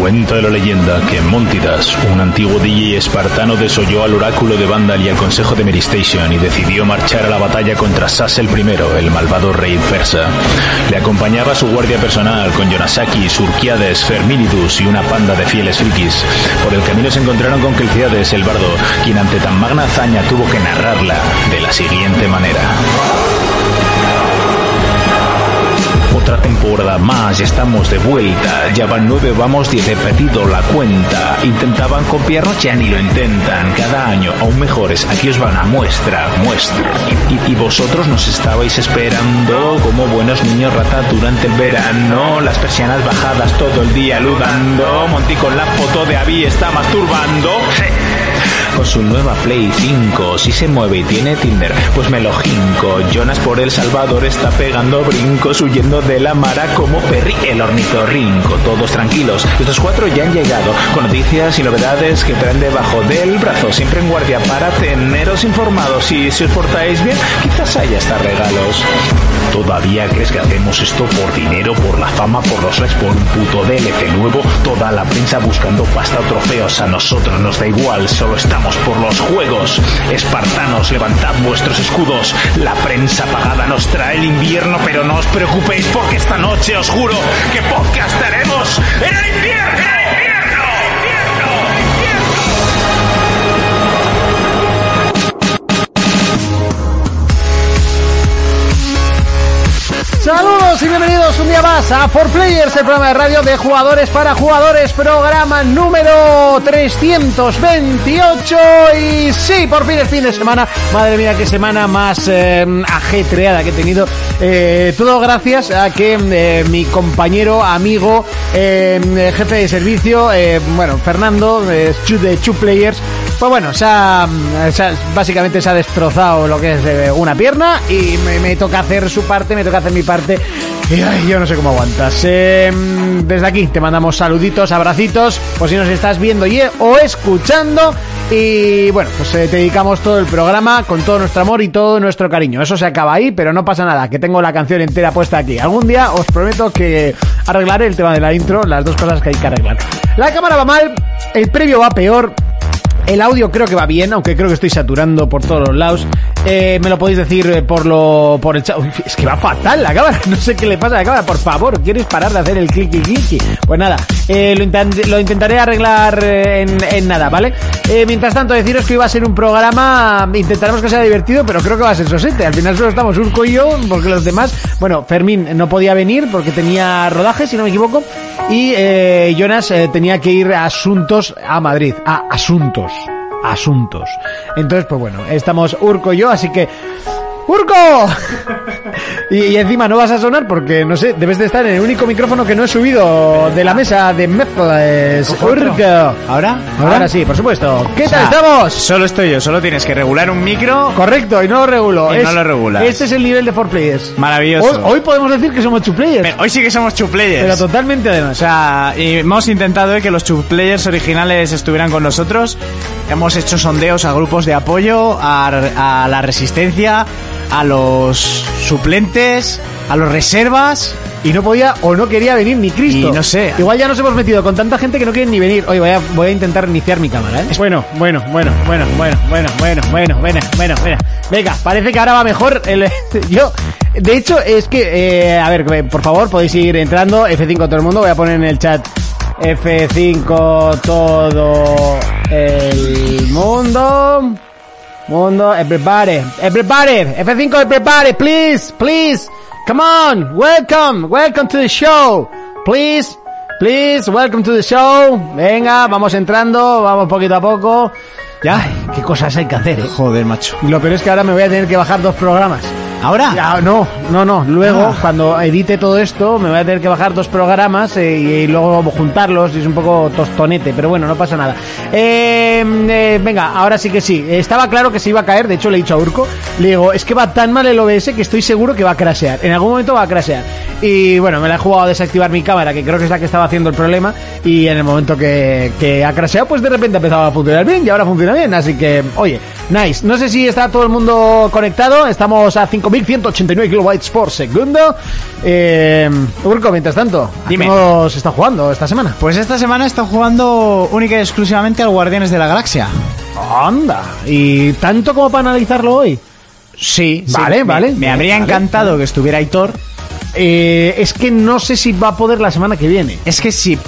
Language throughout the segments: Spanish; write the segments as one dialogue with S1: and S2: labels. S1: Cuenta la leyenda que en Montidas, un antiguo DJ espartano desoyó al oráculo de Vandal y al consejo de Meristation y decidió marchar a la batalla contra Sassel I, el malvado rey persa. Le acompañaba su guardia personal con Yonasaki, Surquiades, Ferminidus y una panda de fieles frikis. Por el camino se encontraron con Kelciades el bardo, quien ante tan magna hazaña tuvo que narrarla de la siguiente manera. Otra temporada más, estamos de vuelta. Ya van nueve, vamos diez, he perdido la cuenta. Intentaban copiarnos, ya ni lo intentan. Cada año aún mejores. Aquí os van a muestra, muestra. Y, y- y vosotros nos estabais esperando como buenos niños rata durante el verano. Las persianas bajadas todo el día ludando. Monty con la foto de Abby está masturbando. Con su nueva Play 5, si se mueve y tiene Tinder, pues me lo jinco. Jonas por El Salvador está pegando brincos, huyendo de la mara como Perry el ornitorrinco. Todos tranquilos, estos cuatro ya han llegado, con noticias y novedades que traen debajo del brazo, siempre en guardia para teneros informados. Y si os portáis bien, quizás haya hasta regalos. ¿Todavía crees que hacemos esto por dinero, por la fama, por los likes, por un puto DLC nuevo? Toda la prensa buscando pasta o trofeos. A nosotros nos da igual, solo estamos por los juegos. Espartanos, levantad vuestros escudos. La prensa pagada nos trae el invierno, pero no os preocupéis porque esta noche os juro que podcast haremos en el invierno. ¡En el invierno! ¡Invierno! ¡Invierno!
S2: Saludos y bienvenidos un día más a 4Players, el programa de radio de jugadores para jugadores, programa número 328 y sí, por fin es fin de semana. Madre mía, qué semana más eh, ajetreada que he tenido. Eh, todo gracias a que eh, mi compañero, amigo, eh, jefe de servicio, eh, bueno, Fernando, eh, Chu- de Chu Players, pues bueno, se ha, se ha- básicamente se ha destrozado lo que es eh, una pierna y me, me toca hacer su parte, me toca hacer mi parte. Y ay, yo no sé cómo aguantas. Eh, desde aquí te mandamos saluditos, abracitos, por si nos estás viendo y, eh, o escuchando. Y bueno, pues eh, te dedicamos todo el programa con todo nuestro amor y todo nuestro cariño. Eso se acaba ahí, pero no pasa nada, que tengo la canción entera puesta aquí. Algún día os prometo que arreglaré el tema de la intro, las dos cosas que hay que arreglar. La cámara va mal, el previo va peor. El audio creo que va bien, aunque creo que estoy saturando por todos los lados. Eh, me lo podéis decir eh, por lo por el chat. Uy, Es que va fatal la cámara. No sé qué le pasa a la cámara. Por favor, ¿quieres parar de hacer el clicky clicky? Pues nada, eh, lo, intent- lo intentaré arreglar eh, en, en nada, ¿vale? Eh, mientras tanto, deciros que iba a ser un programa. Intentaremos que sea divertido, pero creo que va a ser sosete. Al final solo estamos Urco y yo, porque los demás. Bueno, Fermín no podía venir porque tenía rodaje, si no me equivoco. Y eh, Jonas eh, tenía que ir a Asuntos a Madrid. A Asuntos. Asuntos. Entonces, pues bueno, estamos Urco y yo, así que. ¡Urco! y, y encima no vas a sonar porque, no sé, debes de estar en el único micrófono que no he subido de la mesa de Meples. Urco.
S3: ¿Ahora?
S2: Ahora sí, por supuesto. ¿Qué tal
S3: ¿Ah? O sea,
S2: estamos?
S3: Solo estoy yo, solo tienes que regular un micro.
S2: Correcto, y no lo regulo.
S3: Y no lo regulas.
S2: Este es el nivel de 4players.
S3: Maravilloso.
S2: Hoy, hoy podemos decir que somos 2players.
S3: Pero hoy sí que somos two
S2: Pero
S3: players. o
S2: totalmente además.
S3: sea, y hemos intentado eh, que los two players originales estuvieran con nosotros. Hemos hecho sondeos a grupos de apoyo, a, a la resistencia, a los suplentes, a los reservas.
S2: Y no podía o no quería venir ni Cristo.
S3: Y no sé.
S2: Igual ya nos hemos metido con tanta gente que no quieren ni venir. Oye, voy a, voy a intentar iniciar mi cámara, ¿eh? Bueno, bueno, bueno, bueno, bueno, bueno, bueno, bueno, bueno, bueno, bueno. Venga, parece que ahora va mejor el- yo. De hecho, es que, eh, a ver, eh, por favor, podéis ir entrando. F5 todo el mundo. Voy a poner en el chat F5 todo el mundo. Mundo, everybody, everybody, F5, everybody, please, please, come on, welcome, welcome to the show, please, please, welcome to the show, venga, vamos entrando, vamos poquito a poco, ya, qué cosas hay que hacer, eh.
S3: Joder, macho.
S2: Lo peor es que ahora me voy a tener que bajar dos programas.
S3: ¿Ahora?
S2: Ya, no, no, no. Luego,
S3: Ah.
S2: cuando edite todo esto, me voy a tener que bajar dos programas eh, y, y luego juntarlos. y es un poco tostonete, pero bueno, no pasa nada. Eh, eh, venga, ahora sí que sí. Estaba claro que se iba a caer. De hecho, le he dicho a Urco, le digo, es que va tan mal el OBS que estoy seguro que va a crashear. En algún momento va a crashear. Y bueno, me la he jugado a desactivar mi cámara, que creo que es la que estaba haciendo el problema. Y en el momento que, que ha crasheado, pues de repente empezaba a funcionar bien y ahora funciona bien. Así que, oye, Nice. No sé si está todo el mundo conectado. Estamos a 5.189 kilobytes por segundo. Eh, Urco, mientras tanto,
S3: Dime.
S2: ¿a qué nos está jugando esta semana?
S3: Pues esta semana he estado jugando única y exclusivamente al Guardianes de la Galaxia.
S2: Anda. ¿Y tanto como para analizarlo hoy?
S3: Sí, sí,
S2: Vale,
S3: me-
S2: vale,
S3: Me habría
S2: vale.
S3: encantado que estuviera Aitor.
S2: Eh, es que no sé si va a poder la semana que viene.
S3: Es que si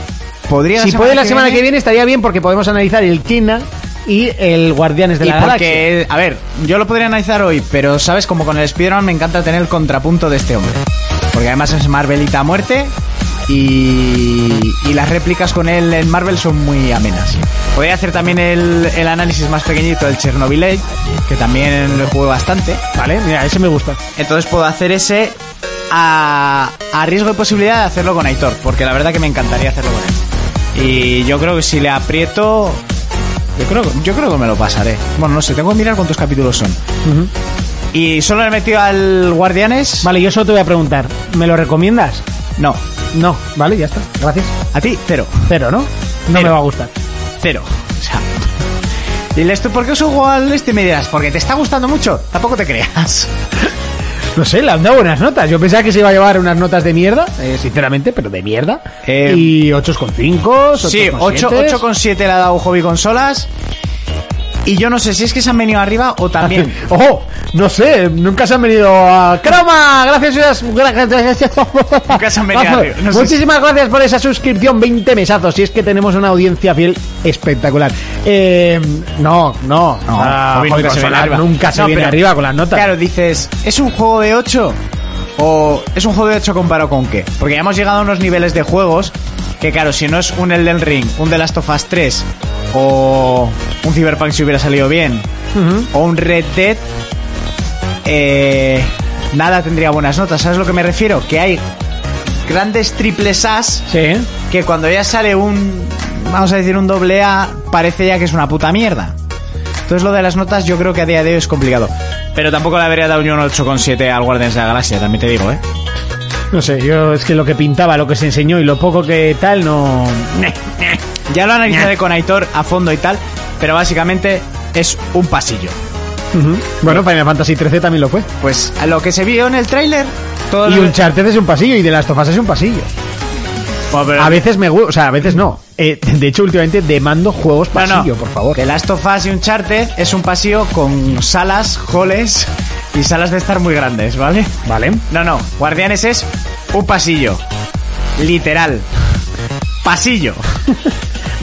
S3: podría.
S2: Si puede la semana que viene estaría bien porque podemos analizar el Kina y el Guardianes de
S3: Y
S2: la Galaxia.
S3: porque, a ver, yo lo podría analizar hoy, pero sabes, como con el Spider-Man me encanta tener el contrapunto de este hombre. Porque además es Marvelita a muerte y, y las réplicas con él en Marvel son muy amenas. Podría hacer también el, el análisis más pequeñito del Chernobyl, que también lo jugué bastante.
S2: Vale, mira, ese me gusta.
S3: Entonces puedo hacer ese a, a riesgo de posibilidad de hacerlo con Aitor, porque la verdad que me encantaría hacerlo con él. Y yo creo que si le aprieto, yo creo, yo creo que me lo pasaré. Bueno, no sé, tengo que mirar cuántos capítulos son. Y solo le he metido al Guardianes.
S2: Vale, yo solo te voy a preguntar. ¿Me lo recomiendas?
S3: No,
S2: No. Vale, ya está. Gracias.
S3: a ti cero,
S2: Pero, ¿no? No
S3: Cero.
S2: me va a gustar.
S3: cero. O sea, y le estoy, ¿por qué os juego al este? Y me dirás, porque te está gustando mucho. Tampoco te creas.
S2: No sé, le han dado buenas notas. Yo pensaba que se iba a llevar unas notas de mierda, eh, sinceramente, pero de mierda.
S3: Eh,
S2: y 8,5, 8,7.
S3: Sí, 8 8,7 le ha dado Hobby Consolas. Y yo no sé si es que se han venido arriba o también.
S2: Ojo, no sé, nunca se han venido a Croma. Gracias, gracias. gracias.
S3: Nunca se han venido
S2: Vamos,
S3: arriba, no sé
S2: Muchísimas gracias por esa suscripción, 20 mesazos. Si es que tenemos una audiencia fiel espectacular. Eh, no, no,
S3: No,
S2: Ah,
S3: Hobby
S2: Hobby
S3: nunca se viene
S2: Consolar
S3: arriba.
S2: nunca se
S3: No,
S2: viene
S3: pero-
S2: arriba con las notas.
S3: Claro, dices, ¿es un juego de 8? ¿O es un juego de 8 comparado con qué? Porque ya hemos llegado a unos niveles de juegos que, claro, si no es un Elden Ring, un The Last of Us 3 o un Cyberpunk si hubiera salido bien
S2: Ujú.
S3: o un Red Dead, eh, nada tendría buenas notas. ¿Sabes a lo que me refiero? Que hay grandes triples As
S2: Sí. ¿eh?
S3: que cuando ya sale un, vamos a decir, un doble A, parece ya que es una puta mierda. Entonces lo de las notas yo creo que a día de hoy es complicado. Pero tampoco le habría dado yo un 8,7 al Guardians de la Galaxia, también te digo, ¿eh?
S2: No sé, yo es que lo que pintaba, lo que se enseñó y lo poco que tal, no.
S3: Ya lo analizaré con Aitor a fondo y tal, pero básicamente es un pasillo.
S2: Bueno, Final Fantasy 13 también lo fue.
S3: Pues a lo que se vio en el tráiler, todo
S2: Y
S3: lo-
S2: un es un pasillo y de las tofas es un pasillo.
S3: Bueno, pero-
S2: A veces me gusta, o sea, a veces no. Eh, de hecho, últimamente demando juegos
S3: No, no.
S2: pasillo, por favor.
S3: The Last of Us y Uncharted es un pasillo con salas, halls y salas de estar muy grandes, ¿vale?
S2: Vale.
S3: No, no, Guardianes es un pasillo. Literal. Pasillo.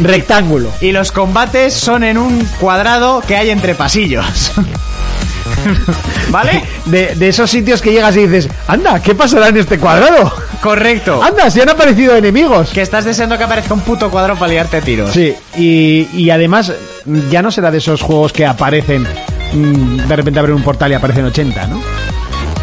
S2: Rectángulo.
S3: Y los combates son en un cuadrado que hay entre pasillos. ¿Vale?
S2: De, de esos sitios que llegas y dices, anda, ¿qué pasará en este cuadrado?
S3: Correcto.
S2: Anda, si han aparecido enemigos.
S3: Que estás deseando que aparezca un puto cuadro para liarte a tiros.
S2: Sí, y, y además, ya no será de esos juegos que aparecen. mm, De repente abren un portal y aparecen 80, ¿no?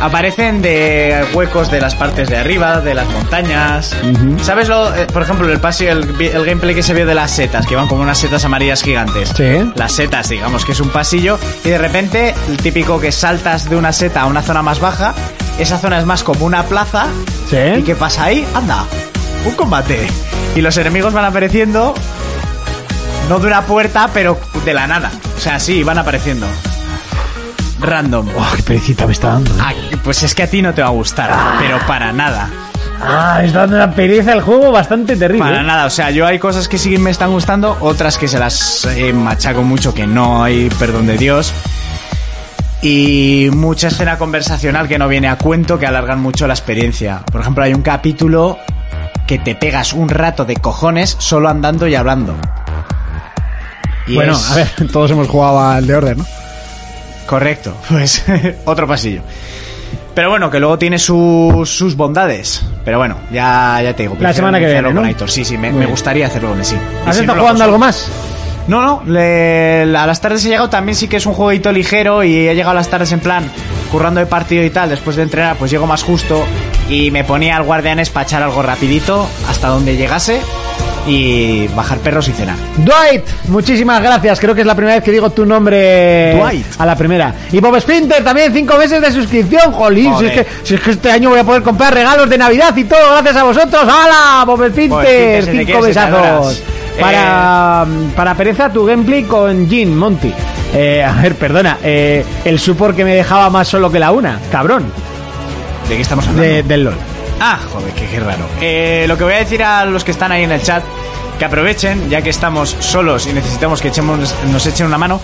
S3: Aparecen de huecos de las partes de arriba, de las montañas.
S2: Ujú.
S3: ¿Sabes lo? eh, por ejemplo, el pasillo, el, vi- el gameplay que se vio de las setas, que van como unas setas amarillas gigantes.
S2: Sí.
S3: Las setas, digamos que es un pasillo, y de repente, el típico que saltas de una seta a una zona más baja, esa zona es más como una plaza.
S2: Sí.
S3: ¿Y qué pasa ahí? Anda, un combate. Y los enemigos van apareciendo, no de una puerta, pero de la nada. O sea, sí, van apareciendo. Random.
S2: Oh, qué perecita me está dando. ¿eh?
S3: Ah, pues es que a ti no te va a gustar, pero para nada.
S2: Ah, está dando una pereza el juego bastante terrible.
S3: Para
S2: ¿eh?
S3: nada, o sea, yo hay cosas que sí me están gustando, otras que se las eh, machaco mucho, que no hay perdón de Dios. Y mucha escena conversacional que no viene a cuento, que alargan mucho la experiencia. Por ejemplo, hay un capítulo que te pegas un rato de cojones solo andando y hablando. Y
S2: bueno,
S3: es-
S2: a ver, todos hemos jugado al de orden, ¿no?
S3: Correcto, pues otro pasillo. Pero bueno, que luego tiene sus, sus bondades. Pero bueno, ya, ya te digo. prefiero
S2: semana que
S3: anunciarlo
S2: viene, ¿no?
S3: con Aitor. Sí, sí, me,
S2: Muy
S3: me
S2: bien.
S3: gustaría hacerlo con él, sí. Y
S2: ¿Has
S3: si no,
S2: estado
S3: lo
S2: jugando
S3: hago
S2: algo
S3: solo.
S2: más?
S3: No, no, le- a las tardes he llegado también sí que es un jueguito ligero y he llegado a las tardes en plan currando de partido y tal, después de entrenar pues llego más justo y me ponía al guardianes para echar algo rapidito hasta donde llegase y bajar perros y cenar.
S2: Dwight, muchísimas gracias. Creo que es la primera vez que digo tu nombre
S3: Dwight.
S2: a la primera. Y Bob Sprinter también, cinco meses de suscripción. Jolín, si es,
S3: Joder.
S2: que, si es que este año voy a poder comprar regalos de Navidad y todo, gracias a vosotros. ¡Hala! Bob
S3: Bob Sprinter,
S2: Sprinter,
S3: se te
S2: cinco
S3: quiere, se te
S2: besazos.
S3: adoras.
S2: Para, para pereza, tu gameplay con Jim Monty. Eh, a ver, perdona. eh, el support que me dejaba más solo que la una. Cabrón.
S3: ¿De qué estamos hablando?
S2: de- del LOL.
S3: Ah, joder, qué, qué raro. Eh, lo que voy a decir a los que están ahí en el chat, que aprovechen, ya que estamos solos y necesitamos que echemos, nos echen una mano,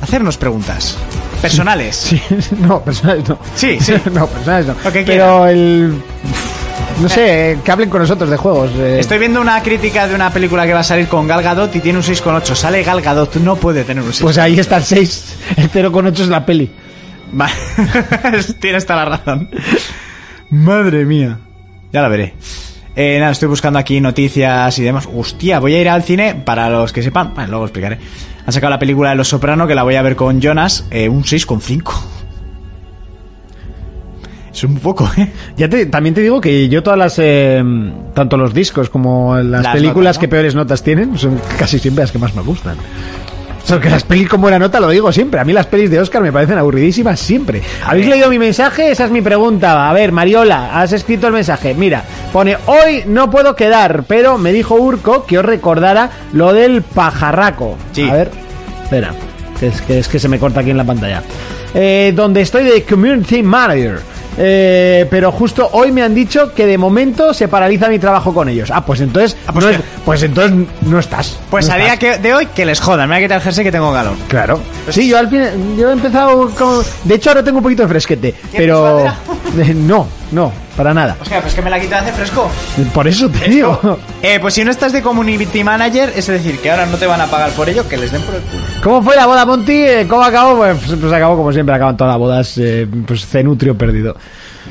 S3: hacernos preguntas personales.
S2: Sí, no, personales no.
S3: Sí, sí.
S2: No, personales no.
S3: Lo que
S2: Pero el. No sé, que hablen con nosotros de juegos. eh.
S3: Estoy viendo una crítica de una película que va a salir con Gal Gadot y tiene un 6,8. Sale Gal Gadot, no puede tener un 6.
S2: Pues ahí está el 6. El 0,8 es la peli.
S3: Va- Tienes toda la razón. Madre mía. Ya la veré. Eh, nada, estoy buscando aquí noticias y demás. Hostia, voy a ir al cine para los que sepan. Bueno, luego explicaré. Han sacado la película de Los Soprano que la voy a ver con Jonas. eh, un 6,5. Es un poco, ¿eh?
S2: Ya te- también te digo que yo todas las. eh, tanto los discos como las,
S3: Las
S2: películas
S3: notas, ¿no?
S2: que peores notas tienen son casi siempre las que más me gustan. Porque las pelis con buena nota lo digo siempre. A mí las pelis de Oscar me parecen aburridísimas siempre. ¿Habéis leído mi mensaje? Esa es mi pregunta. A ver, Mariola, has escrito el mensaje. Mira, pone: Hoy no puedo quedar, pero me dijo Urco que os recordara lo del pajarraco.
S3: Sí.
S2: A ver, espera, que es que, es que se me corta aquí en la pantalla. Eh, donde estoy de Community Manager. Eh, pero justo hoy me han dicho que de momento se paraliza mi trabajo con ellos. Ah, pues entonces,
S3: Ah, pues
S2: no,
S3: ya.
S2: es- pues entonces no estás.
S3: Pues
S2: No
S3: a
S2: estás.
S3: día que- de hoy que les jodan. Me voy a quitar el jersey que tengo calor.
S2: Claro. Sí, yo al final yo he empezado con de hecho ahora tengo un poquito de fresquete, pero Eh, no, no, para nada.
S3: Hostia, pues que me la quito hace fresco.
S2: Por eso te digo.
S3: Eh, pues si no estás de community manager, es decir, que ahora no te van a pagar por ello, que les den por el culo.
S2: ¿Cómo fue la boda, Monty? Eh, ¿Cómo acabó? Pues, pues acabó como siempre, acaban todas las bodas, eh, pues cenutrio perdido.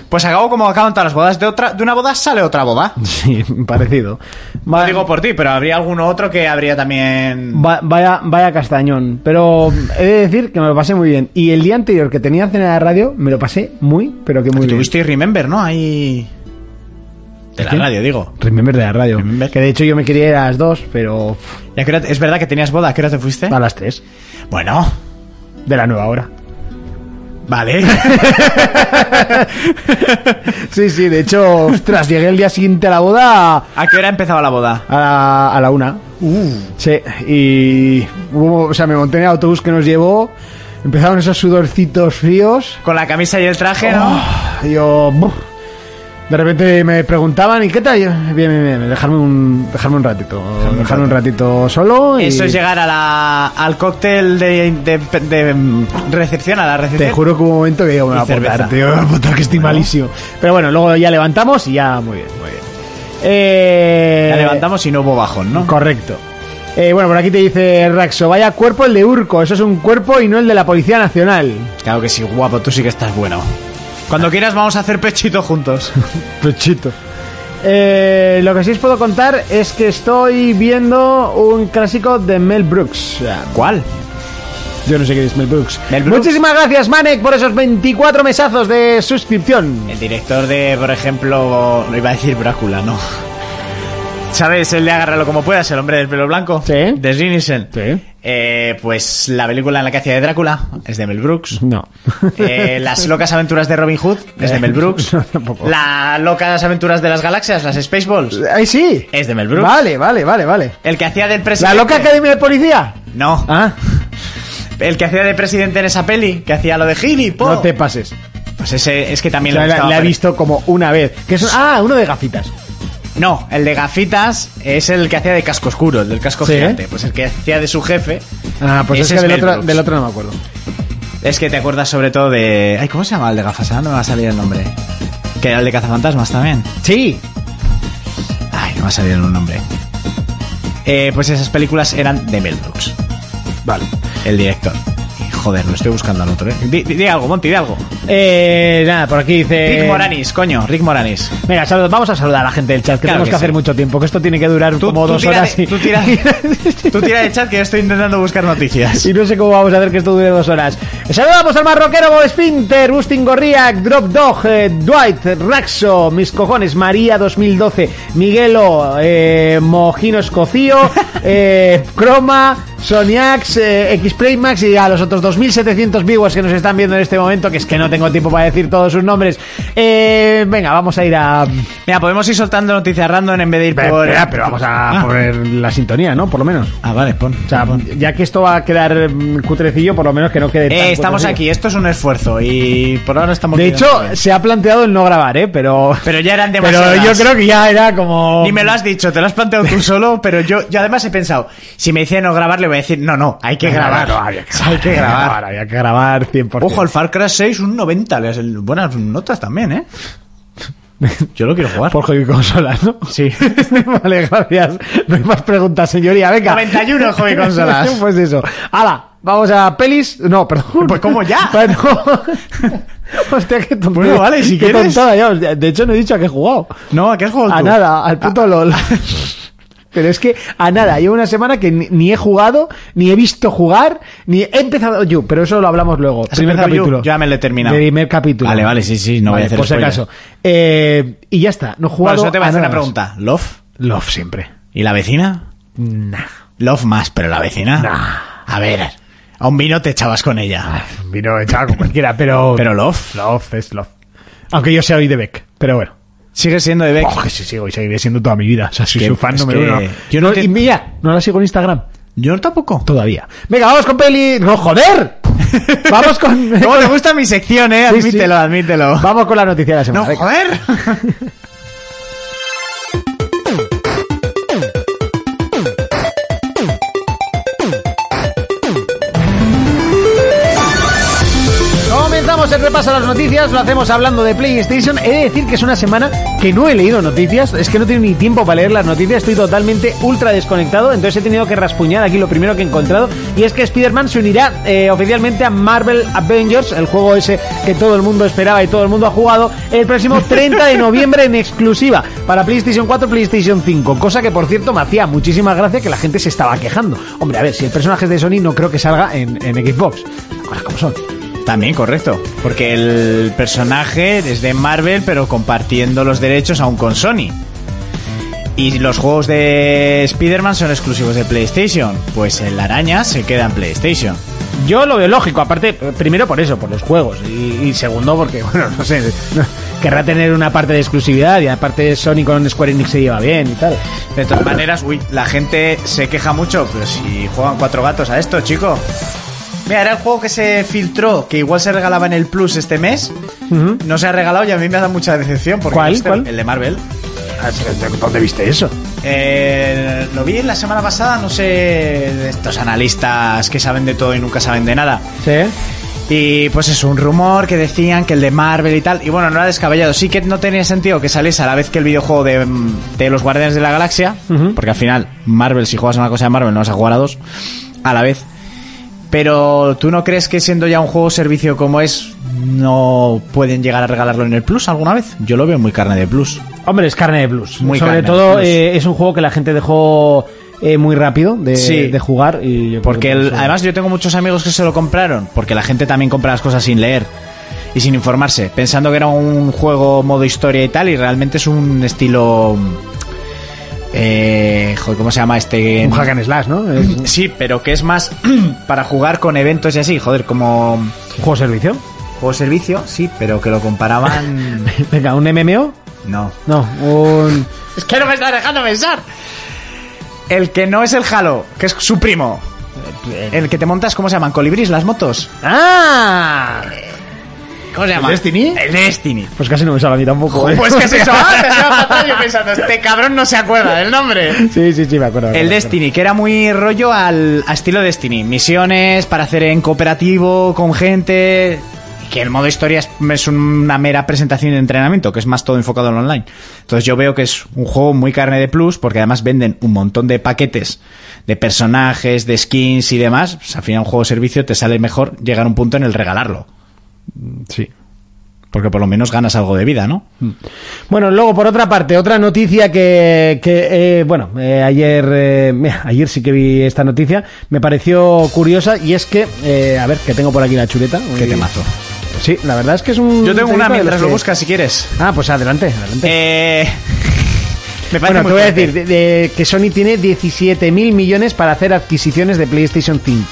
S3: Pues acabo como acaban todas las bodas. De, otra, de una boda sale otra boda.
S2: Sí, parecido.
S3: No
S2: Va-
S3: digo por ti, pero habría alguno otro que habría también.
S2: va- vaya, vaya castañón. Pero he de decir que me lo pasé muy bien. Y el día anterior que tenía cena de radio, me lo pasé muy, pero que muy bien.
S3: Tuviste Remember, ¿no? Ahí. De la
S2: ¿Qué?
S3: radio, digo.
S2: Remember de la radio.
S3: Remember.
S2: Que de hecho yo me quería ir a las dos, pero pff,
S3: ¿Y a qué hora- es verdad que tenías boda, ¿a qué hora te fuiste?
S2: a las tres
S3: Bueno,
S2: de la nueva hora.
S3: vale.
S2: Sí, sí, de hecho, ostras, llegué el día siguiente a la boda a
S3: ¿A qué hora empezaba la boda?
S2: la, a la una.
S3: Uh.
S2: Sí, y hubo- o sea, me monté en el autobús que nos llevó, empezaron esos sudorcitos fríos.
S3: Con la camisa y el traje, ¿no?
S2: Oh, y yo, buf. de repente me preguntaban, ¿y qué tal? Y yo, Bien, bien, bien, dejarme un, dejarme un ratito, dejarme, un ratito solo. y
S3: Eso es llegar a la, al cóctel de, de- de, mm, recepción, a la
S2: Te
S3: recepción.
S2: juro que hubo un momento que digo, me
S3: Y
S2: va a apuntar,
S3: cerveza.
S2: tío, me va a apuntar que estoy
S3: Bueno.
S2: malísimo. Pero bueno, luego ya levantamos y ya, muy bien, muy bien. Eh,
S3: La levantamos y no hubo bajón, ¿no?
S2: Correcto. Eh, bueno, por aquí te dice Raxo, vaya cuerpo el de Urco, eso es un cuerpo y no el de la Policía Nacional.
S3: Claro que sí, guapo, tú sí que estás bueno. Cuando quieras vamos a hacer pechito juntos.
S2: Pechito. Eh, lo que sí os puedo contar es que estoy viendo un clásico de Mel Brooks.
S3: ¿Cuál?
S2: Yo no sé quién es Mel Brooks.
S3: Mel Brooks.
S2: Muchísimas gracias, Manek, por esos 24 mesazos de suscripción.
S3: El director de, por ejemplo, no iba a decir Brácula, ¿no? ¿Sabes? El de agárralo como puedas, el hombre del pelo blanco.
S2: Sí.
S3: De Sinisen.
S2: Sí.
S3: Eh, pues la película en la que hacía de Drácula es de Mel Brooks.
S2: No.
S3: Eh, las locas aventuras de Robin Hood es de Mel Brooks.
S2: Eh, No, tampoco.
S3: Las locas aventuras de las galaxias, las Spaceballs,
S2: Ay, sí.
S3: es de Mel Brooks.
S2: Vale, vale, vale, vale.
S3: El que hacía del
S2: ¿La
S3: presidente.
S2: loca academia de policía?
S3: No.
S2: Ah,
S3: El que hacía de presidente en esa peli, que hacía lo de gilipollas.
S2: no te pases.
S3: Pues ese es que
S2: O
S3: también
S2: sea,
S3: le
S2: Oh. la,
S3: gustaba
S2: la he
S3: Fred.
S2: visto como una vez. Que es un- ah, uno de gafitas.
S3: No, el de gafitas es el que hacía de casco oscuro, el del casco
S2: Sí,
S3: gigante.
S2: ¿eh?
S3: Pues el que hacía de su jefe.
S2: Ah, pues es
S3: Ese
S2: que
S3: es
S2: del
S3: Mel
S2: otro,
S3: Brooks.
S2: del otro no me acuerdo.
S3: Es que te acuerdas sobre todo de. Ay, ¿cómo se llama el de gafas? Ahora no me va a salir el nombre. Que era el de cazafantasmas también.
S2: Sí.
S3: Ay, no me va a salir el nombre. Eh, pues esas películas eran de Mel Brooks,
S2: Vale.
S3: el director. Y, Joder, lo estoy buscando al otro, ¿eh? Di, di- di algo, Monty, di algo.
S2: Eh, nada, por aquí dice...
S3: Rick Moranis, coño, Rick Moranis.
S2: Mira, saluda- vamos a saludar a la gente del chat, que
S3: Claro
S2: tenemos que,
S3: que sí.
S2: hacer mucho tiempo, que esto tiene que durar como dos
S3: tira
S2: horas.
S3: de-
S2: y-
S3: tú tira- tú tira de chat que yo estoy intentando buscar noticias.
S2: Y no sé cómo vamos a hacer que esto dure dos horas. Saludamos al marroquero Bob Spinter, Bustin Gorriak, Drop Dog, eh, Dwight, Raxo, Mis Cojones, María 2012, Miguelo, eh, Mojino Escocío, eh, Croma, Soniax, eh, Xplay Max y a los otros 2.700 viewers que nos están viendo en este momento, que es que no tengo tiempo para decir todos sus nombres. Eh, venga, vamos a ir a...
S3: Mira, podemos ir soltando noticias random en vez de ir
S2: Pero,
S3: por.
S2: pero vamos a
S3: Ah.
S2: poner la sintonía, ¿no? Por lo menos.
S3: Ah, vale, pon.
S2: O sea, ya que esto va a quedar mm, cutrecillo, por lo menos que no quede... tan
S3: Eh, estamos
S2: cutrecillo.
S3: aquí, esto es un esfuerzo y por ahora estamos.
S2: De
S3: tirando
S2: hecho,
S3: bien.
S2: se ha planteado el no grabar, ¿eh? Pero...
S3: pero ya eran
S2: Pero
S3: demasiadas.
S2: yo creo que ya era como...
S3: Ni me lo has dicho, te lo has planteado tú solo, pero yo, yo además he pensado, si me dice no grabar, le voy a decir, no, no, hay que grabar.
S2: No, no, había que
S3: O sea, hay que grabar.
S2: Había que grabar 100%.
S3: Ojo, el Far Cry 6, un 90, le has- el- buenas notas también, ¿eh? Yo lo quiero jugar.
S2: Por hobby consolas, ¿no?
S3: Sí.
S2: vale, gracias. No hay más preguntas, señoría. Venga.
S3: 91 hobby consolas.
S2: pues eso. Hala, vamos a pelis. No, perdón.
S3: Pues, ¿cómo ya?
S2: Bueno. Hostia, qué tonto.
S3: Bueno, vale, si quieres.
S2: De hecho, no he dicho a qué he jugado.
S3: No, ¿a qué has jugado
S2: A
S3: tú?
S2: nada, al puto LOL. Pero es que a nada, llevo una semana que ni, ni he jugado, ni he visto jugar, ni he empezado yo, pero eso lo hablamos luego.
S3: ¿Has empezado You? Yo ya me lo he terminado.
S2: Primer capítulo.
S3: Vale, vale, sí, sí, no voy a hacer
S2: Por si
S3: spoiler.
S2: acaso. Eh, y ya está, no he
S3: Por
S2: jugado.
S3: eso te voy a hacer una
S2: nada más.
S3: pregunta. ¿Love?
S2: Love siempre.
S3: ¿Y la vecina?
S2: Nah.
S3: Love más, pero la vecina.
S2: Nah.
S3: A ver, a un vino te echabas con ella.
S2: Vino echado como cualquiera, pero.
S3: Pero Love
S2: Love es Love. Aunque yo sea hoy de Beck, pero bueno.
S3: sigue siendo de Beck.
S2: Oh, que sí sigo y seguiré siendo toda mi vida. O sea, soy
S3: Que-
S2: su fan
S3: es
S2: número
S3: que-
S2: uno.
S3: yo no
S2: No,
S3: te-
S2: Y mira, no la sigo en Instagram.
S3: Yo tampoco.
S2: Todavía. Venga, vamos con peli. ¡No, joder! Vamos con.
S3: ¿Cómo te gusta mi sección, eh?
S2: Sí, sí.
S3: Admítelo, admítelo.
S2: Vamos con la noticia de la semana.
S3: No,
S2: venga.
S3: joder.
S2: Comenzamos el repaso a las noticias, lo hacemos hablando de PlayStation. He de decir que es una semana que no he leído noticias, es que no tengo ni tiempo para leer las noticias, estoy totalmente ultra desconectado, entonces he tenido que raspuñar aquí lo primero que he encontrado, y es que Spider-Man se unirá eh, oficialmente a Marvel Avengers, el juego ese que todo el mundo esperaba y todo el mundo ha jugado, el próximo 30 de noviembre en exclusiva para PlayStation 4 PlayStation 5, cosa que por cierto me hacía muchísima gracia que la gente se estaba quejando. Hombre, a ver, si el personaje es de Sony no creo que salga en, en Xbox. Ahora, ¿cómo son?
S3: También, correcto. Porque el personaje es de Marvel, pero compartiendo los derechos aún con Sony. Y los juegos de Spider-Man son exclusivos de PlayStation. Pues el araña se queda en PlayStation.
S2: Yo lo veo lógico, aparte, primero por eso, por los juegos, y, y segundo porque, bueno, no sé, no- querrá tener una parte de exclusividad y aparte Sony con Square Enix se lleva bien y tal.
S3: De todas maneras, uy, la gente se queja mucho, pero si juegan cuatro gatos a esto, chico. Mira, era el juego que se filtró, que igual se regalaba en el Plus este mes.
S2: Ujú.
S3: No se ha regalado y a mí me ha dado mucha decepción. Porque
S2: ¿Cuál?
S3: este-
S2: ¿Cuál?
S3: El de Marvel.
S2: ¿Dónde viste eso?
S3: Eh, lo vi la semana pasada, no sé, de estos analistas que saben de todo y nunca saben de nada.
S2: Sí.
S3: Y pues es un rumor que decían que el de Marvel y tal. Y bueno, no era descabellado. Sí que no tenía sentido que saliese a la vez que el videojuego de, mm, de los Guardianes de la Galaxia.
S2: Ujú.
S3: Porque al final, Marvel, si juegas a una cosa de Marvel, no vas a jugar a dos a la vez. Pero tú no crees que siendo ya un juego servicio como es, no pueden llegar a regalarlo en el Plus alguna vez? Yo lo veo muy carne de Plus.
S2: Hombre, es carne de blues.
S3: Muy
S2: Sobre
S3: carne de
S2: todo
S3: blues.
S2: eh, es un juego que la gente dejó eh, muy rápido de,
S3: Sí.
S2: de jugar. Y yo creo
S3: Porque
S2: que
S3: el-
S2: eso-
S3: además yo tengo muchos amigos que se lo compraron, porque la gente también compra las cosas sin leer y sin informarse, pensando que era un juego modo historia y tal, y realmente es un estilo... Eh, joder, ¿Cómo se llama este?
S2: Un hack and slash, ¿no? Es un
S3: Sí, pero que es más para jugar con eventos y así, joder, como...
S2: juego servicio.
S3: Juego servicio, sí, pero que lo comparaban...
S2: Venga, un MMO.
S3: No.
S2: No, un...
S3: Es que no me estás dejando pensar. El que no es el Halo, que es su primo. El que te montas, ¿cómo se llaman? ¿Colibrís las motos?
S2: ¡Ah!
S3: ¿Cómo se
S2: llama?
S3: Destiny? El Destiny.
S2: Pues casi no me sale a mí tampoco. ¿eh?
S3: Pues que es eso, ah, te estaba fatal yo pensando, este cabrón no se acuerda del nombre.
S2: Sí, sí, sí, me acuerdo. me
S3: El
S2: acuerdo.
S3: Destiny, que era muy rollo al a estilo Destiny. Misiones para hacer en cooperativo, con gente. y Que el modo historia es, es una mera presentación de entrenamiento, que es más todo enfocado en online. Entonces yo veo que es un juego muy carne de plus, porque además venden un montón de paquetes de personajes, de skins y demás. Pues al final un juego de servicio te sale mejor llegar a un punto en el regalarlo.
S2: Sí.
S3: Porque por lo menos ganas algo de vida, ¿no?
S2: Bueno, luego por otra parte, otra noticia que, que, eh, bueno, eh, ayer, eh, mira, ayer sí que vi esta noticia, me pareció curiosa y es que, eh, a ver, que tengo por aquí la chuleta.
S3: Qué
S2: Eh,
S3: temazo.
S2: Sí, la verdad es que Ah, es un...
S3: Yo tengo
S2: temita
S3: una
S2: de
S3: mientras
S2: los
S3: lo
S2: que-
S3: buscas si quieres.
S2: Ah, pues adelante, adelante.
S3: Eh, Me parece
S2: bueno,
S3: muy
S2: te voy a
S3: fuerte.
S2: decir de- de- que Sony tiene 17 mil millones para hacer adquisiciones de PlayStation 5.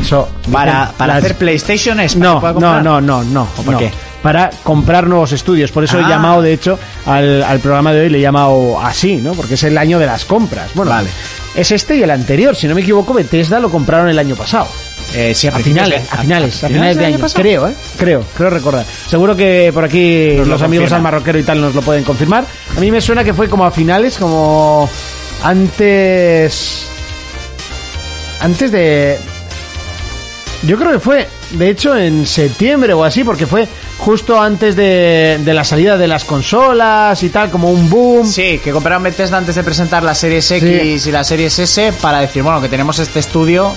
S2: Eso,
S3: Para, para
S2: las-
S3: hacer PlayStation es
S2: no, no, no, no, no.
S3: ¿O por
S2: no.
S3: qué?
S2: Para comprar nuevos estudios. Por eso he
S3: Ah.
S2: llamado, de hecho, al, al programa de hoy le he llamado así, ¿no? Porque es el año de las compras. Bueno,
S3: Vale.
S2: es este y el anterior. Si no me equivoco, Bethesda lo compraron el año pasado.
S3: Eh, sí, a,
S2: A
S3: principios
S2: finales,
S3: de-
S2: a finales, a finales de
S3: del
S2: año,
S3: pasado.
S2: creo, ¿eh? Creo, creo recordar. Seguro que por aquí
S3: Nos lo
S2: los amigos
S3: confirma.
S2: al marroquero y tal nos lo pueden confirmar. A mí me suena que fue como a finales, como antes... Antes de... Yo creo que fue, de hecho, en septiembre o así, porque fue justo antes de, de la salida de las consolas y tal, como un boom.
S3: Sí, que compraron Bethesda antes de presentar la Series X y la Series S para decir, bueno, que tenemos este estudio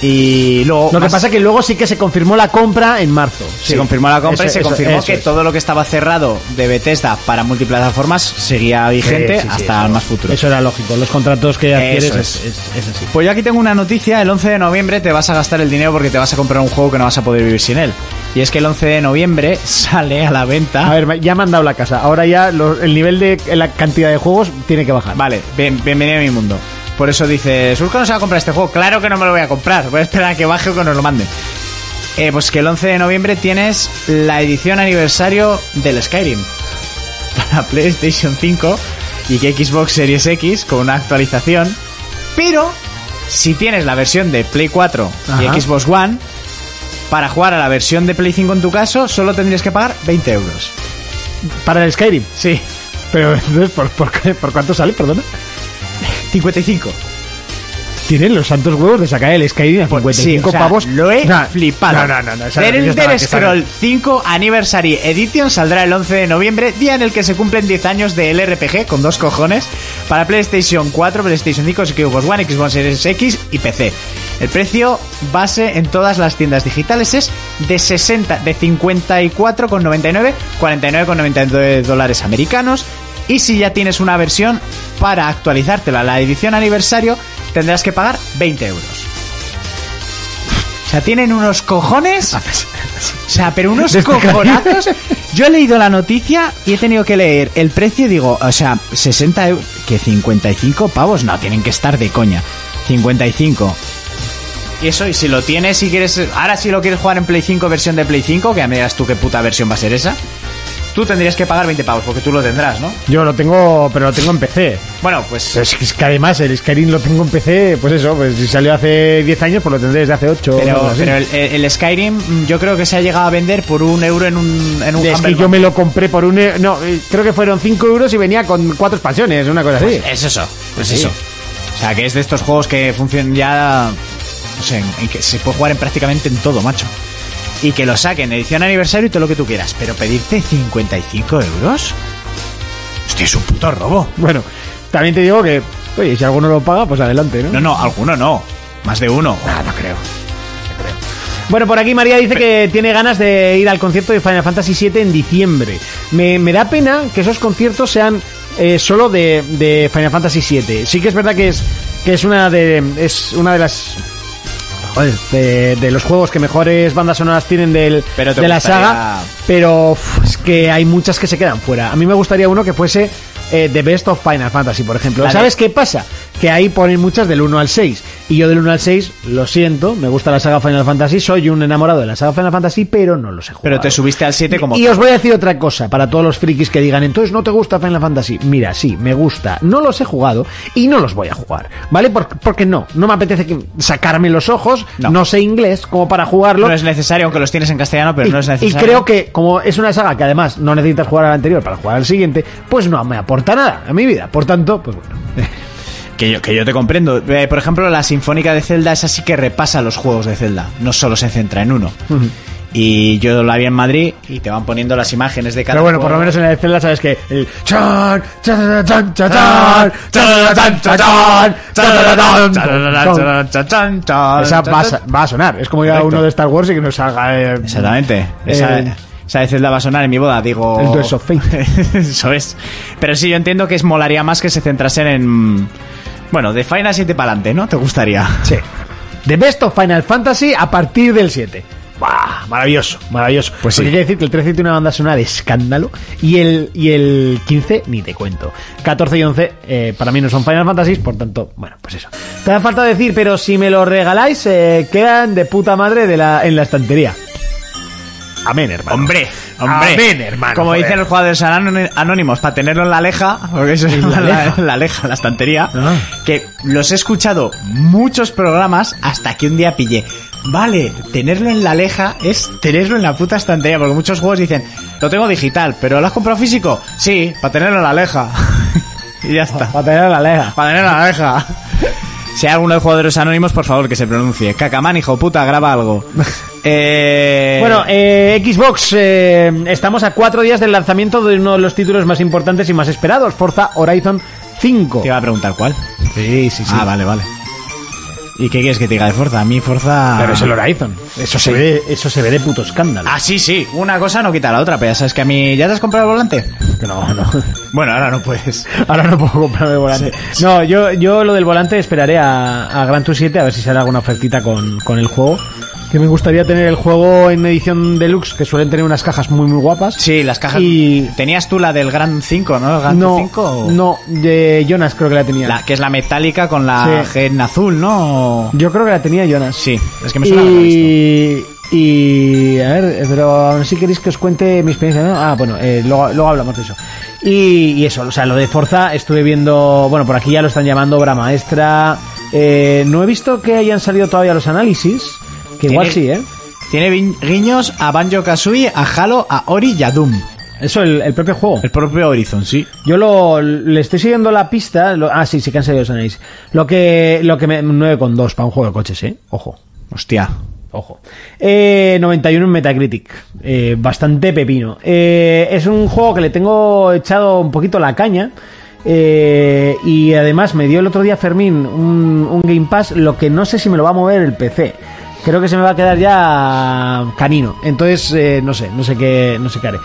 S3: y luego...
S2: Lo que
S3: más-
S2: pasa que luego sí que se confirmó la compra en marzo.
S3: Se confirmó la compra y se confirmó que
S2: todo
S3: todo lo que estaba cerrado de Bethesda para multiplataformas seguía vigente
S2: Sí, sí, sí,
S3: hasta
S2: eso-
S3: más futuro.
S2: Eso era lógico, los contratos que adquieres
S3: Eso
S2: es,
S3: es.
S2: es- es así.
S3: Pues yo aquí tengo una noticia, el 11 de noviembre te vas a gastar el dinero porque te vas a comprar un juego que no vas a poder vivir sin él. Y es que el 11 de noviembre sale a la venta...
S2: A ver, ya me han dado la casa. Ahora ya lo- el nivel de la cantidad de juegos tiene que bajar.
S3: Vale, bien- bienvenido a mi mundo. Por eso dice, Surco no se va a comprar este juego. Claro que no me lo voy a comprar. Voy a esperar a que baje o que nos lo manden. Eh, pues que el 11 de noviembre tienes la edición aniversario del Skyrim. Para PlayStation 5 y que Xbox Series X con una actualización. Pero, si tienes la versión de Play 4
S2: Ajá.
S3: y Xbox One, para jugar a la versión de Play 5 en tu caso, solo tendrías que pagar 20 euros.
S2: Para el Skyrim.
S3: Sí,
S2: Pero entonces, ¿por, por, qué- por cuánto sale? Perdona.
S3: 55.
S2: Tienen los santos huevos de sacar el Skyrim a 55
S3: Pues sí, o sea,
S2: pavos.
S3: Lo he
S2: Nah,
S3: flipado.
S2: No, no, no. no esa noticia
S3: The
S2: estaba-
S3: Elder
S2: que estaba-
S3: Scroll 5 Anniversary Edition saldrá el 11 de noviembre, día en el que se cumplen 10 años del RPG con dos cojones para PlayStation 4, PlayStation 5, Xbox One, Xbox Series X y PC. El precio base en todas las tiendas digitales es de 60, de 54,99, 49,99 dólares americanos. Y si ya tienes una versión para actualizártela, la edición aniversario, tendrás que pagar 20 euros. O sea, tienen unos cojones. O sea, pero unos cojonazos. Yo he leído la noticia y he tenido que leer el precio y digo, o sea, 60 euros. Que 55 pavos, no, tienen que estar de coña. 55. Y eso, y si lo tienes, si quieres. Ahora si lo quieres jugar en Play 5, versión de Play 5, que ya me dirás tú qué puta versión va a ser esa. Tú tendrías que pagar 20 pavos, porque tú lo tendrás, ¿no?
S2: Yo lo tengo, pero lo tengo en PC.
S3: Bueno, pues.
S2: Pero Es que, es que además el Skyrim lo tengo en PC, pues eso, pues si salió hace 10 años, pues lo tendré desde hace 8.
S3: Pero, pero el, el Skyrim, mm, yo creo que se ha llegado a vender por un euro en un, en un
S2: Es que
S3: Humble
S2: yo me lo compré por un... e- No, eh, creo que fueron 5 euros y venía con cuatro expansiones, una cosa así.
S3: Es eso, es
S2: Sí.
S3: eso. O sea, que es de estos juegos que funcionan ya. No sé, en, en que se puede jugar en prácticamente en todo, macho. Y que lo saquen, edición aniversario y todo lo que tú quieras. Pero pedirte 55 euros. Hostia, es un puto robo.
S2: Bueno, también te digo que, oye, si alguno lo paga, pues adelante, ¿no?
S3: No, no, alguno no. Más de uno. Ah, no creo.
S2: Bueno, por aquí María dice que tiene ganas de ir al concierto de Final Fantasy VII en diciembre. Me, me da pena que esos conciertos sean eh, solo de, de Final Fantasy VII. Sí que es verdad que es, que es una de es una de las joder, de, de los juegos que mejores bandas sonoras tienen del,
S3: Pero te
S2: de la
S3: gustaría-
S2: saga, pero uf, es que hay muchas que se quedan fuera. A mí me gustaría uno que fuese eh, The Best of Final Fantasy, por ejemplo.
S3: La de-
S2: ¿Sabes qué pasa? Que ahí ponen muchas del 1 al 6. Y yo del 1 al 6, lo siento, me gusta la saga Final Fantasy, soy un enamorado de la saga Final Fantasy, pero no lo sé jugar.
S3: Pero te subiste al 7 como.
S2: Y os voy a decir otra cosa, para todos los frikis que digan, entonces no te gusta Final Fantasy. Mira, sí, me gusta. No los he jugado y no los voy a jugar. ¿Vale? Por- porque no, no me apetece que- sacarme los ojos, no.
S3: No.
S2: sé inglés como para jugarlo.
S3: No es necesario, aunque los tienes en castellano, pero
S2: y,
S3: no es
S2: y
S3: necesario.
S2: creo que como es una saga que además no necesitas jugar al anterior para jugar al siguiente, pues no me aporta nada a mi vida. Por tanto, pues bueno.
S3: Que yo, que yo te comprendo. Eh, por ejemplo, la Sinfónica de Zelda es así que repasa los juegos de Zelda. No solo se centra en uno. Y yo la vi en Madrid y te van poniendo las imágenes de cada
S2: Pero bueno,
S3: juego.
S2: por lo menos en la de Zelda sabes que el chan, chan, chan, chan, chan, chan, chan, chan, chan, chan, Esa va, a sa- va a sonar. Es como ir a
S3: Correcto.
S2: uno de Star Wars y que nos salga eh,
S3: Exactamente. Esa,
S2: Eh,
S3: esa de Zelda va a sonar en mi boda, digo.
S2: El Duels of Fate.
S3: Eso es. Pero sí, yo entiendo que es molaría más que se centrasen en. Bueno, de Final 7 para adelante, ¿no? ¿Te gustaría?
S2: Sí. The Best of Final Fantasy a partir del 7. Bah, maravilloso, maravilloso.
S3: Pues
S2: Pues
S3: sí.
S2: hay que decir que el 13 tiene una banda sonora de escándalo y el, y el 15 ni te cuento. 14 y 11 eh, para mí no son Final Fantasy, por tanto, bueno, pues eso. Te da falta decir, pero si me lo regaláis, eh, quedan de puta madre de la, en la estantería. Amén, hermano.
S3: Hombre, hombre.
S2: Amén, hermano.
S3: Como
S2: Ah, joder.
S3: dicen los jugadores anón- anónimos, para tenerlo en la leja, porque eso es
S2: la
S3: la,
S2: leja?
S3: la leja, la estantería,
S2: Ah.
S3: que los he escuchado muchos programas hasta que un día pillé. Vale, tenerlo en la leja es tenerlo en la puta estantería, porque muchos juegos dicen, lo tengo digital, pero ¿lo has comprado físico? Sí, para tenerlo en la leja. y ya está.
S2: Para tener la leja.
S3: Para tenerlo en la leja. Si hay alguno de jugadores anónimos, por favor que se pronuncie. Cacamán, hijo puta, graba algo. Eh...
S2: Bueno, eh, Xbox, eh, estamos a cuatro días del lanzamiento de uno de los títulos más importantes y más esperados, Forza Horizon 5.
S3: te iba a preguntar cuál.
S2: Sí, sí,
S3: Ah, vale, vale. ¿Y qué quieres que te diga de Forza? A mí Forza...
S2: Pero es el Horizon. Eso, se,
S3: Sí.
S2: ve, eso se ve de puto escándalo.
S3: Ah, sí, sí. Una cosa no quita la otra, pero ya sabes que a mí... ¿Ya te has comprado el volante?
S2: No, no.
S3: Bueno, ahora no puedes.
S2: Ahora no puedo comprarme el volante. No, yo, yo lo del volante esperaré a, a Gran Tour 7 a ver si sale alguna ofertita con, con el juego. Que me gustaría tener el juego en edición deluxe, que suelen tener unas cajas muy, muy guapas.
S3: Sí, las cajas...
S2: Y-
S3: Tenías tú la del Gran 5, ¿no? ¿El Gran
S2: no,
S3: 5? o-
S2: no, de Jonas creo que la tenía.
S3: La, que es la metálica con la
S2: Sí.
S3: G en azul, ¿no?
S2: Yo creo que la tenía Jonas.
S3: Sí, es que me suena haberla visto.
S2: y, y a ver, pero aún si queréis que os cuente mi experiencia, ¿no? Ah, bueno, eh, luego, luego hablamos de eso. Y, y eso, o sea, lo de Forza estuve viendo, bueno, por aquí ya lo están llamando obra maestra. Eh, no he visto que hayan salido todavía los análisis, que igual sí,
S3: Tiene-
S2: ¿eh?
S3: Tiene vi- guiños a Banjo-Kazooie, a Halo, a Ori y a Doom.
S2: Eso, el, el propio juego.
S3: El propio Horizon, sí.
S2: Yo lo, le estoy siguiendo la pista. lo- ah, sí, sí que han salido los análisis. Lo que, lo que me, 9,2 para un juego de coches, ¿eh? Ojo.
S3: Hostia.
S2: Ojo. Eh, 91 en Metacritic. Eh, bastante pepino. Eh, es un juego que le tengo echado un poquito la caña. Eh, y además me dio el otro día Fermín un, un Game Pass, lo que no sé si me lo va a mover el PC. Creo que se me va a quedar ya canino. Entonces, eh, no sé, no sé qué, no sé qué haré.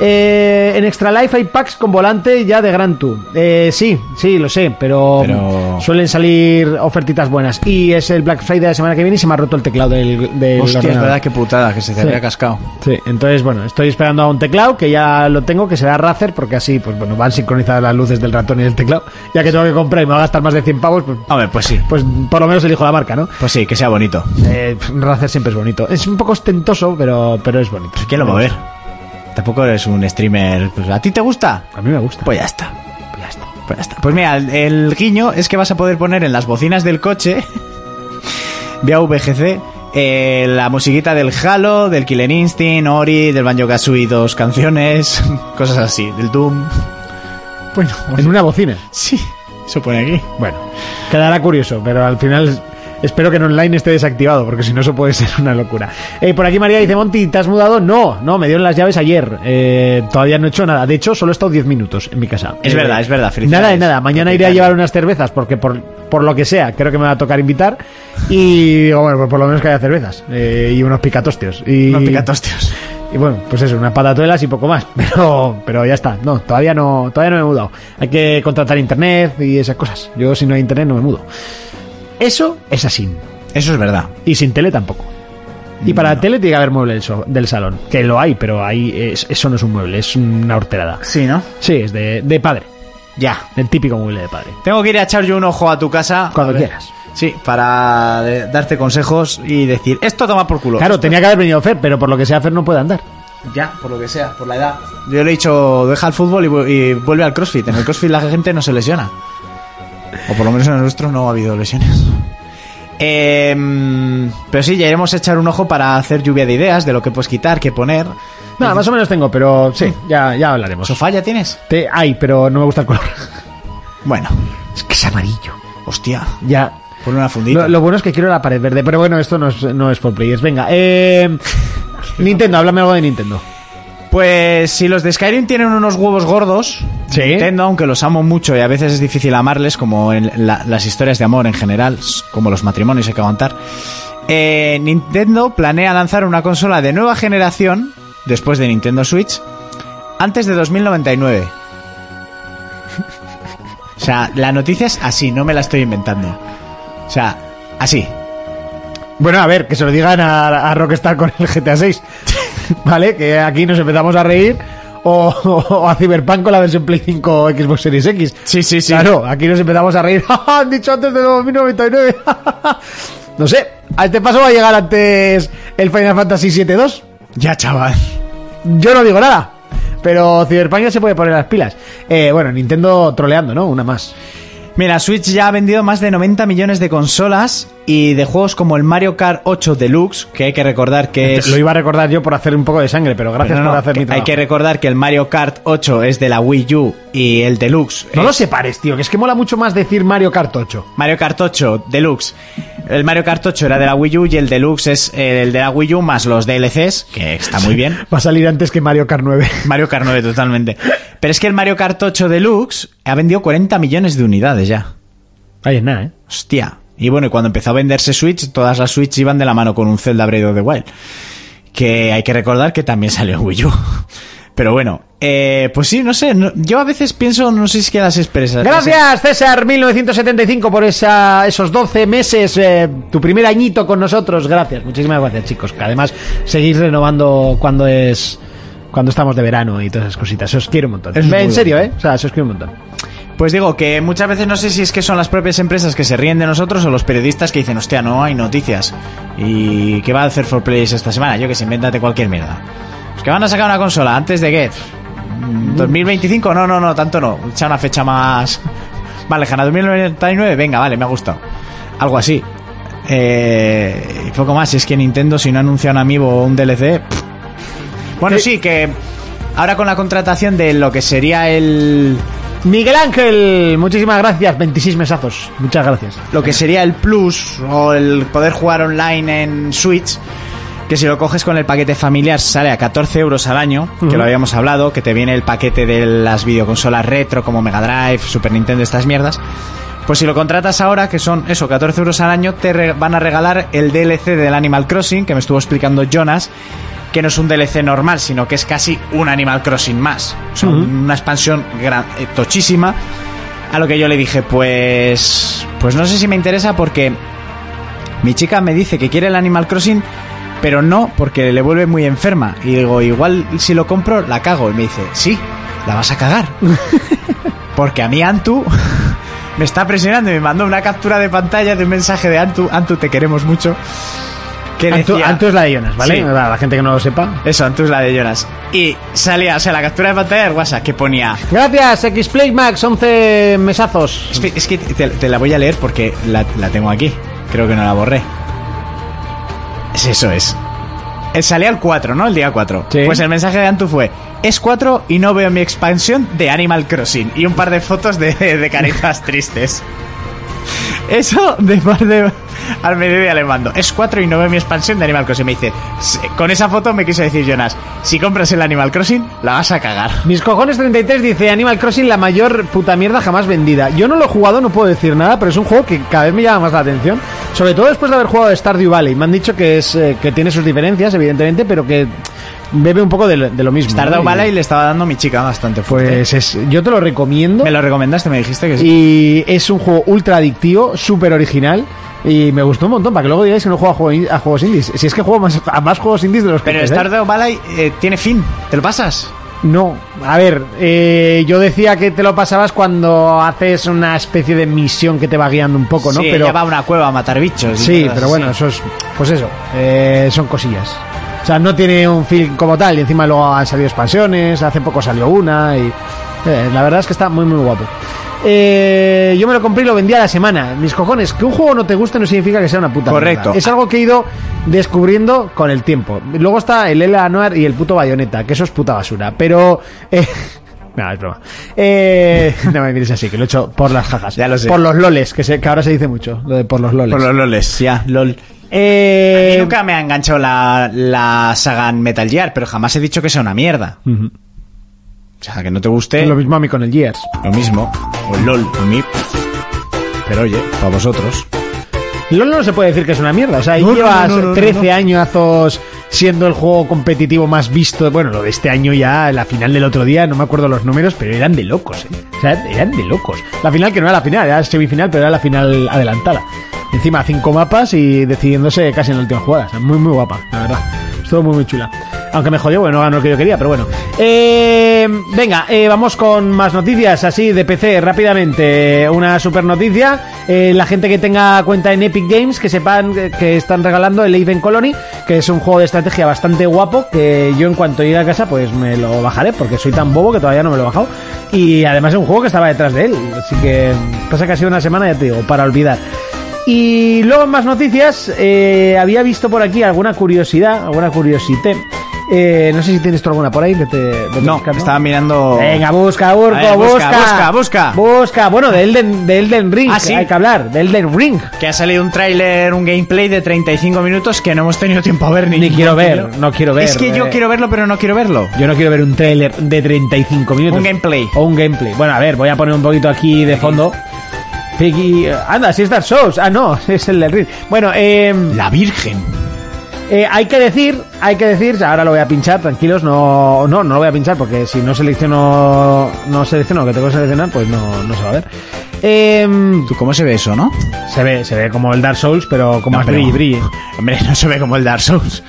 S2: Eh, en Extra Life hay packs con volante ya de Gran Tour. Eh, sí, sí, lo sé, pero,
S3: Pero-
S2: suelen salir ofertitas buenas. Y es el Black Friday de la semana que viene y se me ha roto el teclado del, del
S3: Hostia, es
S2: ordenador.
S3: verdad que putada, que se te
S2: Sí.
S3: había cascado.
S2: Sí, entonces, bueno, estoy esperando a un teclado que ya lo tengo, que será Razer, porque así, pues bueno, van sincronizadas las luces del ratón y del teclado. Ya que tengo que comprar y me va a gastar más de 100 pavos, pues,
S3: Hombre, pues sí.
S2: pues por lo menos elijo la marca, ¿no?
S3: Pues sí, que sea bonito.
S2: Eh, pff, Razer siempre es bonito. Es un poco ostentoso, pero, pero es bonito.
S3: ¿Quién lo va a ver? Tampoco eres un streamer. pues, ¿A ti te gusta?
S2: A mí me gusta.
S3: Pues ya está. Pues ya está. Pues ya está. Pues mira, el, el guiño es que vas a poder poner en las bocinas del coche, vía VGC, eh, la musiquita del Halo, del Killen Instinct, Ori, del Banjo Kazooie, dos canciones, cosas así, del Doom.
S2: bueno, en una bocina.
S3: Sí, eso pone aquí.
S2: Bueno, quedará curioso, pero al final espero que en online esté desactivado, porque si no, eso puede ser una locura. Eh, por aquí María dice, Monty, ¿te has mudado? No, no, me dieron las llaves ayer. Eh, todavía no he hecho nada. De hecho, solo he estado 10 minutos en mi casa.
S3: Es
S2: Eh,
S3: verdad, es verdad, felicidades.
S2: Nada de nada. Mañana iré a
S3: Propietario.
S2: llevar unas cervezas, porque por, por lo que sea, creo que me va a tocar invitar. Y digo, bueno, pues por lo menos que haya cervezas. eh, y unos picatostios. Y,
S3: No pica tostios.
S2: y bueno, pues eso, unas patatuelas y poco más. Pero, pero ya está. No, todavía no, todavía no me he mudado. Hay que contratar internet y esas cosas. Yo si no hay internet no me mudo. Eso es así.
S3: Eso es verdad.
S2: Y sin tele tampoco. Y para la tele tiene que haber mueble del, so- del salón. Que lo hay, pero ahí es- eso no es un mueble, es una horterada.
S3: Sí, ¿no?
S2: Sí, es de, de padre.
S3: Ya.
S2: El típico mueble de padre.
S3: Tengo que ir a echar yo un ojo a tu casa.
S2: Cuando
S3: A ver.
S2: quieras.
S3: Sí, para de- darte consejos y decir, esto toma por culo.
S2: Claro,
S3: Esto-
S2: tenía que haber venido Fer, pero por lo que sea Fer no puede andar.
S3: Ya, por lo que sea, por la edad. Yo le he dicho, deja el fútbol y, vu- y vuelve al crossfit. En el crossfit la gente no se lesiona. O por lo menos en el nuestro no ha habido lesiones. Em, pero sí, ya iremos a echar un ojo para hacer lluvia de ideas, de lo que puedes quitar, qué poner.
S2: Nada, más o menos tengo, pero sí, ya, ya hablaremos.
S3: ¿Sofá ya tienes?
S2: Te, hay, pero no me gusta el color.
S3: Bueno,
S2: Es que es amarillo.
S3: hostia,
S2: Ya,
S3: pon una fundita.
S2: Lo, lo bueno es que quiero la pared verde, pero bueno, esto no es, no es for players. Venga, eh, Nintendo, háblame algo de Nintendo.
S3: Pues si los de Skyrim tienen unos huevos gordos,
S2: Sí.
S3: Nintendo, aunque los amo mucho y a veces es difícil amarles, como en la- las historias de amor en general, s- como los matrimonios hay que aguantar, eh, Nintendo planea lanzar una consola de nueva generación, después de Nintendo Switch, antes de 2099. O sea, la noticia es así, no me la estoy inventando. O sea, así.
S2: Bueno, a ver, que se lo digan a, a Rockstar con el GTA 6. ¿Vale? Que aquí nos empezamos a reír. O, o- o a Cyberpunk con la versión Play 5 o Xbox Series X.
S3: Sí, sí, sí.
S2: Claro, aquí nos empezamos a reír. ¡Ja, ja! Han dicho antes de 2099. no sé, a este paso va a llegar antes el Final Fantasy 7.2.
S3: Ya, chaval.
S2: Yo no digo nada. Pero Cyberpunk ya se puede poner las pilas. Eh, bueno, Nintendo troleando, ¿no? Una más.
S3: Mira, Switch ya ha vendido más de 90 millones de consolas y de juegos como el Mario Kart 8 Deluxe, que hay que recordar que es...
S2: Eh, Lo iba a recordar yo por hacer un poco de sangre, pero gracias
S3: Pero no,
S2: por hacer
S3: que
S2: mi trabajo.
S3: Hay que recordar que el Mario Kart 8 es de la Wii U y el Deluxe...
S2: No
S3: es-
S2: lo separes, tío, que es que mola mucho más decir Mario Kart 8.
S3: Mario Kart 8 Deluxe. El Mario Kart 8 era de la Wii U y el Deluxe es eh, el de la Wii U más los DLCs, que está muy bien.
S2: Va a salir antes que Mario Kart 9.
S3: Mario Kart 9 totalmente. Pero es que el Mario Kart 8 Deluxe ha vendido 40 millones de unidades ya.
S2: Ahí es nada, ¿eh?
S3: Hostia. Y bueno, y cuando empezó a venderse Switch, todas las Switch iban de la mano con un Zelda Breath of the Wild. Que hay que recordar que también salió en Wii U. Pero bueno, eh, pues sí, no sé. no- yo a veces pienso, no sé si es que las expresas.
S2: Gracias, César 1975 por esa, esos 12 meses, eh, tu primer añito con nosotros. Gracias, muchísimas gracias, chicos. Que además seguís renovando cuando es cuando estamos de verano y todas esas cositas. Os quiero un montón.
S3: Eso es muy
S2: en serio, ¿eh? O sea, os quiero un montón.
S3: Pues digo que muchas veces no sé si es que son las propias empresas que se ríen de nosotros o los periodistas que dicen, hostia, no hay noticias. ¿Y qué va a hacer For Players esta semana? Yo que sé, invéntate cualquier mierda. Pues que van a sacar una consola antes de qué? Mm, ¿2025? No, no, no, tanto no. Echa una fecha más. Más lejana, 2099, venga, vale, me ha gustado. Algo así. Eh, y poco más, si es que Nintendo, si no anuncia un amiibo o un DLC. pff. Bueno,
S2: Eh,
S3: sí, que ahora con la contratación de lo que sería el.
S2: Miguel Ángel, muchísimas gracias. 26 mesazos. Muchas gracias.
S3: lo que sería el plus o el poder jugar online en Switch, que si lo coges con el paquete familiar sale a 14 euros al año,
S2: Ujú.
S3: que lo habíamos hablado, que te viene el paquete de las videoconsolas retro como Mega Drive, Super Nintendo, estas mierdas. Pues si lo contratas ahora, que son eso, 14 euros al año, te re- van a regalar el DLC del Animal Crossing, que me estuvo explicando Jonas, que no es un DLC normal, sino que es casi un Animal Crossing más. O sea,
S2: Ujú.
S3: una expansión gran- eh, tochísima. A lo que yo le dije, pues. Pues no sé si me interesa porque. Mi chica me dice que quiere el Animal Crossing, pero no porque le vuelve muy enferma. Y digo, igual si lo compro, la cago. Y me dice, sí, la vas a cagar. porque a mí Antu. Me está presionando y me mandó una captura de pantalla de un mensaje de Antu. Antu, te queremos mucho. Que
S2: Antu,
S3: decía-
S2: Antu es la de Jonas, ¿vale?
S3: Sí.
S2: Para la gente que no lo sepa.
S3: eso, antes la de Jonas. Y salía, o sea, la captura de pantalla del WhatsApp que ponía.
S2: Gracias, Xplay Max, 11 mesazos.
S3: Es que, es que te, te la voy a leer porque la, la tengo aquí. Creo que no la borré. Es- Eso es. Eh, Salía el 4, ¿no? El día 4.
S2: Sí.
S3: Pues el mensaje de Antu fue: Es 4 y no veo mi expansión de Animal Crossing. Y un par de fotos de, de caritas tristes. Eso de par de. Al mediodía le mando. Es 4 y no veo mi expansión de Animal Crossing. Me dice: "Sí". Con esa foto me quiso decir Jonas: Si compras el Animal Crossing, la vas a cagar.
S2: Mis cojones 33 dice Animal Crossing la mayor puta mierda jamás vendida. Yo no lo he jugado, no puedo decir nada, pero es un juego que cada vez me llama más la atención. Sobre todo después de haber jugado Stardew Valley. Me han dicho que es eh, que tiene sus diferencias, evidentemente, pero que bebe un poco de, lo- de lo mismo.
S3: Tardó
S2: ¿no?
S3: bala
S2: Y,
S3: y le estaba dando mi chica bastante fuerte.
S2: Pues es- yo te lo recomiendo.
S3: Me lo recomendaste, me dijiste que sí.
S2: Y es un juego ultra adictivo, súper original. Y me gustó un montón, para que luego digáis que no juego a, juego in- a juegos indies. Si es que juego más, a más juegos indies de los que
S3: Pero
S2: pensáis.
S3: Stardew Valley eh, tiene fin, ¿te lo pasas?
S2: No, a ver, eh, yo decía que te lo pasabas cuando haces una especie de misión que te va guiando un poco, ¿no?
S3: Sí,
S2: pero
S3: ella va a una cueva a matar bichos. y
S2: sí,
S3: cosas
S2: pero bueno,
S3: así.
S2: eso es, pues eso, eh, son cosillas. O sea, no tiene un film como tal. Y encima luego han salido expansiones. Hace poco salió una y eh, la verdad es que está muy muy guapo. Eh, yo me lo compré y lo vendí a la semana. Mis cojones, que un juego no te guste no significa que sea una puta. mierda.
S3: Correcto.
S2: Es algo que he ido descubriendo con el tiempo. Luego está el Ela Noir y el puto Bayonetta, que eso es puta basura. Pero. eh, no, es broma. Eh, no me mires así, que lo he hecho por las jajas.
S3: Ya lo sé.
S2: Por los loles, que, se- que ahora se dice mucho, lo de por los loles.
S3: Por los loles, ya, lol.
S2: Eh,
S3: A mí nunca me ha enganchado la, la saga en Metal Gear, pero jamás he dicho que sea una mierda.
S2: Ujú.
S3: O sea, que no te guste,
S2: Lo
S3: lo,
S2: mismo a mí con el Gears.
S3: mismo. O lol, o mip. Pero oye, para vosotros.
S2: LOL no se puede decir que es una mierda. O sea, ahí
S3: No, no,
S2: llevas
S3: no, no, no,
S2: 13
S3: no.
S2: añazos siendo el juego competitivo más visto. Bueno, lo de este año ya, la final del otro día, no me acuerdo los números, pero eran de locos. ¿eh? O sea, eran de locos. La final que no era la final, era semifinal, pero era la final adelantada. Encima cinco mapas y decidiéndose casi en la última jugada. O sea, muy, muy guapa, la verdad. Estuvo muy, muy chula. Aunque me jodió, bueno, no ganó lo que yo quería, pero bueno. Eh, venga, eh, vamos con más noticias así de PC rápidamente. Una super noticia. Eh, la gente que tenga cuenta en Epic Games, que sepan que- que están regalando el Even Colony, que es un juego de estrategia bastante guapo, que yo en cuanto llegue a casa pues me lo bajaré, porque soy tan bobo que todavía no me lo he bajado. Y además es un juego que estaba detrás de él, así que pasa que ha sido una semana, ya te digo, para olvidar. Y luego en más noticias, eh, había visto por aquí alguna curiosidad, alguna curiosité. Eh, no sé si tienes tú alguna por ahí. Vete, vete
S3: No,
S2: buscando.
S3: estaba mirando.
S2: Venga, busca, Urco,
S3: A ver,
S2: busca,
S3: busca, busca, busca.
S2: Busca. bueno, de Elden, de Elden Ring.
S3: Ah, sí.
S2: Hay que hablar, de Elden Ring.
S3: Que ha salido un tráiler, un gameplay de 35 minutos que no hemos tenido tiempo a ver ni,
S2: Ni quiero ver,
S3: Yo-
S2: no quiero ver,
S3: Es que
S2: eh.
S3: yo quiero verlo, pero no quiero verlo.
S2: Yo no quiero ver un trailer de 35 minutos.
S3: Un gameplay.
S2: O un gameplay. Bueno, a ver, voy a poner un poquito aquí de fondo. Piggy. Anda, si es Dark Souls. Ah, no, es el del Ring. Bueno, eh.
S3: La Virgen.
S2: Eh, hay que decir, hay que decir, ahora lo voy a pinchar, tranquilos, no, no, no lo voy a pinchar porque si no selecciono, no selecciono lo que tengo que seleccionar, pues no, no se va a ver. Em,
S3: ¿Tú cómo se ve eso, no?
S2: se ve, se ve como el Dark Souls, pero como
S3: No,
S2: más
S3: pero-
S2: brille, brille.
S3: Hombre, no se ve como el Dark Souls.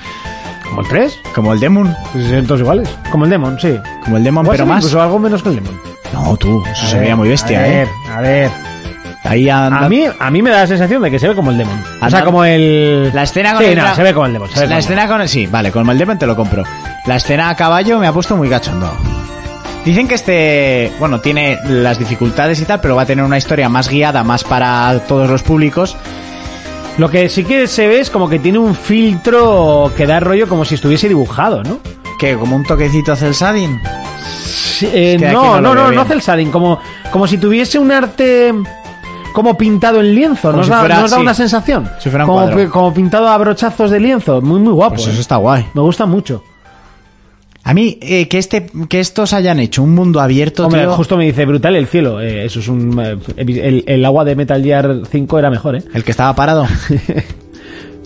S2: ¿Como el 3?
S3: Como el Demon.
S2: Pues son todos iguales. Como el Demon, sí.
S3: Como el Demon,
S2: O
S3: pero
S2: así,
S3: más.
S2: Incluso algo menos que el Demon.
S3: No, tú. Eso
S2: A
S3: se
S2: ver,
S3: veía muy bestia,
S2: a ver,
S3: ¿eh?
S2: A ver,
S3: Ahí anda-
S2: a mí, a mí me da la sensación de que se ve como el Demon. O sea,
S3: Anda-
S2: como el...
S3: La escena con
S2: Sí,
S3: el
S2: no,
S3: dra-
S2: se ve como el Demon. se ve
S3: La
S2: como el
S3: escena con el. Sí, vale, con el Demon te lo compro. La escena a caballo me ha puesto muy cachondo. Dicen que este, bueno, tiene las dificultades y tal, pero va a tener una historia más guiada, más para todos los públicos.
S2: Demon. Lo que sí que se ve es como que tiene un filtro que da rollo como si estuviese dibujado, ¿no?
S3: que Como un toquecito hace el Sadin.
S2: Sí, eh,
S3: Es que aquí
S2: no,
S3: no
S2: no,
S3: lo
S2: no,
S3: veo
S2: no
S3: bien.
S2: hace el shading, como, como si tuviese un arte como pintado en lienzo,
S3: Como
S2: nos,
S3: si
S2: da,
S3: fuera-
S2: nos da
S3: sí.
S2: una sensación.
S3: Si fuera un
S2: como,
S3: cuadro.
S2: pi- como pintado a brochazos de lienzo, muy muy guapo.
S3: Pues
S2: eh.
S3: eso está guay.
S2: Me gusta mucho.
S3: A mí, eh, que este, que estos hayan hecho un mundo abierto,
S2: Hombre,
S3: tío,
S2: justo me dice brutal el cielo. eh, eso es un eh, el, el agua de Metal Gear 5 era mejor, ¿eh?
S3: El que estaba parado.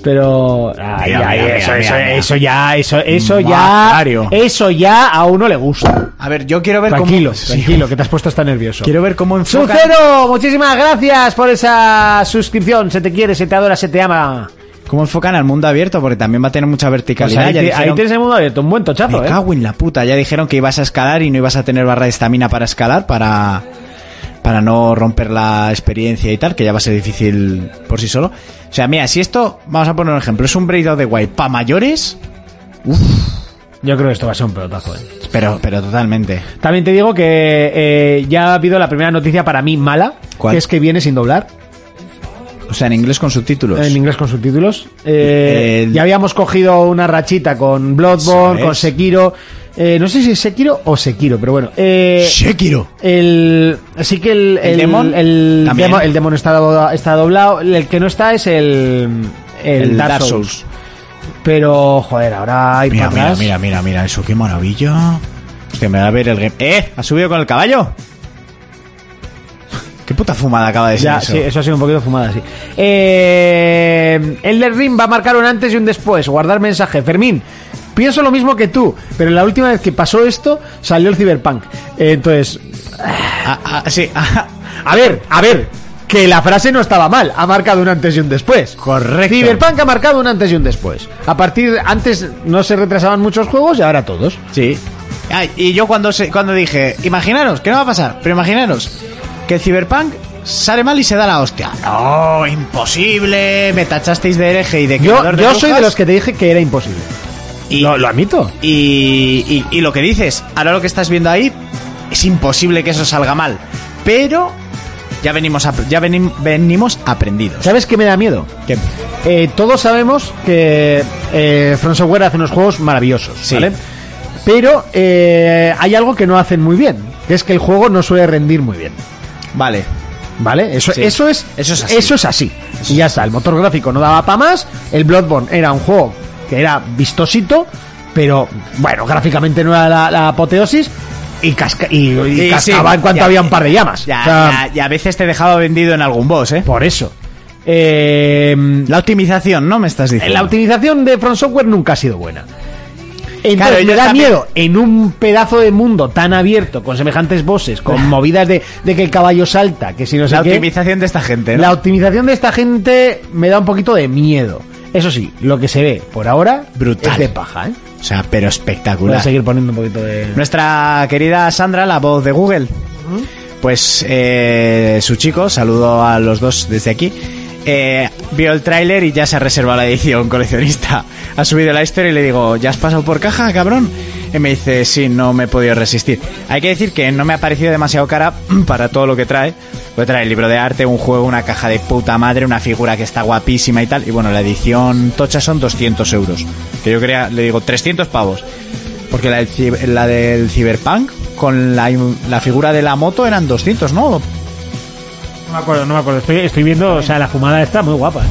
S2: Pero ay,
S3: Mira,
S2: ay,
S3: mira,
S2: eso, eso,
S3: mira, mira.
S2: eso ya, eso, eso
S3: Buah,
S2: ya,
S3: Mario.
S2: eso ya a uno le gusta.
S3: A ver, yo quiero ver
S2: Tranquilo,
S3: cómo. Sí.
S2: tranquilo, que te has puesto hasta nervioso.
S3: Quiero ver cómo enfocan.
S2: Sucero, muchísimas gracias por esa suscripción. Se te quiere, se te adora, se te ama.
S3: ¿Cómo enfocan al mundo abierto? Porque también va a tener mucha
S2: Pues
S3: verticalidad.
S2: ahí,
S3: ya
S2: te-
S3: dijeron-
S2: ahí tienes el mundo abierto, un buen tochazo,
S3: Me
S2: ¿eh?
S3: cago en la puta. Ya dijeron que ibas a escalar y no ibas a tener barra de estamina para escalar, para, para no romper la experiencia y tal, que ya va a ser difícil por sí solo. O sea, mira, si esto, vamos a poner un ejemplo, es un Breath of the Wild para mayores,
S2: Yo creo que esto va a ser un pelotazo, ¿eh?
S3: pero, pero totalmente.
S2: También te digo que eh, ya ha habido la primera noticia para mí mala,
S3: ¿Cuál?
S2: que es que viene sin doblar,
S3: O sea, en inglés con subtítulos.
S2: en inglés con subtítulos. Eh,
S3: El-
S2: Ya habíamos cogido una rachita con Bloodborne,
S3: Eso
S2: con
S3: es.
S2: Sekiro. Eh, no sé si es Sekiro o Sekiro, pero bueno. Eh,
S3: Shekiro.
S2: El, sí que el,
S3: ¿El
S2: el,
S3: Demon?
S2: el
S3: También.
S2: Demo- el Demon está, do- está doblado. El que no está es el, el,
S3: El
S2: Dark,
S3: Dark
S2: Souls.
S3: Souls.
S2: Pero, joder, ahora hay
S3: Mira,
S2: para
S3: mira,
S2: atrás.
S3: mira, mira, mira, eso qué maravilla. Hostia, me va a ver el game. ¡Eh! ¿Ha subido con el caballo? ¿Qué puta fumada acaba de ser
S2: Ya,
S3: eso?
S2: sí, eso ha sido un poquito fumada, sí. Eh, Elden Ring va a marcar un antes y un después. Guardar mensaje. Fermín, pienso lo mismo que tú, pero la última vez que pasó esto salió el Cyberpunk. Eh, entonces,
S3: Ah, ah, sí, ah,
S2: a ver, a ver, que la frase no estaba mal. Ha marcado un antes y un después.
S3: correcto.
S2: Cyberpunk ha marcado un antes y un después. A partir antes no se retrasaban muchos juegos y ahora todos.
S3: Sí. Ay, y yo cuando, se- cuando dije, imaginaros, que no va a pasar, pero imaginaros que el Cyberpunk sale mal y se da la hostia. No, imposible, me tachasteis de hereje y de
S2: Yo,
S3: creador de
S2: yo soy de
S3: brujas.
S2: los que te dije que era imposible.
S3: Y,
S2: Lo, lo admito.
S3: y- y- y lo que dices, ahora lo que estás viendo ahí, es imposible que eso salga mal. Pero ya venimos, ap- ya venim- venimos aprendidos.
S2: ¿Sabes qué me da miedo?
S3: Que-
S2: Eh, todos sabemos que eh, From Software hace unos juegos maravillosos,
S3: Sí.
S2: ¿vale? Pero eh, hay algo que no hacen muy bien, que es que el juego no suele rendir muy bien.
S3: vale,
S2: ¿Vale? Eso,
S3: Sí.
S2: eso es.
S3: Eso es así.
S2: así. Y ya está. El motor gráfico no daba para más. El Bloodborne era un juego que era vistosito. Pero bueno, gráficamente no era la, la apoteosis. Y, casca- y, y
S3: Sí,
S2: cascaba
S3: sí,
S2: en cuanto
S3: ya,
S2: había un
S3: ya,
S2: par de llamas.
S3: ya,
S2: O sea,
S3: ya- y a veces te dejaba vendido en algún boss, ¿eh?
S2: Por eso. Eh,
S3: La optimización, ¿no me estás diciendo?
S2: la optimización de From Software nunca ha sido buena.
S4: Entonces
S3: Claro,
S4: me
S3: ellos
S4: da
S3: también-
S4: miedo en un pedazo de mundo tan abierto, con semejantes bosses, con movidas de, de que el caballo salta, que si no sé
S3: la
S4: qué.
S3: optimización de esta gente, ¿no?
S4: La optimización de esta gente me da un poquito de miedo. Eso sí, lo que se ve por ahora
S3: Brutal.
S4: es de paja, ¿eh?
S3: O sea, pero
S4: Voy a
S3: espectacular.
S4: seguir poniendo un poquito de...
S3: Nuestra querida Sandra, la voz de Google, pues eh, su chico, saludo a los dos desde aquí, eh, vio el tráiler y ya se ha reservado la edición coleccionista. Ha subido la historia y le digo, ¿ya has pasado por caja, cabrón? Y me dice, sí, no me he podido resistir. Hay que decir que no me ha parecido demasiado cara para todo lo que trae. Pues trae el libro de arte, un juego, una caja de puta madre, una figura que está guapísima y tal. Y bueno, la edición tocha son 200 euros. Que yo quería, le digo, 300 pavos. Porque la del, cib- la del Cyberpunk con la, la figura de la moto eran 200, ¿no?
S2: No me acuerdo, no me acuerdo. Estoy, estoy viendo, o sea, la fumada está muy guapa. ¿eh?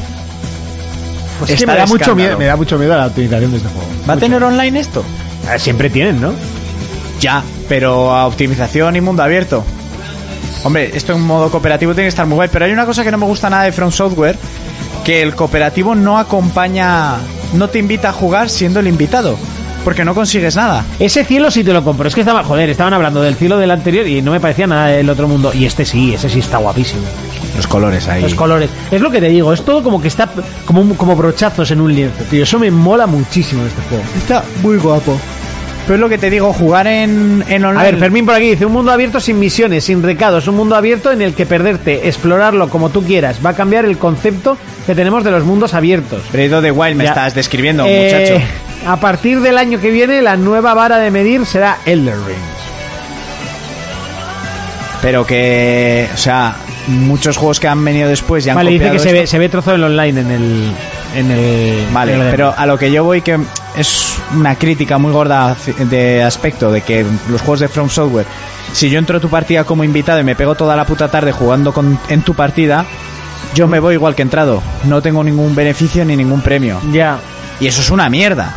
S3: Pues
S4: Es que me
S3: está de
S4: da, mucho
S3: escándalo.
S4: miedo, me da mucho miedo a la optimización de este juego.
S3: ¿Va a tener online esto?
S4: Ah, Siempre tienen, ¿no?
S3: Ya, pero a optimización y mundo abierto. Hombre, esto en modo cooperativo tiene que estar muy guay, pero hay una cosa que no me gusta nada de From Software, que el cooperativo no acompaña, no te invita a jugar siendo el invitado, porque no consigues nada.
S2: Ese cielo sí te lo compro. Es que estaba, joder, estaban hablando del cielo del anterior y no me parecía nada del otro mundo. Y este sí, ese sí está guapísimo.
S3: Los colores ahí.
S2: Los colores. Es lo que te digo, es todo como que está como, un- como brochazos en un lienzo, tío. Eso me mola muchísimo de este juego.
S3: Está muy guapo. Pero es lo que te digo, jugar en, en online.
S2: A ver, Fermín por aquí dice, un mundo abierto sin misiones, sin recados, un mundo abierto en el que perderte, explorarlo como tú quieras, va a cambiar el concepto que tenemos de los mundos abiertos.
S3: Breath of the Wild me
S2: Ya.
S3: estás describiendo,
S2: Eh,
S3: muchacho.
S2: A partir del año que viene, la nueva vara de medir será Elder Rings.
S3: Pero que, o sea, muchos juegos que han venido después ya han
S2: Vale, dice que
S3: copiado
S2: se ve,
S3: esto.
S2: se ve trozo del online en el... En el
S3: Vale,
S2: en el-
S3: pero a lo que yo voy que es una crítica muy gorda de aspecto de que los juegos de From Software, si yo entro a tu partida como invitado y me pego toda la puta tarde jugando con, en tu partida, yo me voy igual que he entrado. No tengo ningún beneficio ni ningún premio.
S2: Ya.
S3: Y eso es una mierda.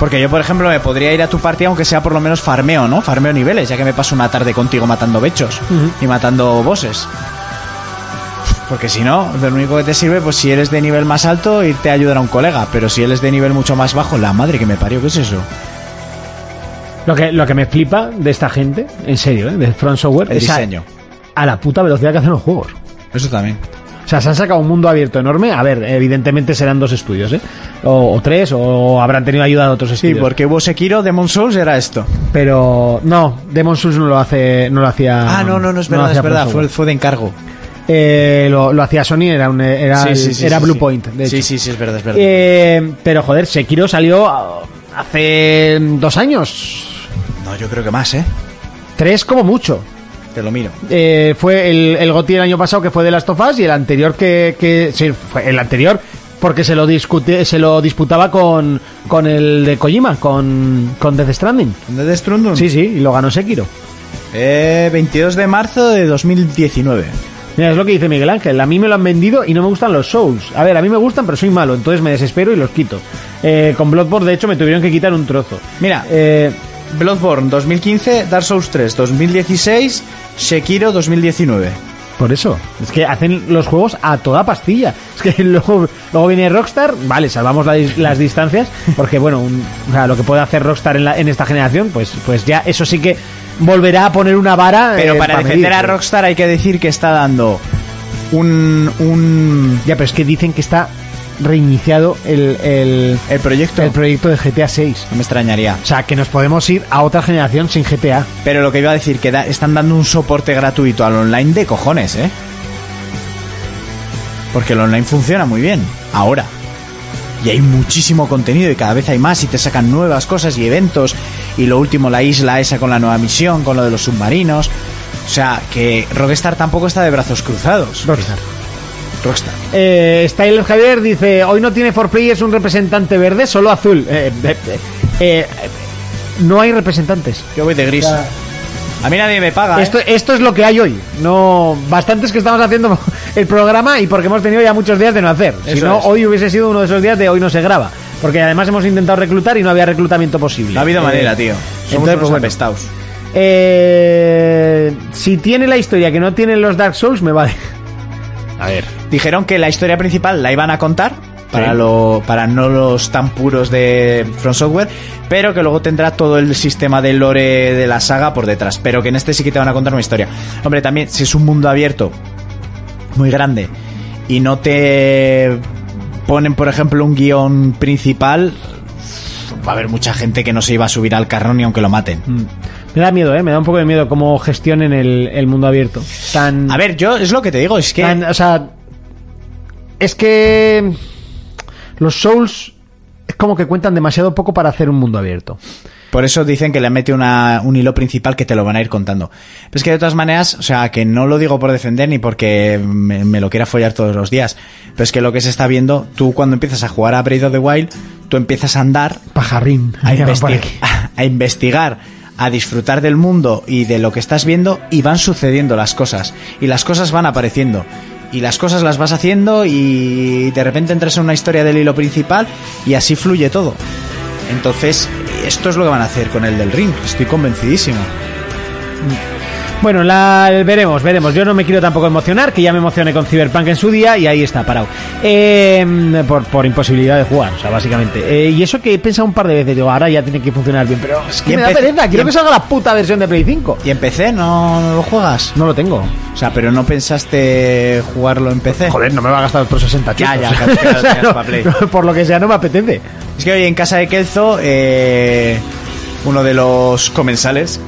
S3: Porque yo, por ejemplo, me podría ir a tu partida aunque sea por lo menos farmeo, ¿no? Farmeo niveles, ya que me paso una tarde contigo matando bechos y matando bosses. Porque si no, lo único que te sirve, pues si eres de nivel más alto, irte a ayudar a un colega. Pero si eres de nivel mucho más bajo, la madre que me parió, ¿qué es eso?
S2: Lo que, lo que me flipa de esta gente, en serio, ¿eh? de Front Software,
S3: El
S2: es a-
S3: diseño.
S2: a la puta velocidad que hacen los juegos.
S3: Eso también.
S2: O sea, se han sacado un mundo abierto enorme. A ver, evidentemente serán dos estudios, ¿eh? O, o tres, o habrán tenido ayuda de otros
S3: Sí,
S2: estudios.
S3: porque hubo Sekiro, Demon Souls era esto.
S2: Pero no, Demon Souls no lo hace, no lo hacía.
S3: Ah, no, no, no es
S2: lo
S3: verdad,
S2: hacía
S3: es verdad.
S2: From
S3: Fue,
S2: Software.
S3: fue de encargo.
S2: Eh, lo, lo hacía Sony, era un, era, el- era Blue Point. De
S3: Ah, sí,
S2: hecho.
S3: sí, sí, es verdad, es verdad.
S2: Eh, pero joder, Sekiro salió ah, hace dos años,
S3: no, yo creo que más, ¿eh?
S2: tres como mucho.
S3: Te lo miro.
S2: Eh, fue el, el GOTY el año pasado que fue de las tofas y el anterior que, que sí, fue el anterior porque se lo discute, se lo disputaba con, con el de Kojima, con, con Death Stranding.
S3: ¿Dónde Strundum?
S2: Sí, sí, y lo ganó Sekiro.
S3: Eh, 22 de marzo de 2019.
S2: Mira, es lo que dice Miguel Ángel. A mí me lo han vendido y no me gustan los Souls. A ver, a mí me gustan, pero soy malo, entonces me desespero y los quito. Eh, con Bloodborne, de hecho, me tuvieron que quitar un trozo.
S3: Mira.
S2: Eh,
S3: Bloodborne 2015, Dark Souls 3 2016, Sekiro 2019.
S2: Por eso, es que hacen los juegos a toda pastilla. Es que luego, luego viene Rockstar, vale, salvamos la dis- las distancias, porque bueno, un- o sea, lo que puede hacer Rockstar en, la- en esta generación, pues, pues ya eso sí que volverá a poner una vara.
S3: Pero
S2: eh,
S3: para
S2: pa'
S3: defender
S2: medir,
S3: a
S2: ¿no?
S3: Rockstar hay que decir que está dando un, un
S2: Ya, pero es que dicen que está reiniciado el, el,
S3: el proyecto.
S2: el proyecto de GTA 6.
S3: no me extrañaría.
S2: O sea, que nos podemos ir a otra generación sin GTA.
S3: Pero lo que iba a decir que da- están dando un soporte gratuito al online de cojones, ¿eh? Porque el online funciona muy bien ahora. Y hay muchísimo contenido y cada vez hay más y te sacan nuevas cosas y eventos. Y lo último, la isla esa con la nueva misión, con lo de los submarinos. O sea, que Rockstar tampoco está de brazos cruzados.
S2: Rockstar.
S3: Rockstar.
S2: Eh, Styler Javier dice, hoy no tiene for players un representante verde, solo azul. Eh, eh, eh, eh, no hay representantes.
S3: Yo voy de gris. A mí nadie me paga. ¿eh?
S2: Esto, esto es lo que hay hoy. No, bastantes que estamos haciendo el programa y porque hemos tenido ya muchos días de no hacer. Si
S3: Eso
S2: no,
S3: es.
S2: hoy hubiese sido uno de esos días de hoy no se graba. Porque además hemos intentado reclutar y no había reclutamiento posible.
S3: No ha habido
S2: Eh,
S3: manera, tío. Somos
S2: entonces,
S3: unos
S2: pues bueno.
S3: apestaos.
S2: eh, si tiene la historia que no tienen los Dark Souls, me vale.
S3: Dijeron que la historia principal la iban a contar, para,
S2: Sí.
S3: lo, para no los tan puros de From Software, pero que luego tendrá todo el sistema de lore de la saga por detrás, pero que en este sí que te van a contar una historia. Hombre, también, si es un mundo abierto, muy grande, y no te ponen, por ejemplo, un guión principal, va a haber mucha gente que no se iba a subir al carro ni aunque lo maten.
S2: Mm. Me da miedo, ¿eh? Me da un poco de miedo cómo gestionen el, el mundo abierto. Tan,
S3: A ver, yo es lo que te digo, es que...
S2: tan- O sea, es que los Souls es como que cuentan demasiado poco para hacer un mundo abierto.
S3: Por eso dicen que le mete una, un hilo principal que te lo van a ir contando. Pero es que de todas maneras, o sea, que no lo digo por defender ni porque me, me lo quiera follar todos los días. Pero es que lo que se está viendo, tú cuando empiezas a jugar a Breath of the Wild, tú empiezas a andar,
S2: Pajarrín.
S3: a,
S2: llaman por
S3: investi-
S2: aquí.
S3: a investigar, a disfrutar del mundo y de lo que estás viendo y van sucediendo las cosas. Y las cosas van apareciendo. Y las cosas las vas haciendo y de repente entras en una historia del hilo principal y así fluye todo. Entonces, esto es lo que van a hacer con el del ring, estoy convencidísimo.
S2: Bueno, la veremos, veremos. Yo no me quiero tampoco emocionar, que ya me emocioné con Cyberpunk en su día y ahí está, parado. Eh, por, por imposibilidad de jugar, o sea, básicamente. Eh, y eso que he pensado un par de veces, digo, ahora ya tiene que funcionar bien, pero es
S3: Y
S2: que me da
S3: empecé-
S2: pereza,
S3: y
S2: quiero
S3: em-
S2: que salga la puta versión de Play 5.
S3: ¿Y en PC no, no lo juegas?
S2: No lo tengo.
S3: O sea, pero no pensaste jugarlo en PC.
S2: Joder, no me va a gastar otros 60
S3: Ya,
S2: chicos.
S3: ya, claro, claro, tenías pa' Play.
S2: por lo que sea, no me apetece.
S3: Es que hoy en casa de Kelzo, eh, uno de los comensales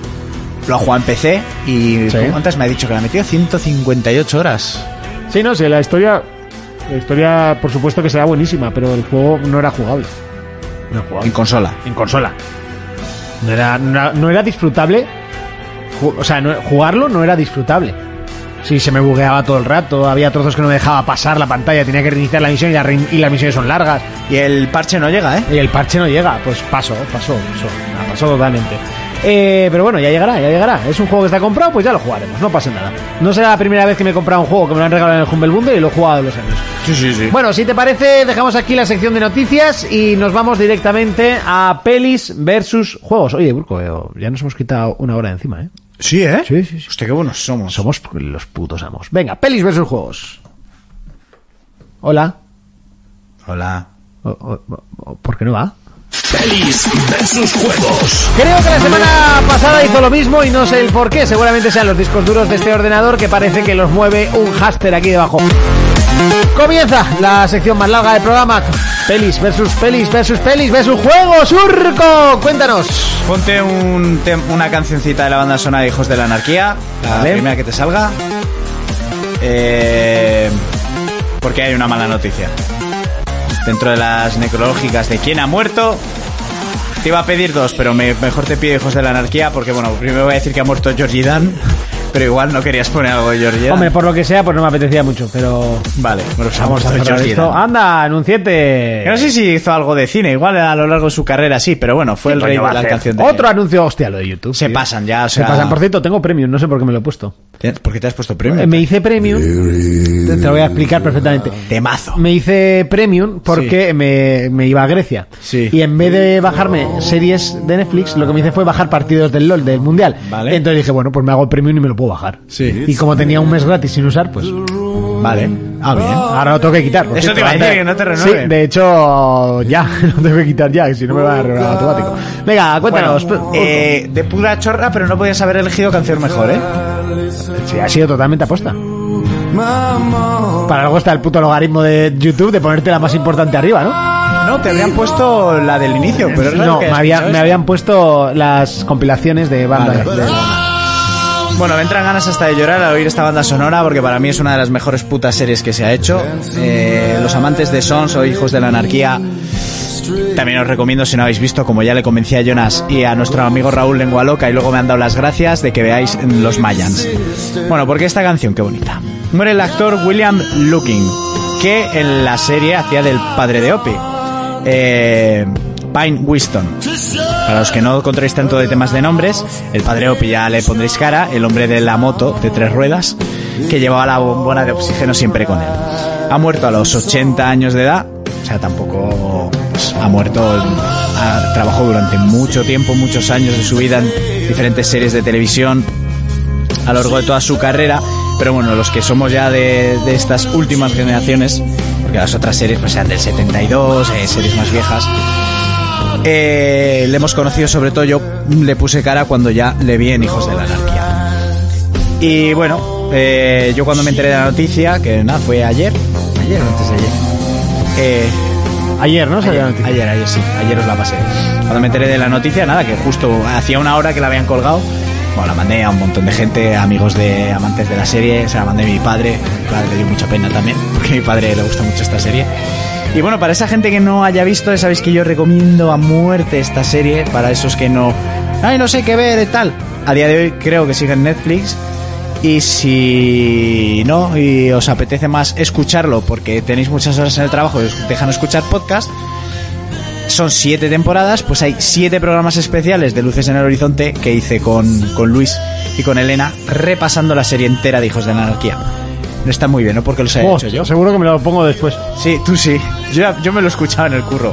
S3: lo ha jugado en PC y
S2: Sí.
S3: ¿cuántas me ha dicho que le ha metido? 158 horas.
S2: Sí, no sé, la historia. La historia, por supuesto que será buenísima, pero el juego no era jugable. No era
S3: En
S2: jugable.
S3: consola.
S2: En consola. No era, no era- no era disfrutable. Ju- O sea, no- jugarlo no era disfrutable. Sí, se me bugueaba todo el rato, había trozos que no me dejaba pasar la pantalla, tenía que reiniciar la misión y, la rein- y las misiones son largas.
S3: Y el parche no llega, ¿eh?
S2: Y el parche no llega, pues pasó, pasó, pasó, nada, pasó totalmente. Eh, pero bueno, ya llegará, ya llegará. Es un juego que está comprado, pues ya lo jugaremos, no pasa nada. No será la primera vez que me he comprado un juego que me lo han regalado en el Humble Bundle y lo he jugado dos años.
S3: Sí, sí, sí.
S2: Bueno, si te parece, dejamos aquí la sección de noticias y nos vamos directamente a pelis versus juegos. Oye, Burco, eh, ya nos hemos quitado una hora de encima, ¿eh?
S3: Sí, ¿eh?
S2: Sí, sí, sí.
S3: Hostia, qué buenos somos.
S2: Somos los putos amos. Venga, pelis versus juegos. Hola.
S3: Hola.
S2: O- o- o- ¿Por qué no va?
S5: Pelis versus juegos.
S2: Creo que la semana pasada hizo lo mismo y no sé el por qué. Seguramente sean los discos duros de este ordenador que parece que los mueve un haster aquí debajo. Comienza la sección más larga del programa. Pelis versus pelis versus pelis versus juegos. Urco, cuéntanos.
S3: Ponte un tem- una cancioncita de la banda sonora de Hijos de la Anarquía, la
S2: Vale.
S3: primera que te salga. Eh, porque hay una mala noticia. Dentro de las necrológicas de quién ha muerto, te iba a pedir dos, pero me- mejor te pido Hijos de la Anarquía, porque bueno, primero voy a decir que ha muerto Georgie Dan, pero igual no querías poner algo de Georgie Dan.
S2: Hombre, por lo que sea, pues no me apetecía mucho, pero
S3: vale, bueno, pues ha
S2: vamos a
S3: muerto
S2: cerrar
S3: Georgie
S2: esto. Ah,
S3: Dan.
S2: Anda, anunciete.
S3: Que No sé si hizo algo de cine, igual a lo largo de su carrera sí, pero bueno, fue el rey de la canción de
S2: Otro anuncio, hostia, lo de YouTube.
S3: Se
S2: tío.
S3: pasan ya, o
S2: Se
S3: sea-
S2: pasan. Por cierto, tengo premium, no sé por qué me lo he puesto.
S3: ¿Por qué te has puesto
S2: Eh,
S3: premium?
S2: Me hice premium. Te te lo voy a explicar perfectamente.
S3: Temazo.
S2: Me hice premium porque me, me iba a Grecia.
S3: Sí.
S2: Y en vez de bajarme series de Netflix, lo que me hice fue bajar partidos del LOL, del Mundial.
S3: Vale.
S2: Entonces dije, bueno, pues me hago premium y me lo puedo bajar.
S3: Sí.
S2: Y como tenía un mes gratis sin usar, pues
S3: Vale. Ah, bien.
S2: ahora lo tengo que quitar. por
S3: Eso te iba a
S2: anda-
S3: decir, que no te
S2: Sí,
S3: renueven.
S2: de hecho, ya, lo tengo que quitar ya, que si no me va a renovar automático. Venga, cuéntanos.
S3: Bueno, eh, de pura chorra, pero no podías haber elegido canción mejor, ¿eh?
S2: Sí, ha sido totalmente aposta. Para algo está el puto logaritmo de YouTube de ponerte la más importante arriba, ¿no?
S3: No, te habrían puesto la del inicio, pero es raro
S2: no,
S3: que
S2: me,
S3: hayas
S2: había-
S3: pensado
S2: me
S3: esto.
S2: habían puesto las compilaciones de bandas.
S3: Vale.
S2: de-
S3: Bueno, me entran ganas hasta de llorar al oír esta banda sonora porque para mí es una de las mejores putas series que se ha hecho. Eh, los amantes de Sons o Hijos de la Anarquía. También os recomiendo, si no habéis visto, como ya le convencí a Jonas y a nuestro amigo Raúl Lengua Loca y luego me han dado las gracias, de que veáis Los Mayans. Bueno, porque esta canción, qué bonita. Muere el actor William Looking, que en la serie hacía del padre de Opie, eh, Pine Winston. Para los que no encontréis tanto de temas de nombres, el padre Opi ya le pondréis cara, el hombre de la moto de tres ruedas, que llevaba la bombona de oxígeno siempre con él. Ha muerto a los 80 años de edad, o sea, tampoco pues, ha muerto, ha- trabajó durante mucho tiempo, muchos años de su vida en diferentes series de televisión, a lo largo de toda su carrera. Pero bueno, los que somos ya de, de estas últimas generaciones, porque las otras series pues eran del 72, eh, series más viejas. Eh, le hemos conocido, sobre todo yo le puse cara cuando ya le vi en Hijos de la Anarquía. Y bueno, eh, yo cuando me enteré de la noticia, que nada, fue ayer, ayer o antes de ayer, eh,
S2: Ayer, ¿no? Salió la
S3: Ayer,
S2: noticia.
S3: ayer, ayer, sí, ayer os la pasé. Cuando me enteré de la noticia, nada, que justo hacía una hora que la habían colgado. Bueno, la mandé a un montón de gente, amigos de amantes de la serie, se la mandé a mi padre. Mi padre le dio mucha pena también, porque a mi padre le gusta mucho esta serie. Y bueno, para esa gente que no haya visto, ya sabéis que yo recomiendo a muerte esta serie, para esos que no... Ay, no sé qué ver y tal. A día de hoy creo que sigue en Netflix. Y si no, y os apetece más escucharlo, porque tenéis muchas horas en el trabajo y os dejan escuchar podcast, son siete temporadas, pues hay siete programas especiales de Luces en el Horizonte que hice con, con Luis y con Elena, repasando la serie entera de Hijos de la Anarquía. No está muy bien, ¿no? Porque los he
S2: Oh,
S3: hecho yo.
S2: Seguro que me lo pongo después.
S3: Sí, tú sí. Yo, ya- yo me lo he escuchado en el curro.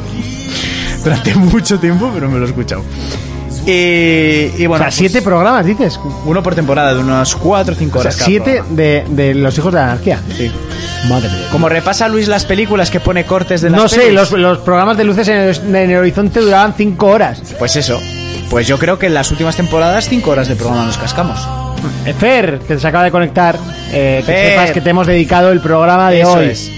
S3: Durante mucho tiempo, pero me lo he escuchado. Y, y bueno,
S2: o sea,
S3: pues,
S2: siete programas, dices.
S3: uno por temporada, de unas cuatro o cinco
S2: O sea,
S3: horas. cada
S2: siete
S3: programa.
S2: de, de los hijos de la anarquía.
S3: Sí.
S2: Madre mía.
S3: Como repasa Luis las películas que pone cortes de las
S2: No sé,
S3: pelis,
S2: los, los programas de luces en el, en el horizonte duraban cinco horas.
S3: Pues eso. Pues yo creo que en las últimas temporadas cinco horas de programa nos cascamos.
S2: Eh, Fer, que se acaba de conectar, eh, que
S3: Fer.
S2: sepas que te hemos dedicado el programa de
S3: Eso
S2: hoy.
S3: es.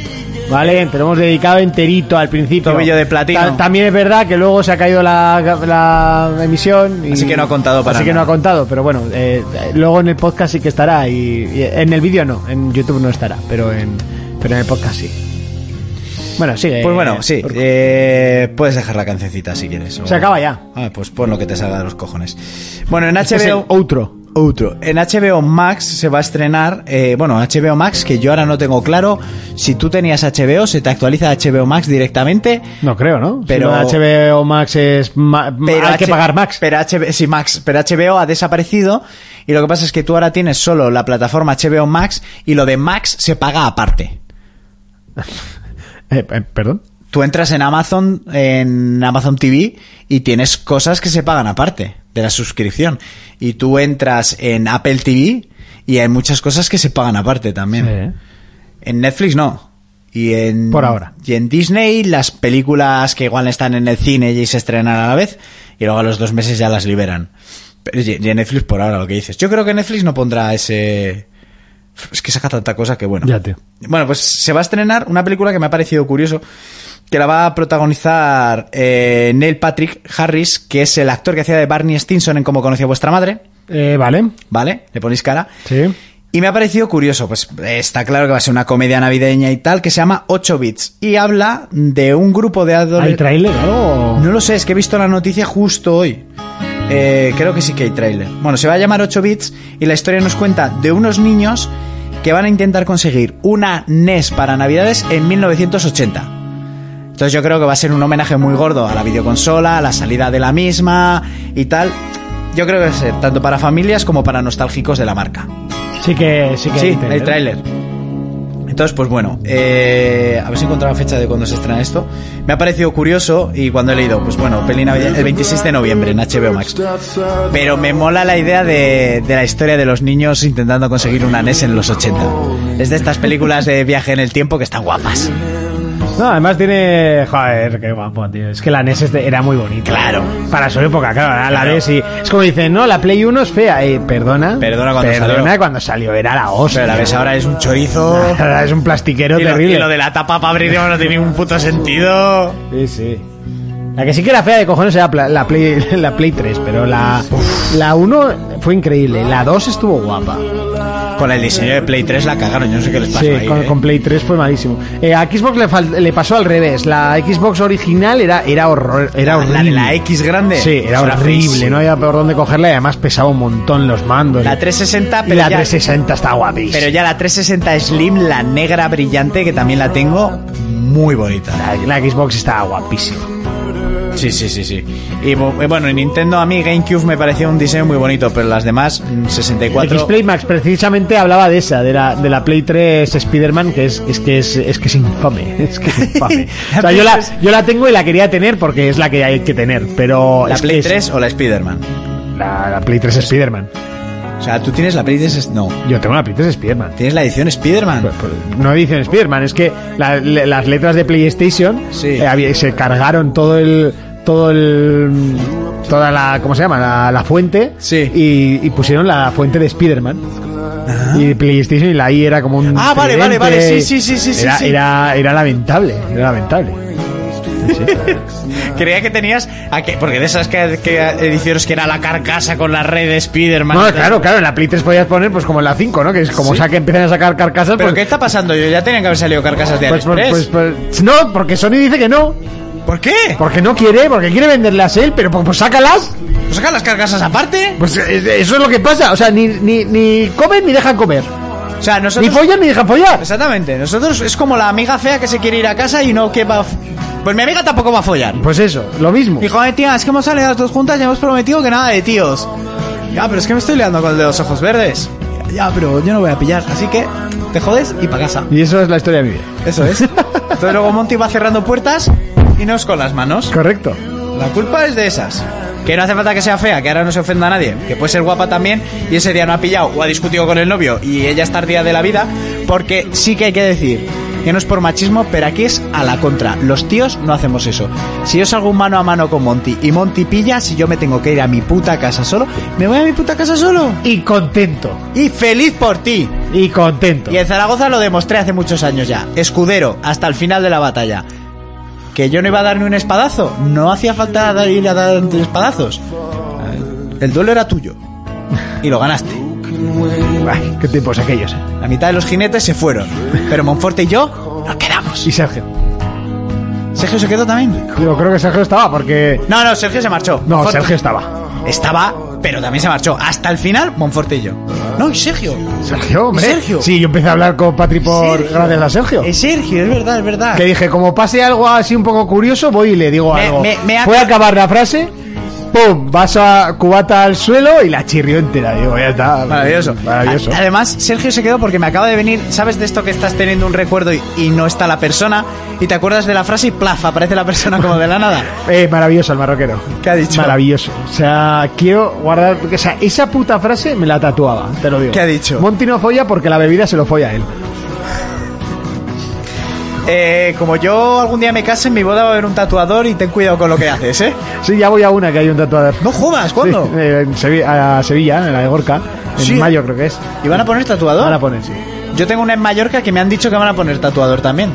S2: Vale, te lo hemos dedicado enterito al principio.
S3: Tobillo de platino.
S2: Ta- también es verdad que luego se ha caído la, la emisión. y-
S3: Así que no ha contado para
S2: Así que no
S3: nada.
S2: ha contado, pero bueno, eh, luego en el podcast sí que estará. Y, y en el vídeo no, en YouTube no estará, pero en, pero en el podcast sí. Bueno, sigue.
S3: Pues bueno, sí.
S2: Urco.
S3: eh, puedes dejar la cancioncita si quieres. o-
S2: Se acaba ya.
S3: Ah, pues pon lo que te salga de los cojones. Bueno, en
S2: Este es el
S3: HBO...
S2: outro.
S3: Outro. En HBO Max se va a estrenar, eh, bueno, HBO Max, que yo ahora no tengo claro, si tú tenías HBO, se te actualiza HBO Max directamente,
S2: No creo, ¿no?
S3: Pero-
S2: Si HBO Max es. ma-
S3: pero
S2: Mm, hay que
S3: H-
S2: pagar Max.
S3: Pero HBO, sí, Max. Pero HBO ha desaparecido. Y lo que pasa es que tú ahora tienes solo la plataforma HBO Max y lo de Max se paga aparte.
S2: Eh, eh, Perdón.
S3: Tú entras en Amazon, en Amazon TV y tienes cosas que se pagan aparte de la suscripción. Y tú entras en Apple TV y hay muchas cosas que se pagan aparte también. En Netflix no. Y en,
S2: Por ahora.
S3: Y en Disney las películas que igual están en el cine y se estrenan a la vez y luego a los dos meses ya las liberan. Pero y y en Netflix por ahora lo que dices. Yo creo que Netflix no pondrá ese... Es que saca tanta cosa que bueno.
S2: Ya, tío.
S3: Bueno, pues se va a estrenar una película que me ha parecido curioso, que la va a protagonizar eh, Neil Patrick Harris, que es el actor que hacía de Barney Stinson en Como conocía vuestra madre,
S2: Eh, vale.
S3: ¿vale? Le ponéis cara.
S2: Sí.
S3: Y me ha parecido curioso, pues eh, está claro que va a ser una comedia navideña y tal, que se llama 8 bits. Y habla de un grupo de
S2: ¿Hay
S3: adolescentes...
S2: trailer o
S3: No lo sé, es que he visto la noticia justo hoy. Eh, creo que sí que hay tráiler. Bueno, se va a llamar 8 bits y la historia nos cuenta de unos niños que van a intentar conseguir una NES para Navidades en 1980. Entonces yo creo que va a ser un homenaje muy gordo a la videoconsola, a la salida de la misma y tal. Yo creo que va a ser tanto para familias como para nostálgicos de la marca.
S2: Sí que, sí que
S3: Sí,
S2: trailer.
S3: el tráiler. Entonces, pues bueno, eh, a ver si encontraba fecha de cuando se estrena esto. Me ha parecido curioso y cuando he leído, pues bueno, peli navideña- el 26 de noviembre en HBO Max. Pero me mola la idea de, de la historia de los niños intentando conseguir una NES en los 80. Es de estas películas de viaje en el tiempo que están guapas.
S2: No, además tiene. Joder, qué guapo, tío. Es que la NES este- era muy bonita.
S3: Claro.
S2: Para su época, claro. ahora La
S3: Claro.
S2: ves y. Es como dicen, no, la Play 1 es fea. Eh, perdona.
S3: Perdona cuando
S2: Perdona
S3: salió.
S2: cuando salió. Era la hostia.
S3: Pero la ves ahora es un chorizo.
S2: Ahora es un plastiquero
S3: Y lo,
S2: terrible.
S3: y lo de la tapa para abrir no tiene ningún puto sentido.
S2: Sí, sí. La que sí que era fea de cojones era pla- la Play, la Play 3, pero la, la 1 fue increíble. La 2 estuvo guapa.
S3: Con el diseño de Play 3 la cagaron, yo no sé qué les pasó
S2: Sí,
S3: ahí,
S2: con,
S3: ¿eh?
S2: con Play 3 fue malísimo. Eh, a Xbox le, fal- le pasó al revés. La Xbox original era, era, horror, era horrible.
S3: La de la X grande.
S2: Sí, era
S3: Eso
S2: horrible.
S3: feísimo.
S2: No había por dónde cogerla y además pesaba un montón los mandos.
S3: La 360,
S2: Y
S3: pero,
S2: la
S3: ya,
S2: 360 está guapísima.
S3: pero ya la 360 Slim, la negra brillante, que también la tengo, muy bonita.
S2: La, la Xbox está guapísima.
S3: Sí, sí, sí, sí. Y bu- eh, bueno, en Nintendo a mí GameCube me pareció un diseño muy bonito, pero las demás, mm, 64...
S2: Xplay Max precisamente hablaba de esa, de la, de la Play 3 Spider-Man, que es, es que es, es que es infame. Es que es infame. o sea, yo la, yo la tengo y la quería tener porque es la que hay que tener, pero.
S3: ¿La
S2: es que
S3: Play Pues
S2: es-
S3: 3 o la Spider-Man?
S2: La, la Play 3 Spider-Man.
S3: O sea, tú tienes la peli de... ese- No,
S2: Yo tengo la Princess Spearman.
S3: tienes la edición Spider-Man.
S2: No dicen Spiderman, es que la- le- las letras de PlayStation
S3: Sí.
S2: eh, había- se cargaron todo el todo el toda la ¿cómo se llama? la, la fuente
S3: Sí.
S2: y, y pusieron la fuente de Spiderman. Y PlayStation y la I era como un
S3: Ah, vale,
S2: tridente.
S3: vale, vale, sí, sí, sí, sí, sí,
S2: Era,
S3: sí.
S2: era era lamentable, era lamentable.
S3: Creía que tenías... a que- Porque de esas que, que ediciones que era la carcasa con la red de Spider-Man.
S2: No,
S3: y tal.
S2: claro, claro, en la Play 3 podías poner pues como en la 5, ¿no? Que es como sa- que empiezan a sacar carcasas
S3: ¿Pero
S2: pues,
S3: qué está pasando yo? Ya tenían que haber salido carcasas de
S2: pues,
S3: Aliexpress.
S2: pues- pues- no, porque Sony dice que no,
S3: ¿Por qué?
S2: porque no quiere, porque quiere venderlas él, pero pues- pues sácalas.
S3: ¿Pues sacan las carcasas aparte?
S2: Pues eh, eso es lo que pasa, o sea, ni, ni, ni comen ni dejan comer,
S3: O sea,
S2: ni
S3: nosotros...
S2: follan ni dejan follar.
S3: Exactamente. Nosotros es como la amiga fea que se quiere ir a casa y no que va... a f- Pues mi amiga tampoco va a follar.
S2: Pues eso, lo mismo.
S3: Dijo, eh, tía, es que hemos salido las dos juntas y hemos prometido que nada de tíos. Ya, pero es que me estoy liando con el de los ojos verdes. Ya, pero yo no voy a pillar, así que te jodes y pa' casa.
S2: Y eso es la historia de mi vida.
S3: Eso es. Entonces luego Monty va cerrando puertas y no es con las manos.
S2: Correcto.
S3: La culpa es de esas. Que no hace falta que sea fea, que ahora no se ofenda a nadie, que puede ser guapa también y ese día no ha pillado o ha discutido con el novio y ella es tardía de la vida, porque sí que hay que decir que no es por machismo, pero aquí es a la contra. Los tíos no hacemos eso. Si yo salgo un mano a mano con Monty y Monty pilla, si yo me tengo que ir a mi puta casa solo, me voy a mi puta casa solo.
S2: Y contento,
S3: Y feliz por ti.
S2: y contento.
S3: Y en Zaragoza lo demostré hace muchos años ya. Escudero, hasta el final de la batalla. Que yo no iba a dar ni un espadazo. No hacía falta dar- ir a dar espadazos. Eh, El duelo era tuyo. Y lo ganaste.
S2: Ay, qué tiempos aquellos. eh.
S3: La mitad de los jinetes se fueron. Pero Monforte y yo nos quedamos.
S2: Y Sergio.
S3: ¿Sergio se quedó también?
S2: Yo creo que Sergio estaba porque...
S3: No, no, Sergio se marchó.
S2: No,
S3: Monforte
S2: Sergio estaba.
S3: Estaba, pero también se marchó. Hasta el final, Monforte y yo. No, y Sergio.
S2: Sergio, hombre.
S3: Sergio?
S2: Sí, yo empecé a hablar con Patri por...
S3: Sergio.
S2: Gracias a Sergio.
S3: Es Eh, Sergio, es verdad, es verdad.
S2: Que dije, como pase algo así un poco curioso, voy y le digo
S3: Me-
S2: algo.
S3: me- me ha-
S2: Voy a acabar la frase, pum, vas a cubata al suelo y la chirrió entera. Digo, ya está.
S3: Maravilloso. Ah,
S2: Maravilloso.
S3: A- Además, Sergio se quedó porque me acaba de venir, ¿sabes de esto que estás teniendo un recuerdo y, y no está la persona? Y te acuerdas de la frase y plaf, aparece la persona como de la nada.
S2: Eh, maravilloso el marroquero.
S3: ¿Qué ha dicho?
S2: Maravilloso. O sea, quiero guardar. O sea, esa puta frase me la tatuaba, te lo digo.
S3: ¿Qué ha dicho?
S2: Monty no folla porque la bebida se lo folla a él.
S3: Eh, como yo algún día me case, en mi boda va a haber un tatuador y ten cuidado con lo que haces, ¿eh?
S2: Sí, ya voy a una que hay un tatuador.
S3: No jodas, ¿cuándo?
S2: Sí, eh, en Sevilla, a Sevilla, en la de Gorka. En
S3: Sí. ¿Ah?
S2: mayo creo que es.
S3: ¿Y van a poner tatuador?
S2: Van a poner, sí.
S3: Yo tengo una en Mallorca que me han dicho que van a poner tatuador también.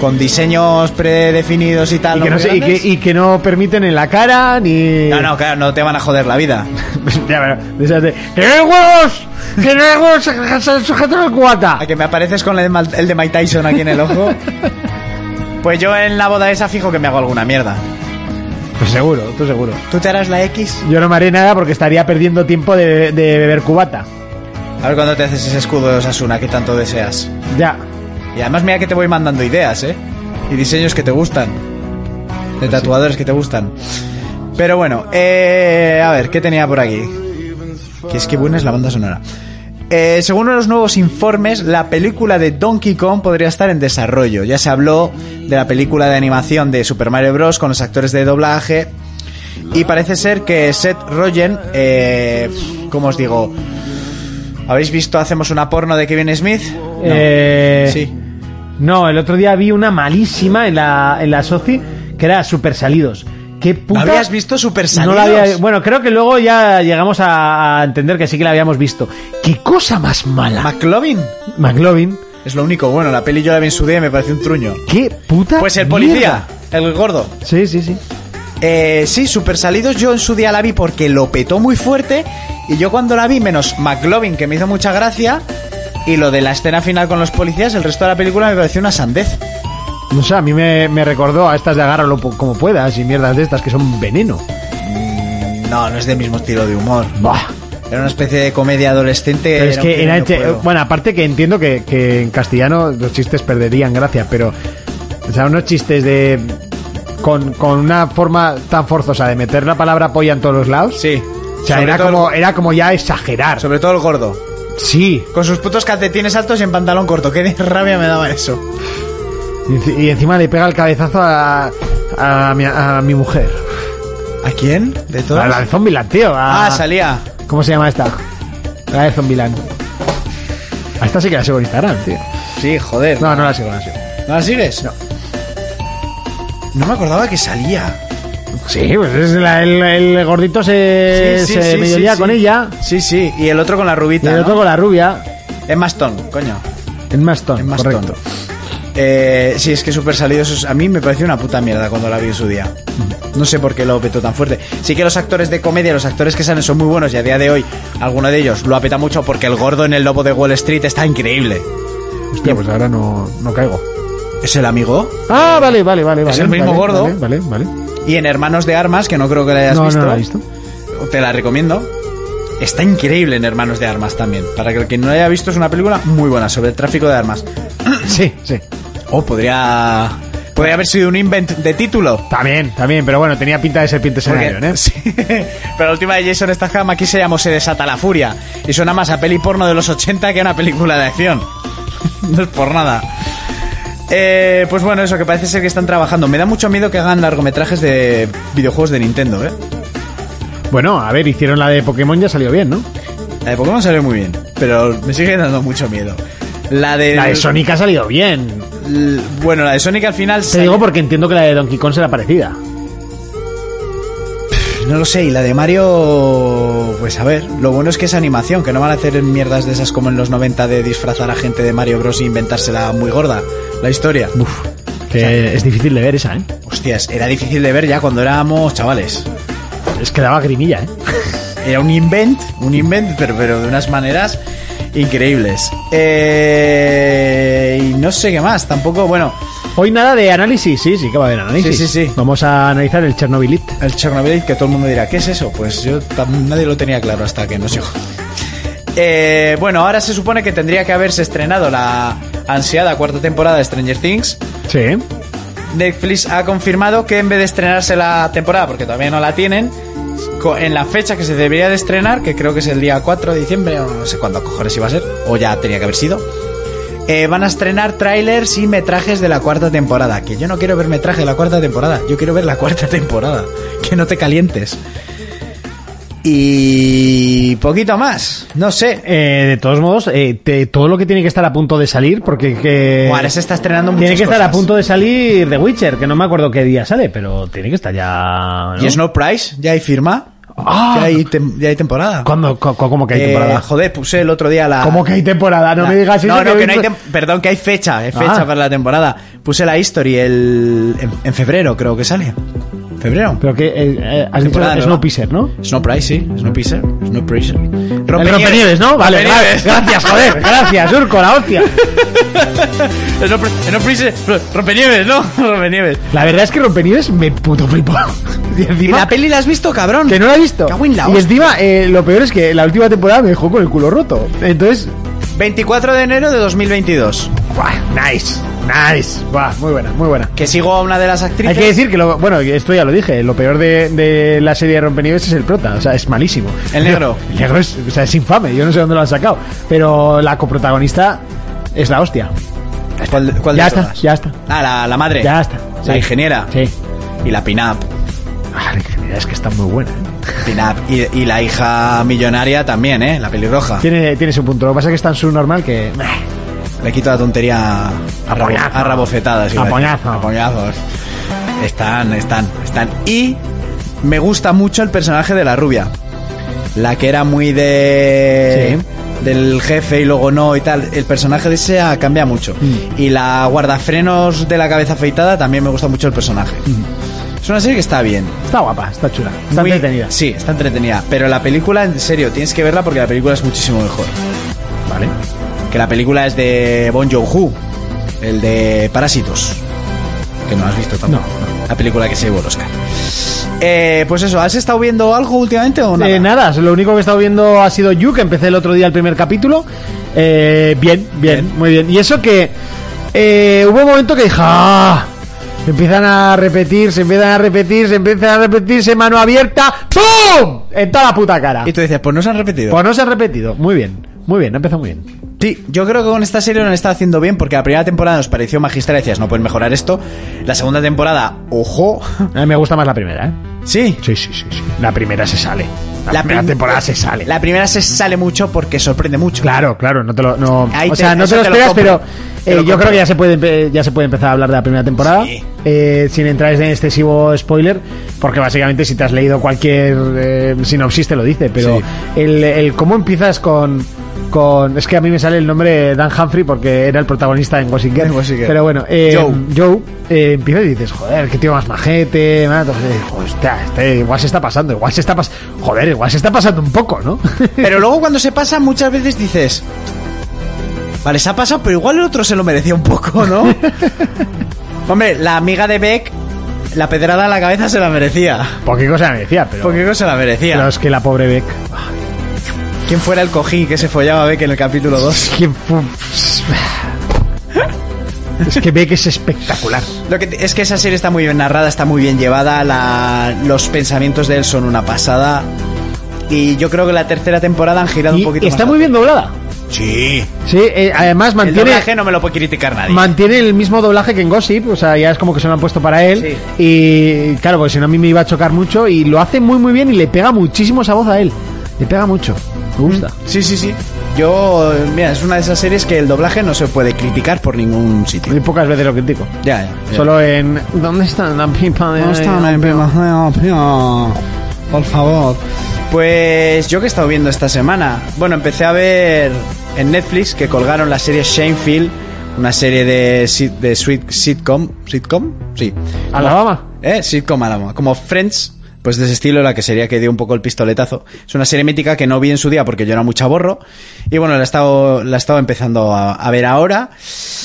S3: Con diseños predefinidos y tal.
S2: Y que, no
S3: muy
S2: sé- y
S3: grandes.
S2: que- y que no permiten en la cara ni.
S3: No, no, claro, no te van a joder la vida.
S2: Ya, pero, de esas de, ¡Que no hay huevos! ¡Que no hay huevos! se- se- ¡Sujeto al cubata!
S3: A que me apareces con el de, Mal- el de Mike Tyson aquí en el ojo. Pues yo en la boda esa fijo que me hago alguna mierda.
S2: Pues seguro, tú seguro.
S3: ¿Tú te harás la X?
S2: Yo no me haré nada porque estaría perdiendo tiempo de, de beber cubata.
S3: A ver cuándo te haces ese escudo de Osasuna que tanto deseas.
S2: Ya.
S3: Y además mira que te voy mandando ideas, ¿eh? Y diseños que te gustan. De tatuadores que te gustan. Pero bueno, eh, a ver, ¿qué tenía por aquí? Que es que buena es la banda sonora. Eh, según los nuevos informes, la película de Donkey Kong podría estar en desarrollo. Ya se habló de la película de animación de Super Mario Bros. con los actores de doblaje. Y parece ser que Seth Rogen, eh, ¿cómo os digo? ¿Habéis visto Hacemos una porno de Kevin Smith? No.
S2: Eh,
S3: Sí.
S2: No, el otro día vi una malísima en la, en la Soci que era Super Salidos. ¿Qué puta?
S3: ¿Habías visto Super Salidos?
S2: No la había- bueno, creo que luego ya llegamos a, a entender que sí que la habíamos visto. ¡Qué cosa más mala!
S3: McLovin.
S2: McLovin,
S3: Es lo único bueno, la peli yo la vi en su día y me parece un truño.
S2: ¿qué puta?
S3: Pues el
S2: mierda?
S3: policía, el gordo.
S2: Sí, sí, sí.
S3: Eh, sí, Super Salidos yo en su día la vi porque lo petó muy fuerte y yo cuando la vi, menos McLovin, que me hizo mucha gracia, y lo de la escena final con los policías, el resto de la película me pareció una sandez.
S2: No sé, a mí me, me recordó a estas de agárralo po- como puedas y mierdas de estas que son veneno.
S3: No, no es del mismo estilo de humor.
S2: Bah.
S3: Era una especie de comedia adolescente.
S2: Pero es
S3: era un
S2: que era
S3: pequeño
S2: entre-
S3: juego.
S2: bueno, aparte que entiendo que, que en castellano los chistes perderían gracia, pero o sea, unos chistes de con, con una forma tan forzosa de meter la palabra polla en todos los lados.
S3: Sí.
S2: O sea,
S3: Sobre
S2: era
S3: todo el-
S2: como, era como ya exagerar.
S3: sobre todo el gordo.
S2: Sí.
S3: Con sus putos calcetines altos y en pantalón corto. Qué rabia me daba eso.
S2: Y, enci- y encima le pega el cabezazo a, a, mi, a mi mujer.
S3: ¿A quién? ¿De todos?
S2: A la de Zombieland, tío. a-
S3: Ah, salía.
S2: ¿Cómo se llama esta? La de Zombieland. A esta sí que la sigo en Instagram, tío.
S3: Sí, joder.
S2: No, no la sigo, no la sigo.
S3: ¿No la sigues? No. No me acordaba que salía.
S2: Sí, pues es la- el, el gordito se,
S3: Sí, sí,
S2: Eh, se
S3: sí,
S2: medio
S3: sí,
S2: lía
S3: sí.
S2: con ella.
S3: Sí, sí. Y el otro con la
S2: Y
S3: rubita.
S2: el
S3: ¿no?
S2: otro con la rubia.
S3: Es Maston, coño.
S2: En Maston,
S3: Es Maston.
S2: correcto.
S3: Eh, sí, es que Super Salidos es- a mí me pareció una puta mierda cuando la vi en su día. No sé por qué lo petó tan fuerte. Sí que los actores de comedia, los actores que salen son muy buenos y a día de hoy alguno de ellos lo apeta mucho porque el gordo en el lobo de Wall Street está increíble.
S2: Hostia, pues ahora no, no caigo.
S3: Es el amigo.
S2: Ah, vale, vale, vale.
S3: Es
S2: vale,
S3: el mismo
S2: vale,
S3: gordo.
S2: Vale, vale. vale.
S3: Y en Hermanos de Armas, que no creo que la hayas
S2: No,
S3: visto.
S2: no la he visto.
S3: Te la recomiendo. Está increíble en Hermanos de Armas también. Para que quien no la haya visto es una película muy buena sobre el tráfico de armas.
S2: Sí, sí.
S3: Oh, podría... Podría haber sido un invent de título.
S2: También, también, pero bueno, tenía pinta de serpiente
S3: Porque-
S2: Iron, ¿eh?
S3: sí. Pero la última de Jason Statham aquí se llamó Se desata la furia. Y suena más a peli porno de los 80 que a una película de acción. no es por nada. Eh, pues bueno, eso que parece ser que están trabajando. Me da mucho miedo que hagan largometrajes de videojuegos de Nintendo, ¿eh?
S2: Bueno, a ver, hicieron la de Pokémon, ya salió bien, ¿no?
S3: La de Pokémon salió muy bien, pero me sigue dando mucho miedo. La de,
S2: La de Sonic ha salido bien.
S3: l- bueno, la de Sonic al final
S2: Te
S3: salió-
S2: digo porque entiendo que la de Donkey Kong será parecida.
S3: no lo sé, y la de Mario pues a ver, lo bueno es que es animación, que no van a hacer mierdas de esas como en los 90 de disfrazar a gente de Mario Bros e inventársela muy gorda la historia.
S2: Uf, que es difícil de ver esa, ¿eh?
S3: Hostias, era difícil de ver ya cuando éramos chavales.
S2: Es que daba grimilla, ¿eh?
S3: Era un invent, un invent, pero, pero de unas maneras increíbles. Eh, y no sé qué más, tampoco, bueno,
S2: Hoy nada de análisis, sí, sí que va a haber análisis.
S3: Sí, sí, sí.
S2: Vamos a analizar el Chernobylit.
S3: El Chernobyl, que todo el mundo dirá, ¿qué es eso? Pues yo tam- nadie lo tenía claro hasta que nos llegó. Eh, bueno, ahora se supone que tendría que haberse estrenado la ansiada cuarta temporada de Stranger Things.
S2: Sí.
S3: Netflix ha confirmado que en vez de estrenarse la temporada, porque todavía no la tienen, co- en la fecha que se debería de estrenar, que creo que es el día 4 de diciembre, o no sé cuándo cojones iba a ser, o ya tenía que haber sido, eh, van a estrenar trailers y metrajes de la cuarta temporada. Que yo no quiero ver metraje de la cuarta temporada, yo quiero ver la cuarta temporada. Que no te calientes. Y poquito más, no sé.
S2: Eh, de todos modos, eh, te- todo lo que tiene que estar a punto de salir, porque que...
S3: Buah, ahora se está estrenando
S2: Tiene
S3: muchas
S2: que estar a
S3: cosas.
S2: punto de salir The Witcher, que no me acuerdo qué día sale, pero tiene que estar ya... ¿no?
S3: Y Snow Price, ya hay firma.
S2: Ah.
S3: ya, hay tem- ya hay temporada.
S2: ¿Cuándo? Co- co- ¿Cómo que hay
S3: Eh,
S2: temporada?
S3: joder, puse el otro día la.
S2: ¿Cómo que hay temporada? No
S3: la-
S2: me digas eso.
S3: No, no, que
S2: hoy-
S3: no hay tem- Perdón, que hay fecha. Hay fecha
S2: Ah.
S3: para la temporada. Puse la History el... en, en febrero, creo que sale. ¿Febrero?
S2: Pero que eh, eh, has dicho
S3: Temporada nueva.
S2: Snowpiercer, ¿no?
S3: Snow Price, sí. Snow Pricer. Snow Pricer.
S2: El Rompenieves, ¿no? Vale, vale. Gracias, joder. Gracias, Urco, la hostia.
S3: Snow Pricer. Rompenieves, ¿no? Rompenieves.
S2: La verdad es que Rompenieves me puto flipó. Y
S3: ¿Y
S2: encima,
S3: la peli la has visto, cabrón?
S2: que no la he visto.
S3: Cago en la
S2: y
S3: hostia.
S2: encima, eh, lo peor es que la última temporada me dejó con el culo roto. Entonces,
S3: 24 de enero de 2022.
S2: buah, nice, nice. Buah, muy buena, muy buena.
S3: Que sigo a una de las actrices.
S2: Hay que decir que, lo, bueno, esto ya lo dije, lo peor de, de la serie de Rompenieves es el prota, o sea, es malísimo.
S3: El negro.
S2: El negro es, o sea, es infame, yo no sé dónde lo han sacado, pero la coprotagonista es la hostia.
S3: ¿Cuál, cuál de
S2: Ya está,
S3: todas?
S2: ya está.
S3: Ah, la, la madre.
S2: Ya está.
S3: La
S2: Sí.
S3: ingeniera.
S2: Sí.
S3: Y la pin-up.
S2: Ah, la ingeniería es que está muy buena. ¿eh?
S3: Pin-up. Y, y la hija millonaria también, ¿eh? La pelirroja.
S2: Tiene, tiene su punto, lo que pasa es que es tan subnormal que... meh.
S3: Le quito la tontería a,
S2: A
S3: rabo-
S2: poñazo.
S3: a rabofetadas. iba
S2: A
S3: decir.
S2: poñazo.
S3: A poñazos. Están, están, están. Y me gusta mucho el personaje de la rubia. La que era muy de... Del jefe y luego no y tal. El personaje de esa cambia mucho. Y la guardafrenos de la cabeza afeitada también me gusta mucho el personaje. Es una serie que está bien.
S2: Está guapa, está chula, está
S3: Muy-
S2: entretenida.
S3: Sí, está entretenida. Pero la película, en serio, tienes que verla porque la película es muchísimo mejor.
S2: Vale.
S3: Que la película es de Bon Joon-ho, el de Parásitos. Que no has visto tampoco. La película que se llevó el Oscar. Eh, pues eso, ¿has estado viendo algo últimamente o nada?
S2: Eh, nada, lo único que he estado viendo ha sido You, que empecé el otro día el primer capítulo. Eh, bien, bien,
S3: Bien.
S2: muy bien. Y eso que eh, hubo un momento que dije, "Ah", empiezan a repetir, se empiezan a repetir, se empiezan a repetirse, mano abierta, ¡pum! En toda la puta cara.
S3: Y tú dices, pues no se han repetido.
S2: Pues no se ha repetido, muy bien, muy bien, ha empezado muy bien.
S3: Sí, yo creo que con esta serie lo han estado haciendo bien porque la primera temporada nos pareció magistral y decías, no pueden mejorar esto. La segunda temporada, ojo.
S2: A mí me gusta más la primera, ¿eh?
S3: Sí,
S2: Sí, sí, sí, sí. La primera se sale. La primera
S3: prim-
S2: temporada se sale.
S3: La primera se sale mucho porque sorprende mucho.
S2: Claro, claro, no te lo, no,
S3: Ahí
S2: o
S3: te-
S2: sea, no te
S3: eso
S2: lo
S3: te lo
S2: esperas,
S3: compro.
S2: pero
S3: Te
S2: eh,
S3: lo
S2: yo
S3: compro.
S2: creo que ya se puede empe- ya se puede empezar a hablar de la primera temporada
S3: Sí.
S2: eh, sin entrar en excesivo spoiler, porque básicamente si te has leído cualquier eh, sinopsis te lo dice, pero
S3: Sí.
S2: el, el cómo empiezas con con es que a mí me sale el nombre Dan Humphrey porque era el protagonista en Gossip Girl,
S3: En Gossip Girl.
S2: pero bueno, eh,
S3: Joe.
S2: Joe eh, empieza y dices, joder, qué tío más majete, más- entonces, hostia, este igual se está pasando, igual se está pas joder, igual se está pasando un poco, ¿no?
S3: Pero luego cuando se pasa, muchas veces dices. Vale, se ha pasado, pero igual el otro se lo merecía un poco, ¿no? Hombre, la amiga de Beck, la pedrada en la cabeza se la merecía.
S2: Porque cosa me decía, pero
S3: Porque se la merecía.
S2: Pero es que la pobre Beck.
S3: ¿Quién fuera el cojín que se follaba a Beck en el capítulo 2?
S2: Es que, fu- es que Beck es espectacular.
S3: Lo que te- es que esa serie está muy bien narrada, está muy bien llevada, la- los pensamientos de él son una pasada. Y yo creo que la tercera temporada han girado
S2: Y
S3: un poquito
S2: está
S3: más
S2: muy bien doblada.
S3: bien. Sí.
S2: Sí, eh, además
S3: El
S2: mantiene
S3: doblaje no me lo puede criticar nadie.
S2: mantiene el mismo doblaje que en Gossip, o sea, ya es como que se lo han puesto para él. Y claro, porque si no a mí me iba a chocar mucho y lo hace muy muy bien y le pega muchísimo esa voz a él. Le pega mucho. Me gusta.
S3: Sí, sí, sí. Yo, eh, mira, es una de esas series que el doblaje no se puede criticar por ningún sitio.
S2: Muy pocas veces lo critico.
S3: Ya, ya.
S2: Solo en ¿Dónde están las pipas de
S3: Por favor. Pues yo que he estado viendo esta semana. Bueno, empecé a ver en Netflix que colgaron la serie Shanefield, una serie de, sit- de sweet sitcom. ¿Sitcom? Sí.
S2: Alabama?
S3: ¿Eh? Sitcom Alabama. Como Friends, pues de ese estilo, la que sería que dio un poco el pistoletazo. Es una serie mítica que no vi en su día porque yo era muy chaborro. Y bueno, la he estado, la he estado empezando a, a ver ahora.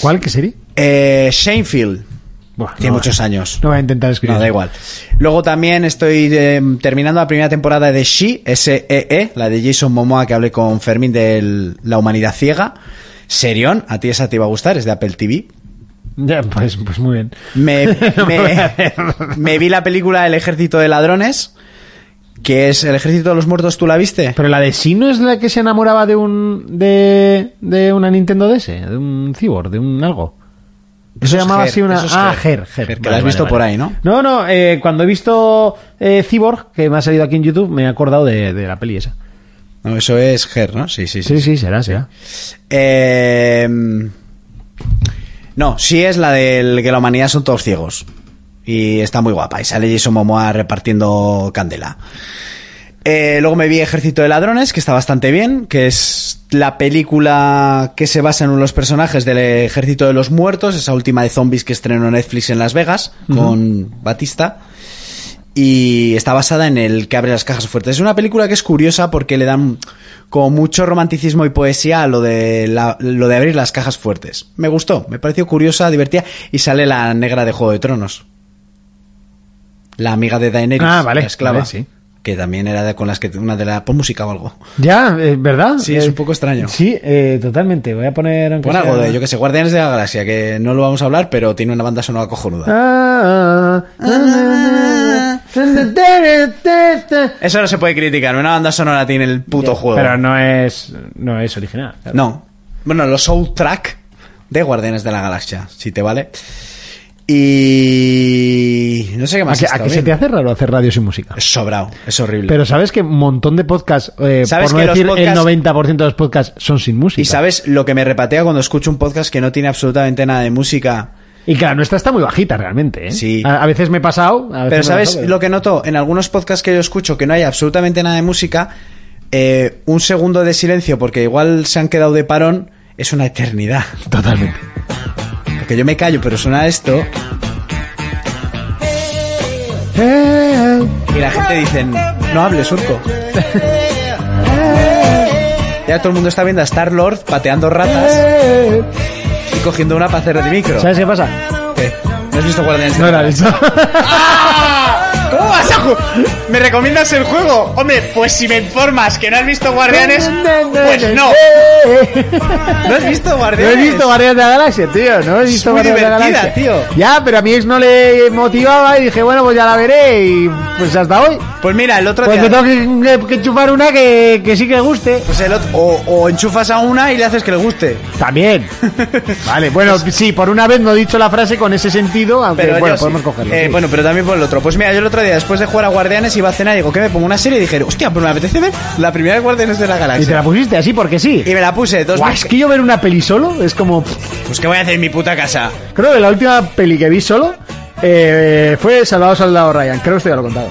S2: ¿Cuál qué serie?
S3: Eh, Shanefield.
S2: Buah,
S3: Tiene
S2: no.
S3: muchos años.
S2: No voy a intentar escribir.
S3: No, da igual. Luego también estoy eh, terminando la primera temporada de She, S-E-E, la de Jason Momoa que hablé con Fermín de La Humanidad Ciega. Serión, a ti esa te iba a gustar, es de Apple TV.
S2: Ya, pues, pues muy bien.
S3: Me,
S2: No me voy
S3: me,
S2: a ver.
S3: me vi la película El Ejército de Ladrones, que es El Ejército de los Muertos, ¿tú la viste?
S2: Pero la de Sino es la que se enamoraba de un de, de una Nintendo DS, de un cyborg, de un algo. Eso se
S3: es
S2: llamaba
S3: Ger,
S2: así una.
S3: eso es
S2: ah,
S3: Ger.
S2: Ger,
S3: Ger, que la has visto por ahí, ¿no?
S2: No, no, eh, cuando he visto eh, Cyborg, que me ha salido aquí en YouTube, me he acordado de, de la peli esa.
S3: No, eso es Her, ¿no? Sí, sí, sí.
S2: Sí, sí, será, será.
S3: Eh, no, sí es la del que la humanidad son todos ciegos. Y está muy guapa. Y sale Jason Momoa repartiendo candela. Eh, luego me vi Ejército de Ladrones, que está bastante bien, que es la película que se basa en uno de los personajes del Ejército de los Muertos, esa última de zombies que estrenó Netflix en Las Vegas con Batista. Y está basada en el que abre las cajas fuertes. Es una película que es curiosa porque le dan como mucho romanticismo y poesía a lo de, la- lo de abrir las cajas fuertes. Me gustó, me pareció curiosa, divertida. Y sale la negra de Juego de Tronos. La amiga de Daenerys,
S2: Ah, vale,
S3: la esclava.
S2: vale, sí.
S3: Que también era de- con las que una de la. Pon música o algo.
S2: Ya, eh, ¿verdad?
S3: Sí, es
S2: Eh,
S3: un poco extraño.
S2: Sí, eh, totalmente. Voy a poner. aunque
S3: Pon
S2: sea-
S3: algo de, yo que sé, Guardianes de la Galaxia, que no lo vamos a hablar, pero tiene una banda sonora cojonuda.
S2: Ah, ah, ah,
S3: Eso no se puede criticar, una banda sonora tiene el puto juego.
S2: Pero no es, no es original.
S3: No. Bueno, los soundtrack de Guardianes de la Galaxia, si te vale. Y. No sé qué
S2: ¿A
S3: más.
S2: que,
S3: he
S2: a
S3: estado
S2: que se te
S3: viendo.
S2: hace raro hacer radio sin música?
S3: Es sobrado, es horrible.
S2: Pero sabes que un montón de podcasts, eh,
S3: ¿Sabes
S2: por no
S3: que los
S2: decir
S3: podcasts-
S2: el 90% de los podcasts son sin música.
S3: y sabes lo que me repatea cuando escucho un podcast que no tiene absolutamente nada de música.
S2: Y que la nuestra está muy bajita realmente, ¿eh?
S3: Sí.
S2: A, a veces me he pasado. a veces no
S3: Pero
S2: me he
S3: ¿sabes
S2: pasado,
S3: lo que noto? En algunos podcasts que yo escucho que no hay absolutamente nada de música, eh, un segundo de silencio, porque igual se han quedado de parón, es una eternidad.
S2: Totalmente.
S3: Porque yo me callo, pero suena esto
S2: Eh, eh.
S3: y la gente dice, no hables, surco. ya todo el mundo está viendo a Star-Lord pateando ratas y cogiendo una para hacer de micro.
S2: ¿Sabes qué pasa?
S3: ¿Qué? ¿No has visto Guardianes? de
S2: No
S3: la
S2: era eso.
S3: ¡Ah! ¿Cómo vas a ju- ¿Me recomiendas el juego? Hombre, pues si me informas que no has visto Guardianes, pues no. ¿No has visto
S2: No
S3: Guardianes?
S2: he visto Guardianes de la Galaxia, tío. No he visto
S3: muy
S2: Guardianes de la
S3: divertida,
S2: Galaxia.
S3: tío.
S2: Ya, pero a mi ex no le motivaba y dije, bueno, pues ya la veré y pues hasta hoy.
S3: Pues mira, el otro
S2: Pues me
S3: día...
S2: tengo que, que- que chupar una que, que sí que guste.
S3: Pues el otro- o, o enchufas a una y le haces que le guste.
S2: También. Vale, bueno, sí, por una vez no he dicho la frase con ese sentido, aunque
S3: Pero
S2: bueno,
S3: yo
S2: podemos
S3: sí.
S2: cogerlo.
S3: Eh,
S2: sí.
S3: Bueno, pero también por el otro. Pues mira, yo el otro día, después de jugar a Guardianes, iba a cenar y digo, ¿qué me pongo? Una serie y dije, hostia, pero me apetece ver la primera de Guardianes de la
S6: Y te
S3: Galaxia.
S6: la pusiste así porque sí.
S3: Y, me la puse, dos
S6: Guau,
S3: veces.
S6: es que yo ver una peli solo es como. pff,
S3: Pues qué voy a hacer en mi puta casa.
S2: Creo que la última peli que vi solo eh, fue Salvador Soldado Ryan. Creo que esto ya lo he contado.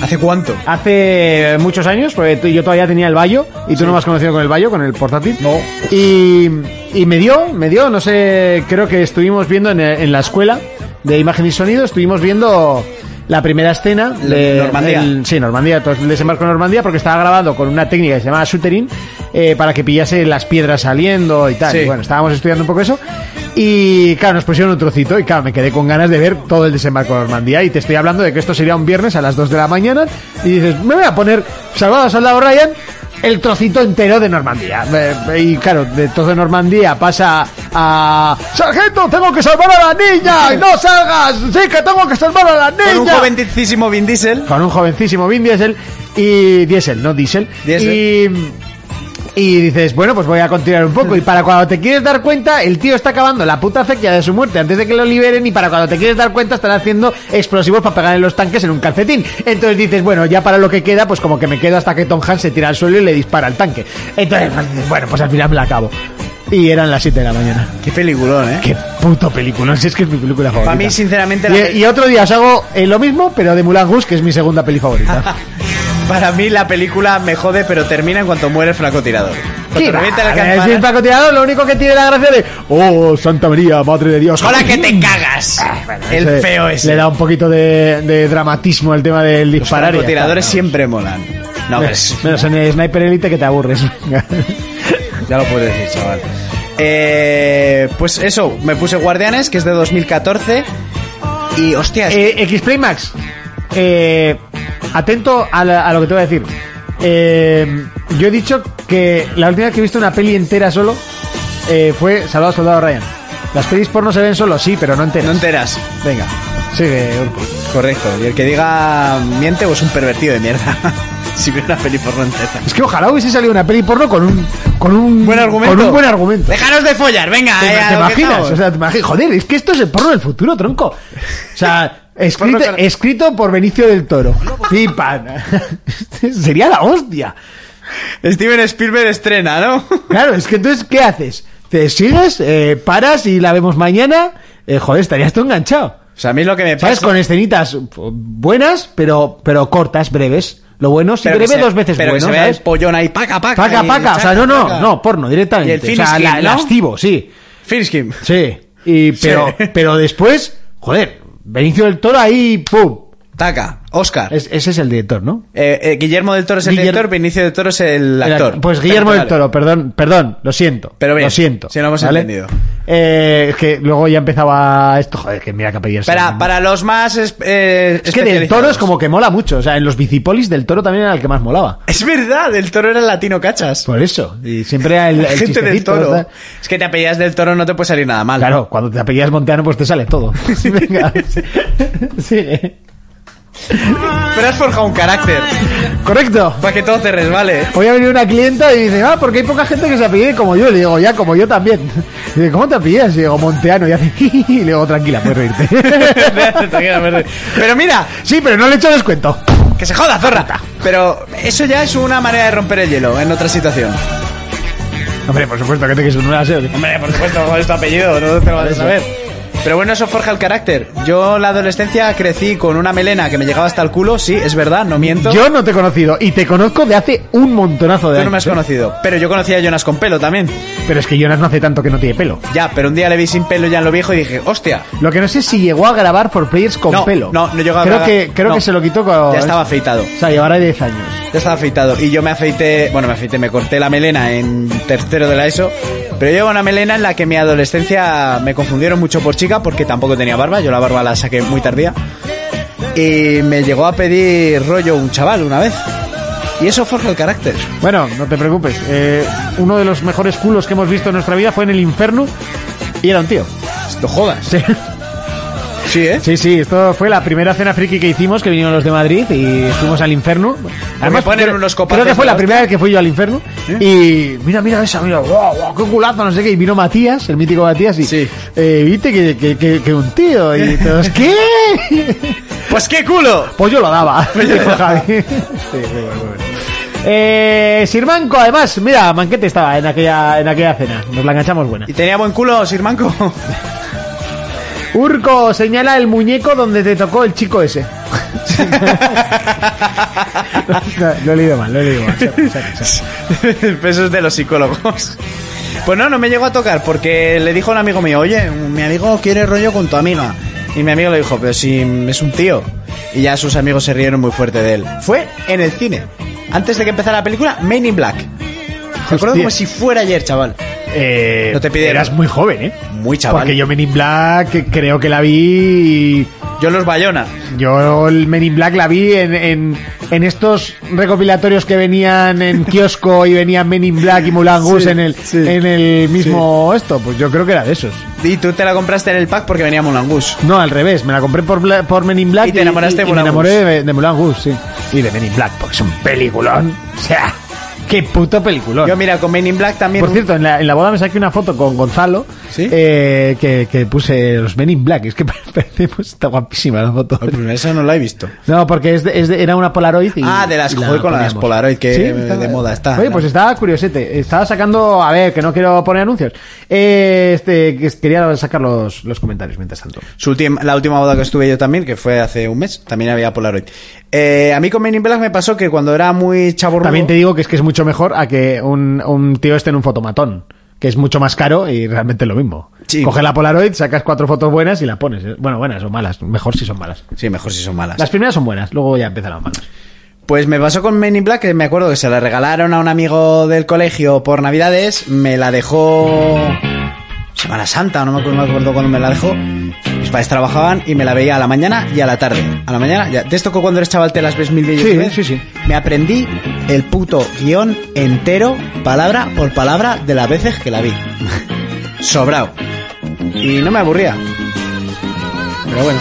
S3: ¿Hace cuánto?
S2: Hace muchos años, porque tú- yo todavía tenía el Bayo, y tú no me has conocido con el Bayo, con el portátil. No. Y, y me dio, me dio, no sé, creo que estuvimos viendo en, en la escuela de imagen y sonido, estuvimos viendo la primera escena de
S3: Normandía.
S2: del- sí, Normandía, entonces el desembarco en Normandía, porque estaba grabando con una técnica que se llamaba shootering, eh, para que pillase las piedras saliendo y tal.
S3: Sí.
S2: Y bueno, estábamos estudiando un poco eso. Y claro, nos pusieron un trocito y claro, me quedé con ganas de ver todo el desembarco de Normandía. Y te estoy hablando de que esto sería un viernes a las 2 de la mañana. Y dices, me voy a poner Salvado Soldado Ryan el trocito entero de Normandía. Eh, Y claro, de todo Normandía pasa a. ¡Sargento, tengo que salvar a la niña! ¡Y no salgas! ¡Sí, que tengo que salvar a la niña!
S3: Con un jovencísimo Vin Diesel.
S2: con un jovencísimo Vin Diesel y Diesel, no Diesel.
S3: Diesel.
S2: Y, y dices, bueno, pues voy a continuar un poco. Y para cuando te quieres dar cuenta, el tío está acabando la puta acequia de su muerte antes de que lo liberen. Y para cuando te quieres dar cuenta, están haciendo explosivos para pegar en los tanques en un calcetín. Entonces dices, bueno, ya para lo que queda, pues como que me quedo hasta que Tom Hanks se tira al suelo y le dispara al tanque. Entonces, pues, dices, bueno, pues al final me la acabo. Y eran las 7 de la mañana.
S3: Qué peliculón, ¿eh?
S2: Qué puto película, si es que es mi película favorita.
S3: Para mí, sinceramente, la
S2: Y, y otro día os hago eh, lo mismo, pero de Mulan Rouge, que es mi segunda peli favorita.
S3: Para mí la película me jode, pero termina en cuanto muere el francotirador. Cuando
S2: Sí,
S3: revienta la
S2: va, es el
S3: campana,
S2: francotirador, lo único que tiene la gracia de ¡Oh, Santa María, Madre de Dios!
S3: ¡Hola que te cagas!
S2: Ese-
S3: el feo
S2: Le
S3: ese.
S2: da un poquito de, de dramatismo el tema del
S3: Los
S2: disparar. y ya está.
S3: francotiradores siempre molan. No,
S2: menos,
S3: pues,
S2: menos en el Sniper Elite que te aburres.
S3: ya lo puedes decir, chaval. Eh, pues eso, me puse Guardianes, que es de 2014. Y hostia, es-
S2: Eh, X-Play Max, eh, atento a, la- a lo que te voy a decir. Eh, yo he dicho que la última vez que he visto una peli entera solo eh, fue Salvado Soldado Ryan. Las pelis porno se ven solo, sí, pero no enteras.
S3: no enteras.
S2: Venga, sigue, Urco.
S3: Correcto. Y el que diga miente o es un pervertido de mierda. si ve una peli porno entera.
S2: Es que ojalá hubiese salido una peli porno con un, con un,
S3: Buen argumento.
S2: Con un buen argumento.
S3: Dejaros de follar, venga.
S2: ¿Te,
S3: eh, a
S2: te
S3: lo que
S2: imaginas?
S3: estamos.
S2: O sea, te imaginas. Joder, es que esto es el porno del futuro, tronco. O sea, escrito,
S3: Porno con-
S2: escrito por Benicio del Toro. Flipan. Este Sería la hostia.
S3: Steven Spielberg estrena, ¿no?
S2: Claro, es que entonces, ¿qué haces? ¿Te sigues? eh, ¿Paras y la vemos mañana? Eh, joder, estarías tú enganchado.
S3: O sea, a mí lo que me pasa.
S2: ¿Sabes? Con escenitas eh, buenas, pero, pero cortas, breves. Lo bueno, si
S3: Pero
S2: breve
S3: que se-
S2: dos veces
S3: pero que
S2: bueno,
S3: se vea
S2: ¿sabes?
S3: el pollón ahí, paca, paca.
S2: Paca,
S3: y
S2: paca, o sea, no, no,
S3: chaca,
S2: no, porno
S3: Y el
S2: directamente.
S3: finish
S2: o sea, la-
S3: kill, ¿no?
S2: lascivo, sí.
S3: Finiskim.
S2: Sí. Y, pero,
S3: Sí.
S2: pero después, joder, Benicio del Toro ahí, ¡pum!
S3: Taca, Oscar.
S2: Es- ese es el director, ¿no?
S3: Eh, eh, Guillermo del Toro es el
S2: Guillermo-
S3: director, Vinicio del Toro es el
S2: El
S3: actor.
S2: act- Pues Guillermo
S3: Vale,
S2: del Toro, perdón, perdón, lo siento.
S3: Pero bien,
S2: lo siento.
S3: si no hemos entendido.
S2: Eh, es que luego ya empezaba esto, joder, que mira que pedía el
S3: Para,
S2: segundo.
S3: para los más. Es, eh,
S2: Es que del Toro es como que mola mucho, o sea, en los bicipolis del Toro también era el que más molaba.
S3: Es verdad, del Toro era latino, cachas.
S2: Por eso, y siempre era el, Pues, el
S3: Gente del
S2: chistecito,
S3: Toro.
S2: ¿verdad?
S3: Es que te apellidas del Toro, no te puede salir nada mal.
S2: Claro, cuando te apellidas Monteano pues te sale todo. Venga, sigue.
S3: Pero has forjado un carácter.
S2: Correcto.
S3: Para que todo te resbale.
S2: Hoy ha venido una clienta y dice, ah, porque hay poca gente que se apellide como yo. Le digo, ya, como yo también. Y dice, ¿cómo te apellidas? Y digo, Monteano. Y hace, y le digo, tranquila, puedes reírte.
S3: Pero mira,
S2: sí, pero no le he hecho descuento.
S3: que se joda, zorra. Pero eso ya es una manera de romper el hielo en otra situación.
S2: Hombre, por supuesto que te quieres un aseo.
S3: Hombre, por supuesto, con este apellido, no te lo vas a saber. Pero bueno, eso forja el carácter. Yo en la adolescencia crecí con una melena que me llegaba hasta el culo, sí, es verdad, no miento.
S2: Yo no te he conocido y te conozco de hace un montonazo de
S3: Tú
S2: años.
S3: no me has
S2: ¿eh?
S3: conocido, pero yo conocía a Jonas con pelo también.
S2: Pero es que Jonas no hace tanto que no tiene pelo.
S3: Ya, pero un día le vi sin pelo ya en lo viejo y dije, hostia.
S2: Lo que no sé es si llegó a grabar por Players con
S3: no,
S2: pelo.
S3: No, no llegó a
S2: creo
S3: grabar.
S2: que Creo
S3: No.
S2: que se lo quitó con...
S3: Ya estaba afeitado.
S2: O sea, llevará 10 años.
S3: Ya estaba afeitado. Y yo me afeité, bueno, me afeité, me corté la melena en tercero de la ESO. Pero yo llevo una melena en la que en mi adolescencia me confundieron mucho por chica porque tampoco tenía barba. Yo la barba la saqué muy tardía. Y me llegó a pedir rollo un chaval una vez. Y eso forja el carácter.
S2: Bueno, no te preocupes. Eh, uno de los mejores culos que hemos visto en nuestra vida fue en el infierno y era un tío.
S3: No jodas.
S2: Sí.
S3: Sí, ¿eh?
S2: Sí, sí, esto fue la primera cena friki que hicimos, que vinieron los de Madrid y fuimos al infierno.
S3: ponen
S2: creo-
S3: unos copaces
S2: creo que fue
S3: de
S2: la
S3: hostia.
S2: primera vez que fui yo al infierno. Y mira, mira esa, mira, guau, guau, qué culazo, no sé qué. Y vino Matías, el mítico Matías, y
S3: Sí.
S2: eh, viste que, que- que- que un tío. Y todos, ¿qué?
S3: Pues qué culo.
S2: Pues yo lo daba. dijo Javi. Eh, Sirmanco, además, mira, Manquete estaba en aquella, en aquella cena. Nos la enganchamos buena.
S3: ¿Y tenía buen culo, Sirmanco?
S2: Urco señala el muñeco donde te tocó el chico ese. No, lo he leído mal, lo he leído mal. Sorry, sorry, sorry.
S3: Eso es de los psicólogos. Pues no, no me llegó a tocar porque le dijo un amigo mío, oye, mi amigo quiere rollo con tu amiga. Y mi amigo le dijo, pero si es un tío. Y ya sus amigos se rieron muy fuerte de él. Fue en el cine, antes de que empezara la película, Main in Black. Me acuerdo
S2: Hostia.
S3: como si fuera ayer, chaval.
S2: Eh,
S3: No te pide-
S2: Eras muy joven, ¿eh?
S3: Muy chaval.
S2: Porque yo Men in Black creo que la vi...
S3: Yo los Bayona.
S2: Yo el Men in Black la vi en, en, en estos recopilatorios que venían en kiosco y venían Men in Black y Mulan Goose
S3: Sí,
S2: en, el,
S3: sí.
S2: en el mismo esto. Pues yo creo que era de esos.
S3: Y tú te la compraste en el pack porque venía Moulin Rouge.
S2: No, al revés. Me la compré por, Bla- por Men in Black.
S3: Y te enamoraste de
S2: y me
S3: Moulin
S2: enamoré
S3: Rouge.
S2: de, de Mulan Goose, sí. Y de Men in Black, porque es un peliculón. O sea, qué puto peliculón.
S3: Yo mira, con Main in Black también...
S2: Por cierto, en la, en la boda me saqué una foto con Gonzalo
S3: ¿Sí?
S2: eh, que, que puse los Men in Black. Es que parecemos, está guapísima la foto.
S3: Ay, pues esa no la he visto.
S2: No, porque es de- es de- era una Polaroid. y-
S3: Ah, de las-
S2: y
S3: joder, con las
S2: poníamos.
S3: Polaroid, que de moda está.
S2: Oye, pues estaba curiosete. Estaba sacando, a ver, que no quiero poner anuncios. Eh, este, que quería sacar los, los comentarios mientras tanto.
S3: Su ultim- la última boda que estuve yo también, que fue hace un mes, también había Polaroid. Eh, a mí con Men in Black me pasó que cuando era muy chaborrudo...
S2: También te digo que es que es mucho mejor a que un, un tío esté en un fotomatón. Que es mucho más caro y realmente es lo mismo.
S3: Sí.
S2: Coge la Polaroid, sacas cuatro fotos buenas y la pones. Bueno, buenas o malas. Mejor si son malas.
S3: Sí, mejor si son malas.
S2: Las primeras son buenas, luego ya empiezan las malas.
S3: Pues me pasó con Men in Black, que me acuerdo que se la regalaron a un amigo del colegio por Navidades, me la dejó... Semana Santa, no me acuerdo, no me acuerdo cuándo me la dejó. Mis padres trabajaban y me la veía a la mañana y a la tarde. A la mañana, ya. ¿Te tocó cuando eres chaval te las ves mil veces?
S2: Sí,
S3: ¿ves?
S2: sí, sí.
S3: Me aprendí el puto guión entero, palabra por palabra, de las veces que la vi. Sobrao. Y no me aburría. Pero bueno.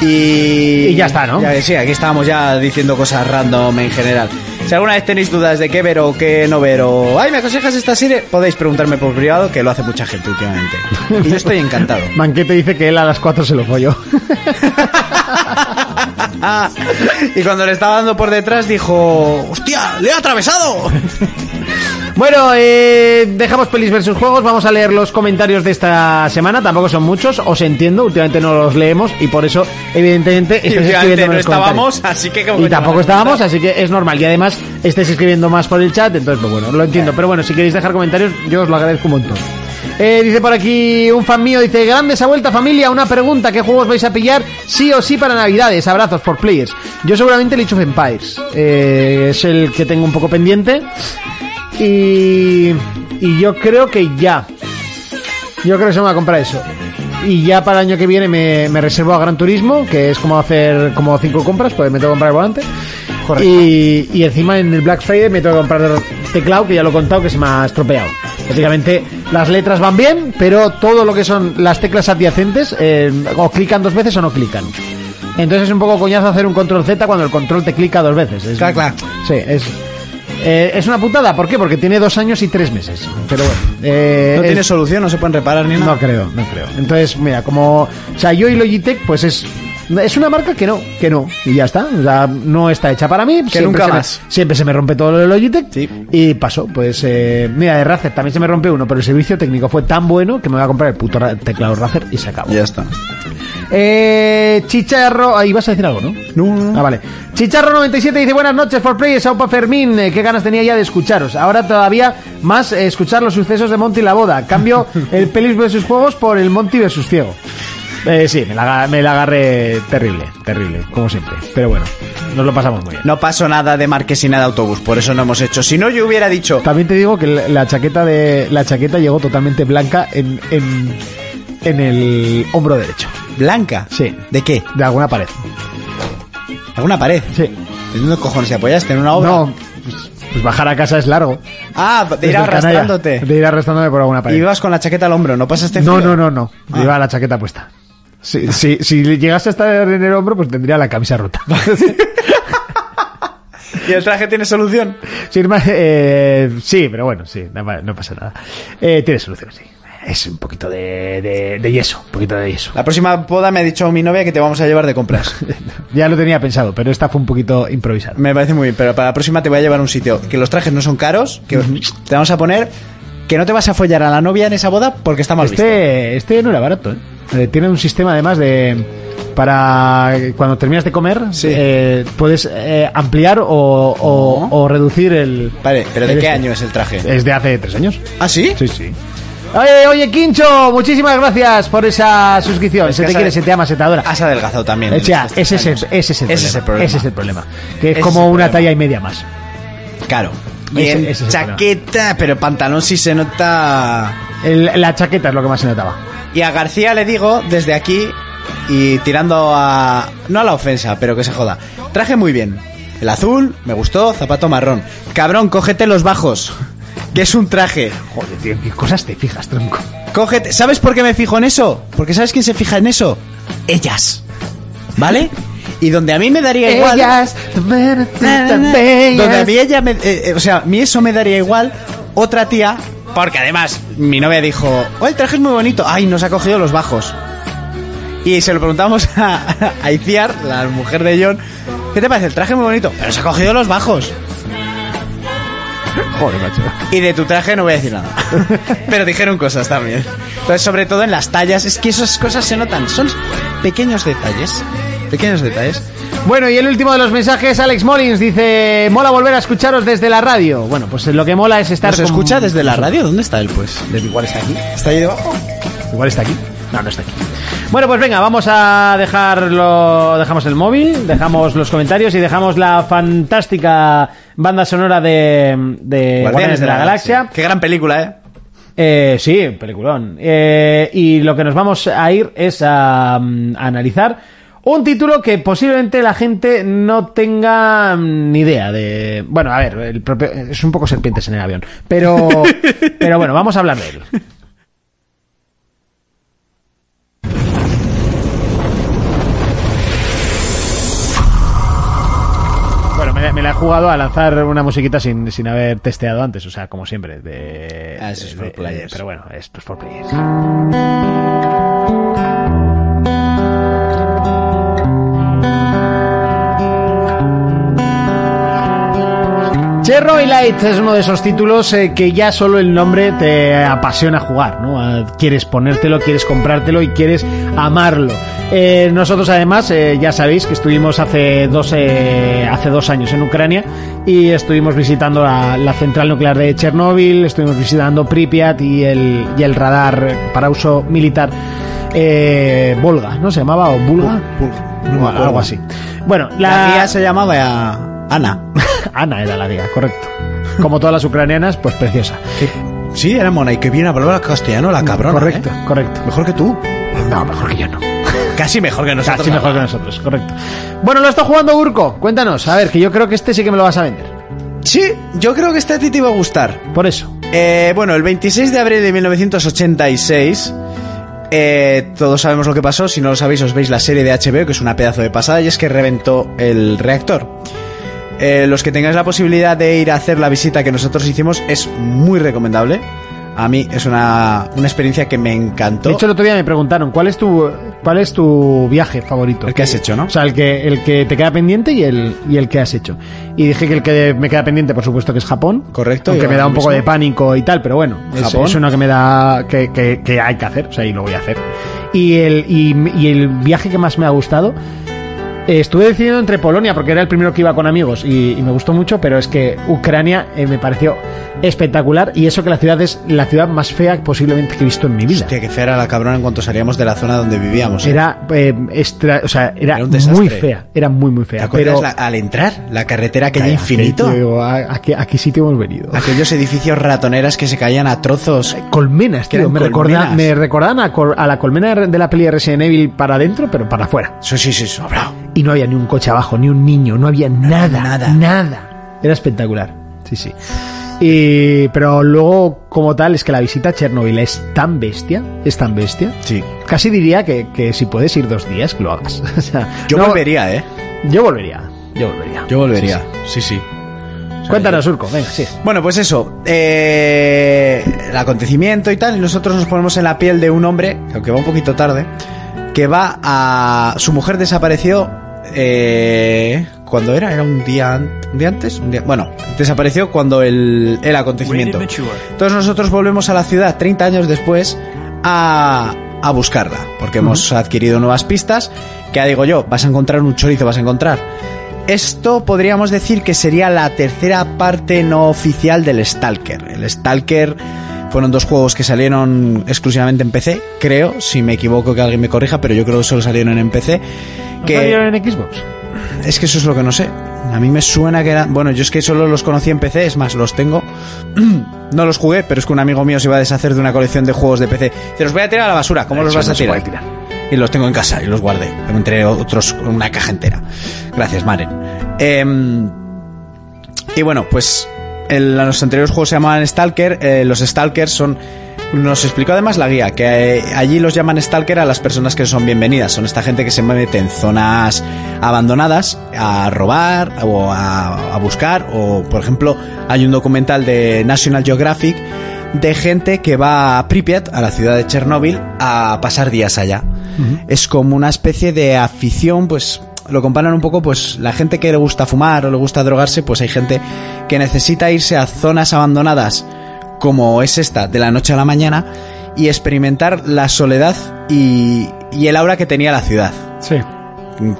S3: Y,
S2: Y ya está, ¿no?
S3: Ya, Eh, sí, aquí estábamos ya diciendo cosas random en general. Si alguna vez tenéis dudas de qué ver o qué no ver o... ¡Ay, me aconsejas esta serie! Podéis preguntarme por privado, que lo hace mucha gente últimamente. Y yo estoy encantado.
S2: Manquete dice que él a las cuatro se lo folló.
S3: Ah, y cuando le estaba dando por detrás dijo... ¡Hostia, le he atravesado!
S2: Bueno, eh, dejamos pelis versus juegos. Vamos a leer los comentarios de esta semana. Tampoco son muchos, os entiendo. Últimamente no los leemos y por eso, evidentemente, estáis
S3: Y obviamente
S2: escribiendo
S3: no
S2: menos comentarios.
S3: estábamos, así que... como
S2: Y
S3: que te van
S2: tampoco
S3: a
S2: estábamos,
S3: preguntar.
S2: así que es normal. Y además, estáis escribiendo más por el chat, entonces, pues bueno, lo entiendo. Pero bueno, si queréis dejar comentarios, yo os lo agradezco un montón. Eh, dice por aquí un fan mío, dice, grande esa vuelta familia, una pregunta, ¿qué juegos vais a pillar sí o sí para Navidades? Abrazos por players. Yo seguramente el Age of Empires, eh, es el que tengo un poco pendiente. Y, y yo creo que ya. Yo creo que se me va a comprar eso. Y ya para el año que viene me, me reservo a Gran Turismo, que es como hacer como cinco compras, pues me tengo que comprar el volante. Y, y encima en el Black Friday me tengo que comprar el teclado, que ya lo he contado, que se me ha estropeado. Básicamente las letras van bien, pero todo lo que son las teclas adyacentes eh, o clican dos veces o no clican. Entonces es un poco coñazo hacer un control Z cuando el control te clica dos veces. Es-
S3: Clac, clac.
S2: Sí, es, eh, es una putada. ¿Por qué? Porque tiene dos años y tres meses. Pero bueno. eh,
S3: No
S2: es-
S3: tiene solución, no se pueden reparar ni nada.
S2: no creo, no creo. Ah. Entonces, mira, como. O sea, yo y Logitech, pues es. Es una marca que no, que no. Y ya está. O sea, no está hecha para mí.
S3: nunca
S2: se me-
S3: más.
S2: siempre se me rompe todo lo de Logitech.
S3: Sí.
S2: Y pasó. Pues, eh, mira, de Razer también se me rompe uno, pero el servicio técnico fue tan bueno que me voy a comprar el puto ra- teclado Razer y se acabó.
S3: Ya está.
S2: Eh, Chicharro, ahí vas a decir algo, ¿no?
S3: No, no, no.
S2: Ah, vale. Chicharro97 dice buenas noches, For Players, Aupa Fermín. eh, qué ganas tenía ya de escucharos. Ahora todavía más eh, escuchar los sucesos de Monty y la boda. Cambio el Pelis versus Juegos por el Monty versus Ciego. Eh, sí, me la, aga- me la agarré terrible, terrible, como siempre. Pero bueno, nos lo pasamos muy bien.
S3: No pasó nada de marquesina de autobús, por eso no hemos hecho. Si no, yo hubiera dicho...
S2: También te digo que la la chaqueta de la chaqueta llegó totalmente blanca en, en, en el hombro derecho,
S3: ¿Blanca?
S2: Sí.
S3: ¿De qué?
S2: de alguna pared.
S3: ¿Alguna pared?
S2: Sí.
S3: ¿De dónde cojones te apoyaste? ¿En una obra?
S2: No, pues- pues bajar a casa es largo.
S3: Ah, de ir
S2: Desde el canalla,
S3: arrastrándote.
S2: De ir arrastrándome por alguna pared.
S3: Ibas con la chaqueta al hombro, ¿no este pasaste
S2: No,
S3: frío?
S2: no, no, no.
S3: Ah.
S2: Lleva la chaqueta puesta. Si, si, si le llegase a estar en el hombro, pues tendría la camisa rota.
S3: ¿Y el traje tiene solución?
S2: Sí, hermano, eh, sí, pero bueno, sí, no, pa- no pasa nada. Eh, tiene solución, sí.
S6: es un poquito de, de- de yeso, un poquito de yeso.
S3: La próxima boda me ha dicho mi novia que te vamos a llevar de compras.
S6: Ya lo tenía pensado, pero esta fue un poquito improvisada.
S3: Me parece muy bien, pero para la próxima te voy a llevar a un sitio que los trajes no son caros, que te vamos a poner que no te vas a follar a la novia en esa boda porque está mal visto.
S6: Este, este no era barato, ¿eh? Eh, Tiene un sistema además de... Para cuando terminas de comer,
S3: Sí.
S6: eh, puedes eh, ampliar o, o- o reducir el...
S3: Oh. Vale, pero ¿de
S6: el
S3: qué
S6: este.
S3: año es el traje?
S6: Es de hace tres años.
S3: ¿Ah, sí?
S6: Sí, sí.
S2: Oye, oye, Quincho, muchísimas gracias por esa suscripción.
S6: Es
S2: Se
S6: que
S2: te quiere,
S6: sabe-
S2: se te ama, se te adora.
S3: Has adelgazado también.
S6: O sea,
S3: Ah, en estos
S6: Eh, ese es, el,
S3: años.
S6: ese es el
S3: Ese es el problema.
S6: Ese es el problema. Que es
S3: Ese es
S6: como
S3: el
S6: una
S3: problema.
S6: talla y media más.
S3: Claro. Y
S6: Ese-
S3: en
S6: ese es el
S3: chaqueta, pero pantalón sí se nota.
S6: El- la chaqueta es lo que más se notaba.
S3: Y a García le digo desde aquí y tirando a. No a la ofensa, pero que se joda. Traje muy bien. El azul, me gustó, zapato marrón. Cabrón, cógete los bajos. Que es un traje.
S6: Joder, tío, qué cosas te fijas, tronco.
S3: Cógete. ¿Sabes por qué me fijo en eso? Porque ¿sabes quién se fija en eso? Ellas. ¿Vale? Y donde a mí me daría
S2: Eh,
S3: igual.
S2: Ellas, también,
S3: Donde a
S2: también.
S3: mí ella me- eh, eh, o sea, a mí eso me daría igual. Otra tía, porque además mi novia dijo, oh, el traje es muy bonito. Ay, nos ha cogido los bajos. Y se lo preguntamos a, a Iciar, la mujer de John, ¿qué te parece? El traje es muy bonito, pero se ha cogido los bajos.
S6: Joder, macho.
S3: Y de tu traje no voy a decir nada. pero dijeron cosas también. Entonces, sobre todo en las tallas, es que esas cosas se notan. Son pequeños detalles. Pequeños detalles.
S2: Bueno, y el último de los mensajes, Alex Molins dice: Mola volver a escucharos desde la radio. Bueno, pues lo que mola es estar.
S3: ¿Nos
S2: con-
S3: escucha desde la radio? ¿Dónde está él, pues? Igual está aquí. ¿Está ahí debajo?
S6: Igual está aquí. No, no está aquí.
S2: Bueno, pues venga, vamos a dejarlo. Dejamos el móvil, dejamos los comentarios y dejamos la fantástica banda sonora de,
S3: Eh,
S2: de Guardianes de la, Galaxia.
S3: Qué gran película, ¿eh?
S2: Eh, sí, peliculón. Eh, y lo que nos vamos a ir es a, mm, a analizar un título que posiblemente la gente no tenga mm, ni idea de. Bueno, a ver, el propio- es un poco serpientes en el avión. Pero, pero bueno, vamos a hablar de él.
S6: Bueno, me, la- me la he jugado a lanzar una musiquita sin, sin haber testeado antes, o sea, como siempre. De,
S3: Ah, eso es
S6: de-
S3: for
S6: de-
S3: players.
S6: Pero bueno, esto es for players.
S2: Chernobyl Light es uno de esos títulos eh, que ya solo el nombre te apasiona jugar, ¿no? Ah, Quieres ponértelo, quieres comprártelo y quieres amarlo. Eh, nosotros además eh, ya sabéis que estuvimos hace dos eh, hace dos años en Ucrania y estuvimos visitando la, la central nuclear de Chernóbil, estuvimos visitando Pripyat y el y el radar para uso militar eh, Volga, ¿no se llamaba o Bulga?
S3: no me
S2: O
S3: acuerdo.
S2: algo así. Bueno,
S3: La Mm. guía se llamaba Ana.
S2: Ana era la guía, correcto. Como todas las ucranianas, pues preciosa.
S3: Sí, era mona. Y que bien hablaba castellano la cabrona.
S2: correcto,
S3: ¿eh?
S2: correcto.
S3: Mejor que tú.
S2: No, mejor que yo no.
S3: Casi mejor que nosotros.
S2: Casi mejor que nosotros, correcto. Bueno, lo está jugando Urco. Cuéntanos, a ver, que yo creo que este sí que me lo vas a vender.
S3: Sí, yo creo que este a ti te iba a gustar.
S2: Por eso.
S3: Eh, bueno, el 26 de abril de 1986. eh, todos sabemos lo que pasó. Si no lo sabéis, os veis la serie de HBO, que es una pedazo de pasada, y es que reventó el reactor. Eh, los que tengáis la posibilidad de ir a hacer la visita que nosotros hicimos, es muy recomendable. A mí es una, una experiencia que me encantó.
S2: De hecho, el otro día me preguntaron, ¿cuál es tu, cuál es tu viaje favorito?
S3: El que has hecho, ¿no?
S2: O sea, el que, el que te queda pendiente y el, y el que has hecho. Y dije que el que me queda pendiente, por supuesto, que es Japón.
S3: Correcto,
S2: Aunque
S3: yo
S2: me da
S3: lo
S2: un poco
S3: mismo.
S2: de pánico y tal, pero bueno, es,
S3: Japón.
S2: es uno que me da, que, que- que hay que hacer, o sea, y lo voy a hacer. Y el, y, y el viaje que más me ha gustado, eh, estuve decidiendo entre Polonia, porque era el primero que iba con amigos y, y me gustó mucho, pero es que Ucrania eh, me pareció espectacular y eso que la ciudad es la ciudad más fea posiblemente que he visto en mi vida.
S3: Hostia, que fea era la cabrona en cuanto salíamos de la zona donde vivíamos. ¿eh?
S2: Era, eh, extra- o sea, era,
S3: Era un desastre.
S2: muy fea, era muy muy
S3: ¿Te
S2: fea.
S3: acuerdas
S2: Pero
S3: la- al entrar? La carretera aquella
S2: Cállate,
S3: infinito.
S2: tío, digo, ¿a, a qué, a qué sitio hemos venido?
S3: Aquellos edificios ratoneras que se caían a trozos.
S2: Colmenas,
S3: Que
S2: tío,
S3: eran
S2: me,
S3: colmenas.
S2: Recorda, me recordaban a, cor- a la colmena de de la peli de Resident Evil para adentro, pero para afuera.
S3: Sí, sí, sí, sobrado.
S2: Y no había ni un coche abajo, ni un niño, no había nada,
S3: nada.
S2: nada. Era espectacular, sí, sí. Y, pero luego, como tal, es que la visita a Chernobyl es tan bestia, es tan bestia.
S3: Sí.
S2: Casi diría que, que si puedes ir dos días, que lo hagas. O sea,
S3: Yo
S2: no-
S3: volvería, ¿eh?
S2: Yo volvería, yo volvería.
S3: Yo volvería. Sí, sí. O
S6: Cuéntanos, Urco. Venga, sí.
S3: Bueno, pues eso. eh, el acontecimiento y tal. Y nosotros nos ponemos en la piel de un hombre, que aunque va un poquito tarde, que va a. Su mujer desapareció. Eh, ¿Cuándo era? ¿Era un día, an- un día antes? Un día- bueno, desapareció cuando el, el acontecimiento. Entonces nosotros volvemos a la ciudad 30 años después a, a buscarla, porque hemos adquirido nuevas pistas. Que ya digo yo, vas a encontrar un chorizo, vas a encontrar. Esto podríamos decir que sería la tercera parte no oficial del Stalker. El Stalker fueron dos juegos que salieron exclusivamente en PC, creo, si me equivoco que alguien me corrija, pero yo creo que solo salieron en PC. Que
S6: salieron en Xbox?
S3: es que eso es lo que no sé. A mí me suena que eran. Bueno, yo es que solo los conocí en PC, es más, los tengo. no los jugué, pero es que un amigo mío se iba a deshacer de una colección de juegos de PC. Te los voy a tirar a la basura,
S1: Eh,
S3: ¿cómo los vas a tirar? Y los tengo en casa y los guardé. Entre otros, una caja entera. Gracias, Maren. Em, y bueno, pues el- los anteriores juegos se llamaban Stalker. eh, los Stalkers son. Nos explicó además la guía que eh, allí los llaman Stalker a las personas que son bienvenidas. Son esta gente que se mete en zonas abandonadas a robar o a, a buscar. O, por ejemplo, hay un documental de National Geographic de gente que va a Pripyat, a la ciudad de Chernóbil, a pasar días allá. Es como una especie de afición, pues lo comparan un poco, pues la gente que le gusta fumar o le gusta drogarse, pues hay gente que necesita irse a zonas abandonadas, como es esta, de la noche a la mañana, y experimentar la soledad y, y el aura que tenía la ciudad.
S2: Sí.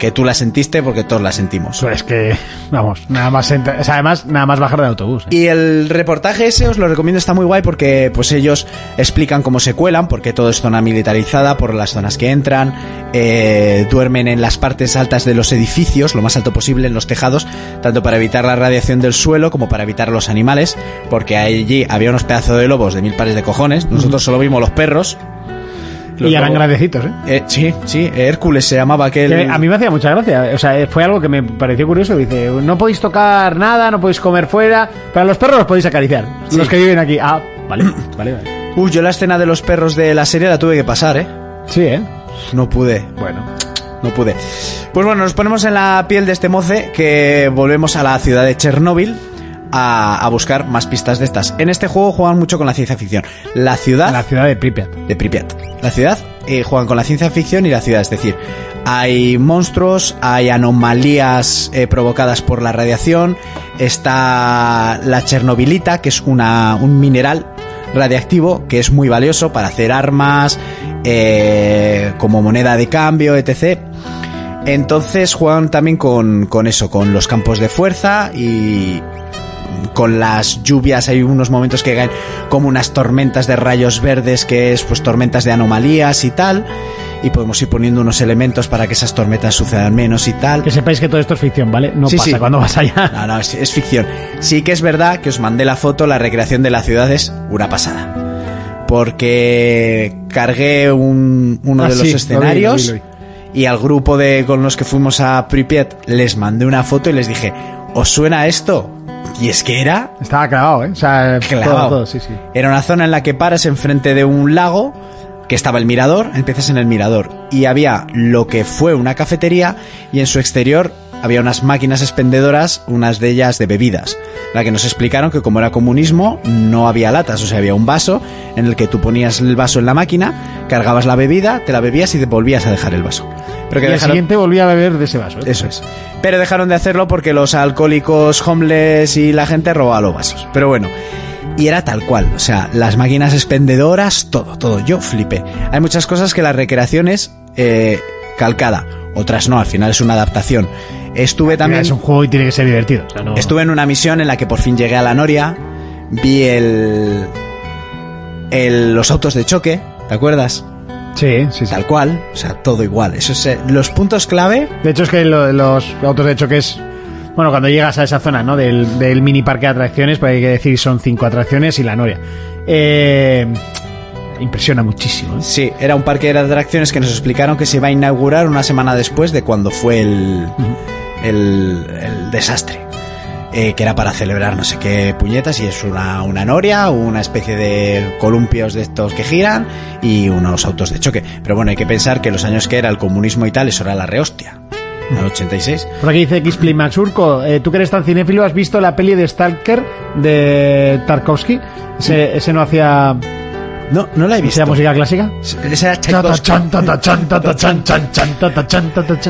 S3: Que tú la sentiste porque todos la sentimos.
S2: Eso es que, vamos, nada más, entra- o sea, además, nada más bajar del autobús. ¿eh?
S3: Y el reportaje ese os lo recomiendo, está muy guay porque pues ellos explican cómo se cuelan, porque todo es zona militarizada, por las zonas que entran, eh, duermen en las partes altas de los edificios, lo más alto posible, en los tejados, tanto para evitar la radiación del suelo como para evitar los animales, porque allí había unos pedazos de lobos de mil pares de cojones, nosotros solo vimos los perros. Los
S2: Y eran
S3: lobos-
S2: grandecitos, ¿eh?
S3: Eh, sí, sí, Hércules se llamaba aquel...
S6: Que a mí me hacía mucha gracia. O sea, eh, fue algo que me pareció curioso. Dice, no podéis tocar nada, no podéis comer fuera. Pero a los perros los podéis acariciar. Los que viven aquí. Ah, vale, vale, vale.
S3: Uy, yo la escena de los perros de la serie la tuve que pasar, ¿eh?
S6: Sí, ¿eh?
S3: No pude.
S6: Bueno.
S3: no pude. Pues bueno, nos ponemos en la piel de este moce que volvemos a la ciudad de Chernóbil a, a buscar más pistas de estas. En este juego juegan mucho con la ciencia ficción. La ciudad
S6: La ciudad de Pripyat.
S3: de Pripyat. La ciudad eh, juegan con la ciencia ficción y la ciudad, es decir, hay monstruos, hay anomalías eh, provocadas por la radiación, está la chernobilita, que es una, un mineral radiactivo que es muy valioso para hacer armas, eh, como moneda de cambio, etc. Entonces juegan también con, con eso, con los campos de fuerza y, con las lluvias hay unos momentos que caen como unas tormentas de rayos verdes que es pues tormentas de anomalías y tal y podemos ir poniendo unos elementos para que esas tormentas sucedan menos y tal
S6: Que sepáis que todo esto es ficción, ¿vale? No
S3: Sí,
S6: pasa
S3: sí.
S6: cuando vas allá.
S3: no, no, es, es ficción. Sí que es verdad que os mandé la foto, la recreación de la ciudad es una pasada. Porque cargué un- uno
S6: Ah,
S3: de los
S6: sí, lo vi,
S3: escenarios
S6: lo vi, lo
S3: y al grupo de con los que fuimos a Pripyat les mandé una foto y les dije, ¿os suena esto? Y es que era
S2: Estaba clavado, ¿eh? O sea,
S3: Clavado.
S2: todo, todo, sí, sí.
S3: Era una zona en la que paras enfrente de un lago, que estaba el mirador, empiezas en el mirador, y había lo que fue una cafetería, y en su exterior había unas máquinas expendedoras, unas de ellas de bebidas, la que nos explicaron que como era comunismo, no había latas, o sea, había un vaso en el que tú ponías el vaso en la máquina, cargabas la bebida, te la bebías y te volvías a dejar el vaso. Pero
S2: Y
S3: que
S2: el
S3: dejaron-
S2: siguiente volví a beber de ese vaso. ¿eh?
S3: eso es. Pero dejaron de hacerlo porque los alcohólicos, homeless y la gente robaba los vasos. Pero bueno. Y era tal cual. O sea, las máquinas expendedoras, todo, todo. Yo flipé. Hay muchas cosas que la recreación es eh, calcada. Otras no, al final es una adaptación. Estuve
S2: Mira,
S3: también...
S2: Es un juego y tiene que ser divertido. O sea, no...
S3: Estuve en una misión en la que por fin llegué a la Noria, vi el... el los autos de choque, ¿te acuerdas?
S2: Sí, sí, sí.
S3: Tal cual, o sea, todo igual. Eso es, eh, los puntos clave
S2: De hecho, es que lo- los autos de choque es. Bueno, cuando llegas a esa zona, ¿no? Del, del mini parque de atracciones, pues hay que decir son cinco atracciones y la noria. Eh, impresiona muchísimo. ¿eh?
S3: Sí, era un parque de atracciones que nos explicaron que se iba a inaugurar una semana después de cuando fue el, el, el desastre. Eh, que era para celebrar no sé qué puñetas y es una, una noria, una especie de columpios de estos que giran y unos autos de choque. Pero bueno, hay que pensar que los años que era el comunismo y tal, eso era la rehostia. al 86.
S6: Por aquí dice Xplay Max Urco, eh, tú que eres tan cinéfilo, ¿has visto la peli de Stalker de Tarkovsky? Ese, ese no hacía...
S3: No, no la he
S6: ¿Hacía
S3: visto.
S6: música clásica?
S3: Ese era Tchaikovsky.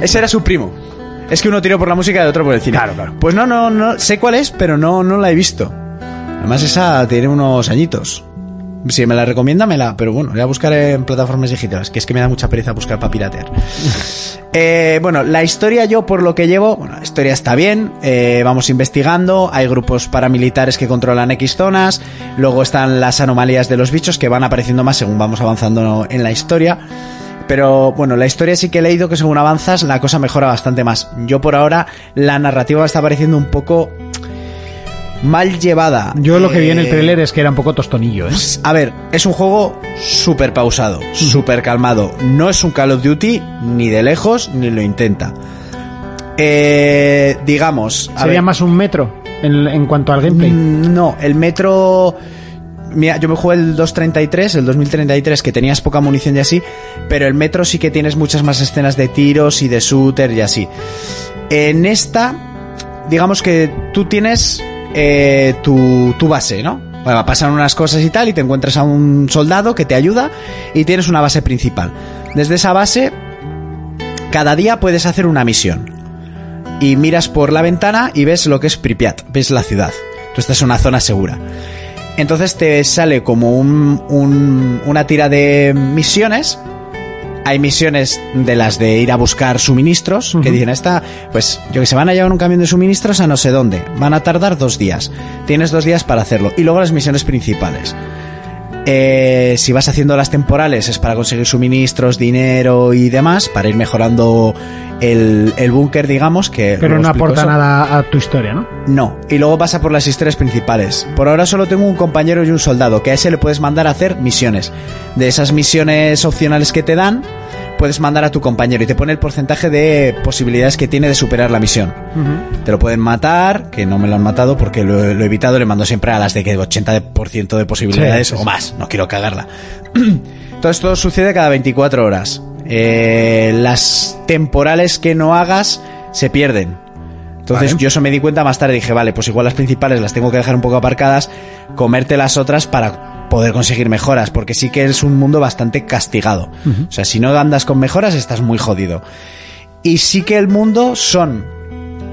S3: Ese era su primo. Es que uno tiró por la música y otro por el cine.
S6: Claro, claro.
S3: Pues no, no, no. Sé cuál es, pero no, no la he visto. Además, esa tiene unos añitos. Si me la recomienda, me la. Pero bueno, la voy a buscar en plataformas digitales, que es que me da mucha pereza buscar para piratear. Eh, bueno, la historia yo por lo que llevo, bueno, la historia está bien, eh, vamos investigando, hay grupos paramilitares que controlan X zonas, luego están las anomalías de los bichos que van apareciendo más según vamos avanzando en la historia. Pero bueno, la historia sí que he leído que según avanzas la cosa mejora bastante más. Yo por ahora la narrativa me está pareciendo un poco mal llevada.
S6: Yo lo que vi en el
S3: Eh,
S6: trailer es que era un poco tostonillo, ¿eh?
S3: a ver, es un juego súper pausado, súper calmado. No es un Call of Duty ni de lejos ni lo intenta. Eh, digamos, a
S6: Sería
S3: ver,
S6: más un metro en, en cuanto al gameplay.
S3: mm, No, el metro. Mira, yo me jugué el 233, el 2033, que tenías poca munición y así, pero el metro sí que tienes muchas más escenas de tiros y de shooter y así. En esta, digamos que tú tienes eh, tu, tu base, ¿no? Bueno, pasan unas cosas y tal, y te encuentras a un soldado que te ayuda, y tienes una base principal. Desde esa base, cada día puedes hacer una misión y miras por la ventana y ves lo que es Pripyat, ves la ciudad. Tú estás en una zona segura. Entonces te sale como un- un- una tira de misiones. Hay misiones de las de ir a buscar suministros, que dicen esta, pues yo que se van a llevar un camión de suministros a no sé dónde. Van a tardar dos días. Tienes dos días para hacerlo. Y luego las misiones principales. Eh, si vas haciendo las temporales es para conseguir suministros, dinero y demás, para ir mejorando el, el búnker, digamos, que...
S6: Pero
S3: luego
S6: no
S3: explico
S6: aporta
S3: eso.
S6: nada a tu historia, ¿no?
S3: No, y luego pasa por las historias principales. Por ahora solo tengo un compañero y un soldado, que a ese le puedes mandar a hacer misiones. De esas misiones opcionales que te dan, puedes mandar a tu compañero y te pone el porcentaje de posibilidades que tiene de superar la misión. Te lo pueden matar, que no me lo han matado porque lo, lo he evitado, le mando siempre a las de que 80% de posibilidades
S6: Sí, sí,
S3: o más, no quiero cagarla. Todo esto sucede cada 24 horas. Eh, las temporales que no hagas se pierden. Entonces yo eso me di cuenta más tarde, dije, vale, pues igual las principales las tengo que dejar un poco aparcadas, comerte las otras para poder conseguir mejoras, porque sí que es un mundo bastante castigado. O sea, si no andas con mejoras estás muy jodido. Y sí que el mundo son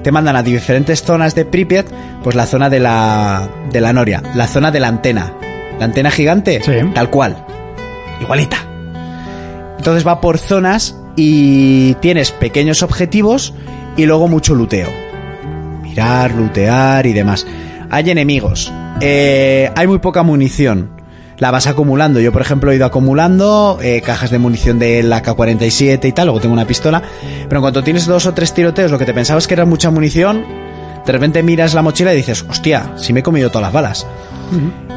S3: te mandan a diferentes zonas de Pripyat, pues la zona de la, de la noria, la zona de la antena. La antena gigante,
S6: Sí.
S3: tal cual. Igualita. Entonces va por zonas y tienes pequeños objetivos y luego mucho luteo. Mirar, lutear y demás. Hay enemigos. eh, hay muy poca munición. La vas acumulando. Yo, por ejemplo, he ido acumulando eh, cajas de munición de la K-47 y tal. Luego tengo una pistola. Pero en cuanto tienes dos o tres tiroteos, lo que te pensabas que era mucha munición, de repente miras la mochila y dices, hostia, si me he comido todas las balas.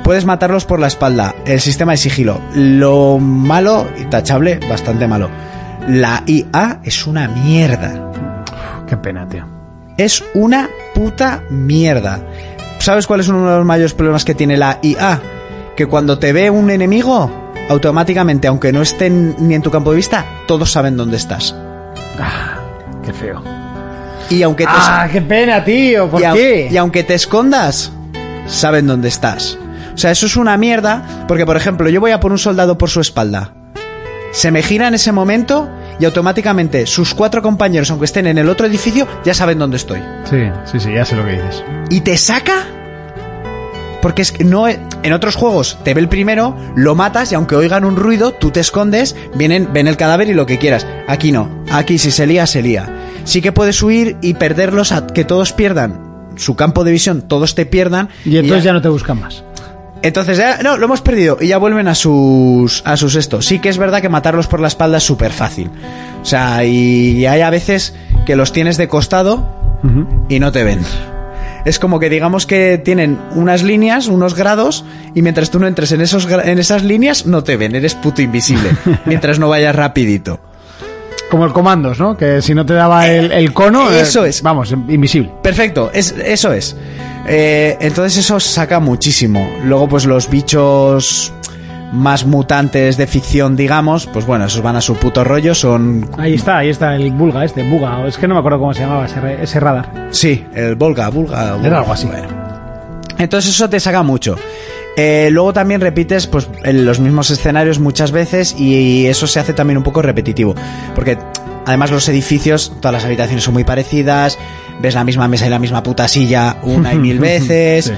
S3: Puedes matarlos por la espalda. El sistema de sigilo. Lo malo y tachable, bastante malo. La IA es una mierda.
S6: Qué pena, tío.
S3: Es una puta mierda. ¿Sabes cuál es uno de los mayores problemas que tiene la IA? Que cuando te ve un enemigo, automáticamente, aunque no estén ni en tu campo de vista, todos saben dónde estás.
S6: Qué feo.
S3: Y aunque te,
S6: Ah, qué pena, tío. ¿Por
S3: y, au-
S6: qué?
S3: y aunque te escondas, saben dónde estás. O sea, eso es una mierda, porque por ejemplo, yo voy a por un soldado por su espalda. Se me gira en ese momento y automáticamente sus cuatro compañeros, aunque estén en el otro edificio, ya saben dónde estoy.
S6: Sí, sí, sí, ya sé lo que dices.
S3: ¿Y te saca? Porque es que no. En otros juegos te ve el primero, lo matas y aunque oigan un ruido, tú te escondes, vienen, ven el cadáver y lo que quieras. Aquí no. Aquí si se lía, se lía. Sí que puedes huir y perderlos a que todos pierdan su campo de visión, todos te pierdan.
S6: Y entonces ya no te buscan más.
S3: Entonces ya, no, lo hemos perdido y ya vuelven a sus, a sus esto. Sí que es verdad que matarlos por la espalda es súper fácil. O sea, y hay a veces que los tienes de costado y no te ven. Es como que digamos que tienen unas líneas, unos grados, y mientras tú no entres en, esos, gra- en esas líneas, no te ven, eres puto invisible, mientras no vayas rapidito.
S6: Como el comandos, ¿no? Que si no te daba el, el cono. eh,
S3: Eso es.
S6: Vamos, invisible.
S3: Perfecto, es, eso es. Eh, entonces eso saca muchísimo. Luego pues los bichos más mutantes de ficción, digamos, pues bueno, esos van a su puto rollo, son...
S6: Ahí está, ahí está, el Bulga este, Buga, o es que no me acuerdo cómo se llamaba ese, re- ese radar.
S3: Sí, el Volga, Bulga... Bulga,
S6: algo así.
S3: bueno. Entonces eso te saca mucho. Eh, luego también repites pues, en los mismos escenarios muchas veces y eso se hace también un poco repetitivo. Porque además los edificios, todas las habitaciones son muy parecidas, ves la misma mesa y la misma puta silla una y mil veces.
S6: Sí.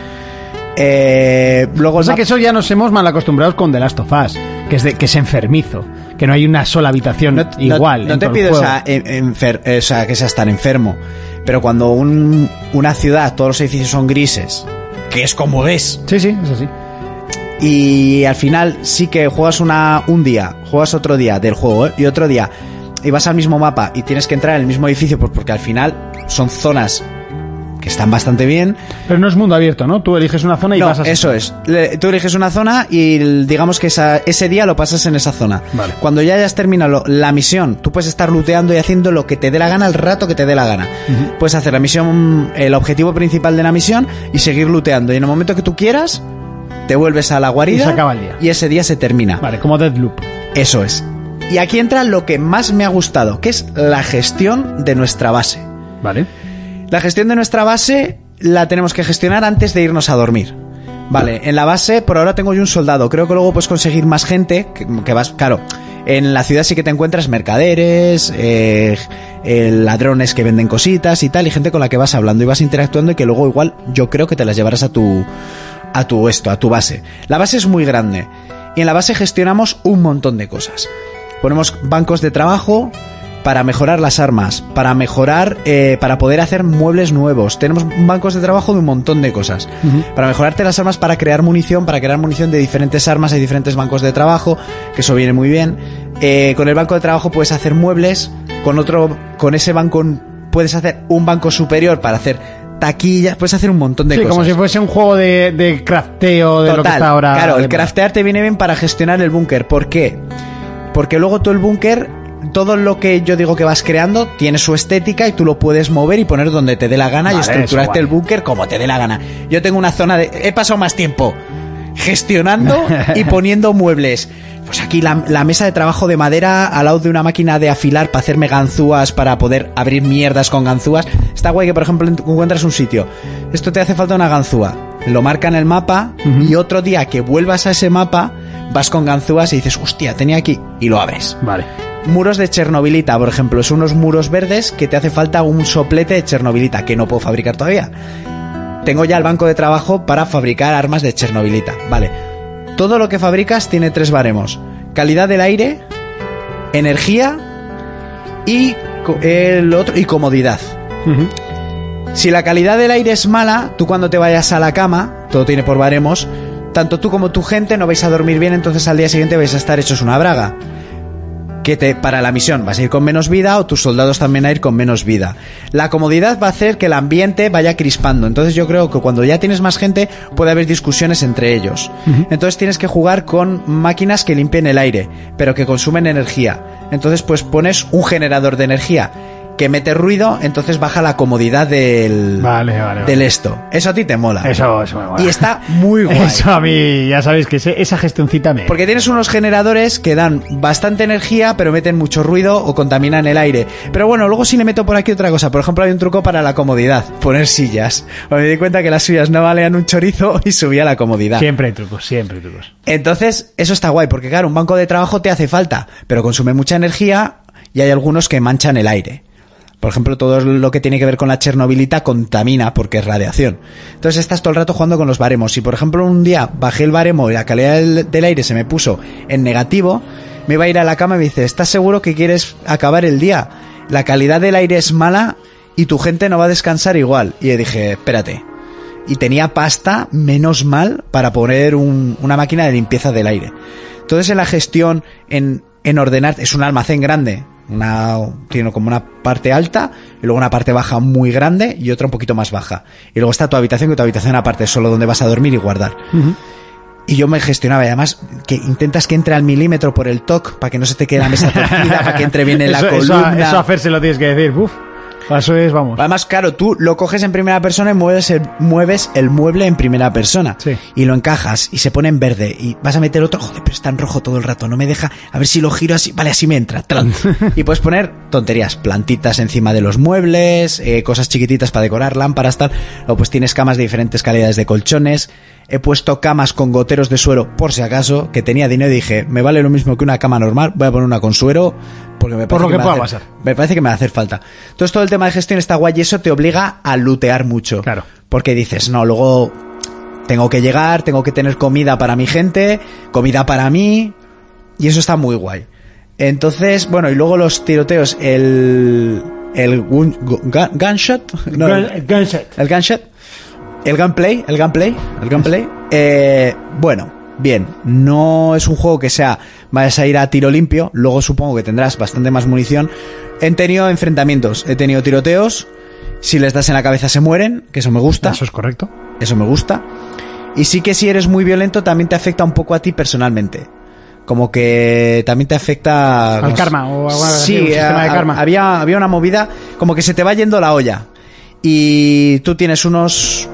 S3: Eh, luego el
S2: Pasa
S3: mapa-
S2: que eso ya nos hemos mal acostumbrados con The Last of Us, que es, de, que es enfermizo, que no hay una sola habitación
S3: No- no-
S2: igual.
S3: No,
S2: en
S3: te
S2: todo el
S3: pido
S2: juego.
S3: esa en- enfer- eh, o sea, que seas tan enfermo. Pero cuando un- una ciudad, todos los edificios son grises, que es como es,
S2: Sí, sí, es así.
S3: y al final sí que juegas una, un día, juegas otro día del juego ¿eh? y otro día, y vas al mismo mapa y tienes que entrar en el mismo edificio, pues porque al final son zonas que están bastante bien.
S6: Pero no es mundo abierto, ¿no? Tú eliges una zona y
S3: No,
S6: vas a...
S3: eso es. Le- tú eliges una zona y el- digamos que esa- ese día lo pasas en esa zona.
S6: Vale.
S3: Cuando ya hayas terminado lo- la misión, tú puedes estar looteando y haciendo lo que te dé la gana al rato que te dé la gana. Puedes hacer la misión, el objetivo principal de la misión y seguir looteando. Y en el momento que tú quieras, te vuelves a la guarida.
S6: Y se acaba el día.
S3: y ese día se termina.
S6: Vale, como Deadloop.
S3: Eso es. Y aquí entra lo que más me ha gustado, que es la gestión de nuestra base.
S6: Vale.
S3: La gestión de nuestra base la tenemos que gestionar antes de irnos a dormir. Vale, en la base por ahora tengo yo un soldado. Creo que luego puedes conseguir más gente que, que vas, claro. En la ciudad sí que te encuentras mercaderes, eh, eh, ladrones que venden cositas y tal, y gente con la que vas hablando y vas interactuando y que luego igual yo creo que te las llevarás a tu a tu esto, a tu base. La base es muy grande y en la base gestionamos un montón de cosas. Ponemos bancos de trabajo para mejorar las armas, para mejorar, eh, para poder hacer muebles nuevos. Tenemos bancos de trabajo de un montón de cosas. Para mejorarte las armas, para crear munición, para crear munición de diferentes armas, hay diferentes bancos de trabajo, que eso viene muy bien. Eh, con el banco de trabajo puedes hacer muebles, con otro, con ese banco puedes hacer un banco superior para hacer taquillas, puedes hacer un montón de
S2: Sí,
S3: cosas.
S2: como si fuese un juego de, de crafteo de lo que
S3: Total,
S2: está ahora.
S3: Claro,
S2: de-
S3: el craftear te viene bien para gestionar el búnker. ¿Por qué? Porque luego tú el búnker, todo lo que yo digo que vas creando, tiene su estética y tú lo puedes mover y poner donde te dé la gana y
S2: Vale, eso,
S3: estructurarte
S2: vale.
S3: el búnker como te dé la gana. Yo tengo una zona de... He pasado más tiempo gestionando y poniendo muebles. Pues aquí la, la mesa de trabajo de madera al lado de una máquina de afilar para hacerme ganzúas, para poder abrir mierdas con ganzúas. Está guay que, por ejemplo, en- encuentras un sitio. Esto te hace falta una ganzúa. Lo marca en el mapa y otro día que vuelvas a ese mapa, vas con ganzúas y dices, hostia, tenía aquí y lo abres.
S6: Vale.
S3: Muros de Chernobilita, por ejemplo, son unos muros verdes que te hace falta un soplete de Chernobilita, que no puedo fabricar todavía. Tengo ya el banco de trabajo para fabricar armas de Chernobilita, vale. Todo lo que fabricas tiene tres baremos. Calidad del aire, energía y, co- el otro, y comodidad. Si la calidad del aire es mala, tú cuando te vayas a la cama, todo tiene por baremos, tanto tú como tu gente no vais a dormir bien, entonces al día siguiente vais a estar hechos una braga. Que te, para la misión vas a ir con menos vida o tus soldados también a ir con menos vida. La comodidad va a hacer que el ambiente vaya crispando. Entonces yo creo que cuando ya tienes más gente puede haber discusiones entre ellos. Entonces tienes que jugar con máquinas que limpien el aire, pero que consumen energía. Entonces pues pones un generador de energía que mete ruido, entonces baja la comodidad del,
S6: Vale, vale, vale.
S3: del esto. Eso a ti te mola.
S6: Eso, eso me mola.
S3: Y está muy guay.
S6: Eso a mí, ya sabéis que ese- esa gestioncita me...
S3: Porque tienes unos generadores que dan bastante energía, pero meten mucho ruido o contaminan el aire. Pero bueno, luego sí le meto por aquí otra cosa. Por ejemplo, hay un truco para la comodidad. Poner sillas. Pues Me di cuenta que las sillas no valían un chorizo y subía la comodidad.
S6: Siempre hay trucos, siempre hay trucos.
S3: Entonces, eso está guay, porque claro, un banco de trabajo te hace falta, pero consume mucha energía y hay algunos que manchan el aire. Por ejemplo, todo lo que tiene que ver con la Chernobilita contamina porque es radiación. Entonces estás todo el rato jugando con los baremos. Si por ejemplo un día bajé el baremo y la calidad del, del aire se me puso en negativo, me iba a ir a la cama y me dice, ¿estás seguro que quieres acabar el día? La calidad del aire es mala y tu gente no va a descansar igual. Y le dije, espérate, y tenía pasta, menos mal, para poner un- una máquina de limpieza del aire. Entonces en la gestión, en, en ordenar, es un almacén grande, una, tiene como una parte alta, y luego una parte baja muy grande y otra un poquito más baja. Y luego está tu habitación, que tu habitación aparte es solo donde vas a dormir y guardar. Y yo me gestionaba, y además, que intentas que entre al milímetro por el TOC, para que no se te quede la mesa torcida, para que entre bien en la
S6: eso, eso a-
S3: columna.
S6: eso a Fer se lo tienes que decir, uf.
S2: Eso es, vamos.
S3: Además, claro, tú lo coges en primera persona y mueves el, mueves el mueble en primera persona.
S2: Sí.
S3: Y lo encajas y se pone en verde. Y vas a meter otro. Joder, pero está en rojo todo el rato. No me deja. A ver si lo giro así. Vale, así me entra. tran. y puedes poner tonterías. Plantitas encima de los muebles. eh, cosas chiquititas para decorar. Lámparas, tal. Luego, pues tienes camas de diferentes calidades de colchones. He puesto camas con goteros de suero por si acaso. Que tenía dinero y dije, me vale lo mismo que una cama normal. Voy a poner una con suero. Porque me
S2: Por
S3: parece
S2: lo que
S3: me va a
S2: pueda
S3: hacer-
S2: pasar.
S3: me parece que me va a hacer falta. Entonces todo el tema de gestión está guay y eso te obliga a lootear mucho.
S2: Claro.
S3: Porque dices, no, luego tengo que llegar, tengo que tener comida para mi gente, comida para mí, y eso está muy guay. Entonces, bueno, y luego los tiroteos, el... el gun- gun- gunshot, no, el- el gunshot, el gunplay, el gunplay, el gunplay. Eh, bueno, bien, no es un juego que sea, vayas a ir a tiro limpio, luego supongo que tendrás bastante más munición. He tenido enfrentamientos, he tenido tiroteos, si les das en la cabeza se mueren, que eso me gusta,
S2: Eso es correcto.
S3: eso me gusta. Y sí que si eres muy violento también te afecta un poco a ti personalmente. Como que también te afecta...
S2: Al
S3: como-
S2: karma, o algo así,
S3: Sí,
S2: un sistema de
S3: a- a-
S2: karma.
S3: Había, había una movida como que se te va yendo la olla. Y tú tienes unos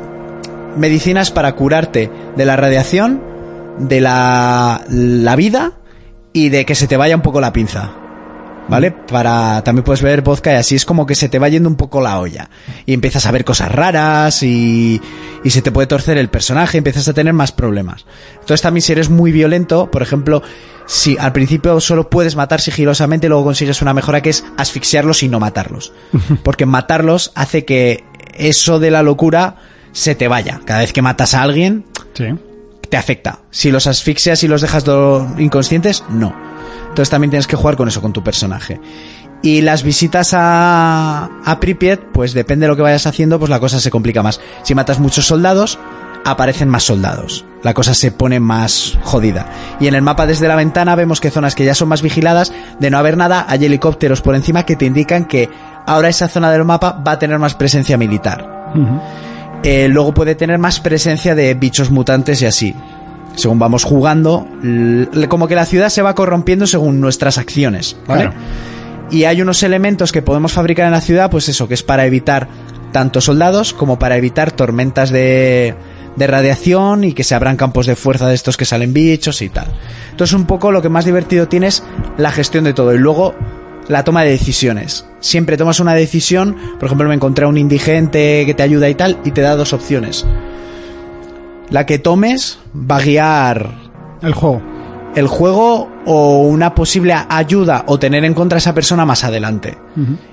S3: medicinas para curarte de la radiación, de la, la vida y de que se te vaya un poco la pinza. ¿Vale? Para, también puedes ver vodka y así es como que se te va yendo un poco la olla. Y empiezas a ver cosas raras y, y se te puede torcer el personaje, empiezas a tener más problemas. Entonces también si eres muy violento, por ejemplo, si al principio solo puedes matar sigilosamente, luego consigues una mejora que es asfixiarlos y no matarlos. Porque matarlos hace que eso de la locura se te vaya. Cada vez que matas a alguien,
S2: Sí.
S3: te afecta. Si los asfixias y los dejas do- inconscientes, no. Entonces también tienes que jugar con eso, con tu personaje. Y las visitas a, a Pripyat, pues depende de lo que vayas haciendo, pues la cosa se complica más. Si matas muchos soldados, aparecen más soldados. La cosa se pone más jodida. Y en el mapa desde la ventana vemos que zonas que ya son más vigiladas, de no haber nada, hay helicópteros por encima que te indican que ahora esa zona del mapa va a tener más presencia militar eh, luego puede tener más presencia de bichos mutantes y así. Según vamos jugando, l- como que la ciudad se va corrompiendo según nuestras acciones, ¿vale?
S2: Claro.
S3: Y hay unos elementos que podemos fabricar en la ciudad, pues eso, que es para evitar tanto soldados como para evitar tormentas de, de radiación y que se abran campos de fuerza de estos que salen bichos y tal. Entonces un poco lo que más divertido tiene es la gestión de todo y luego la toma de decisiones. Siempre tomas una decisión, por ejemplo me encontré a un indigente que te ayuda y tal y te da dos opciones. La que tomes va a guiar
S2: El juego.
S3: el juego o una posible ayuda o tener en contra a esa persona más adelante.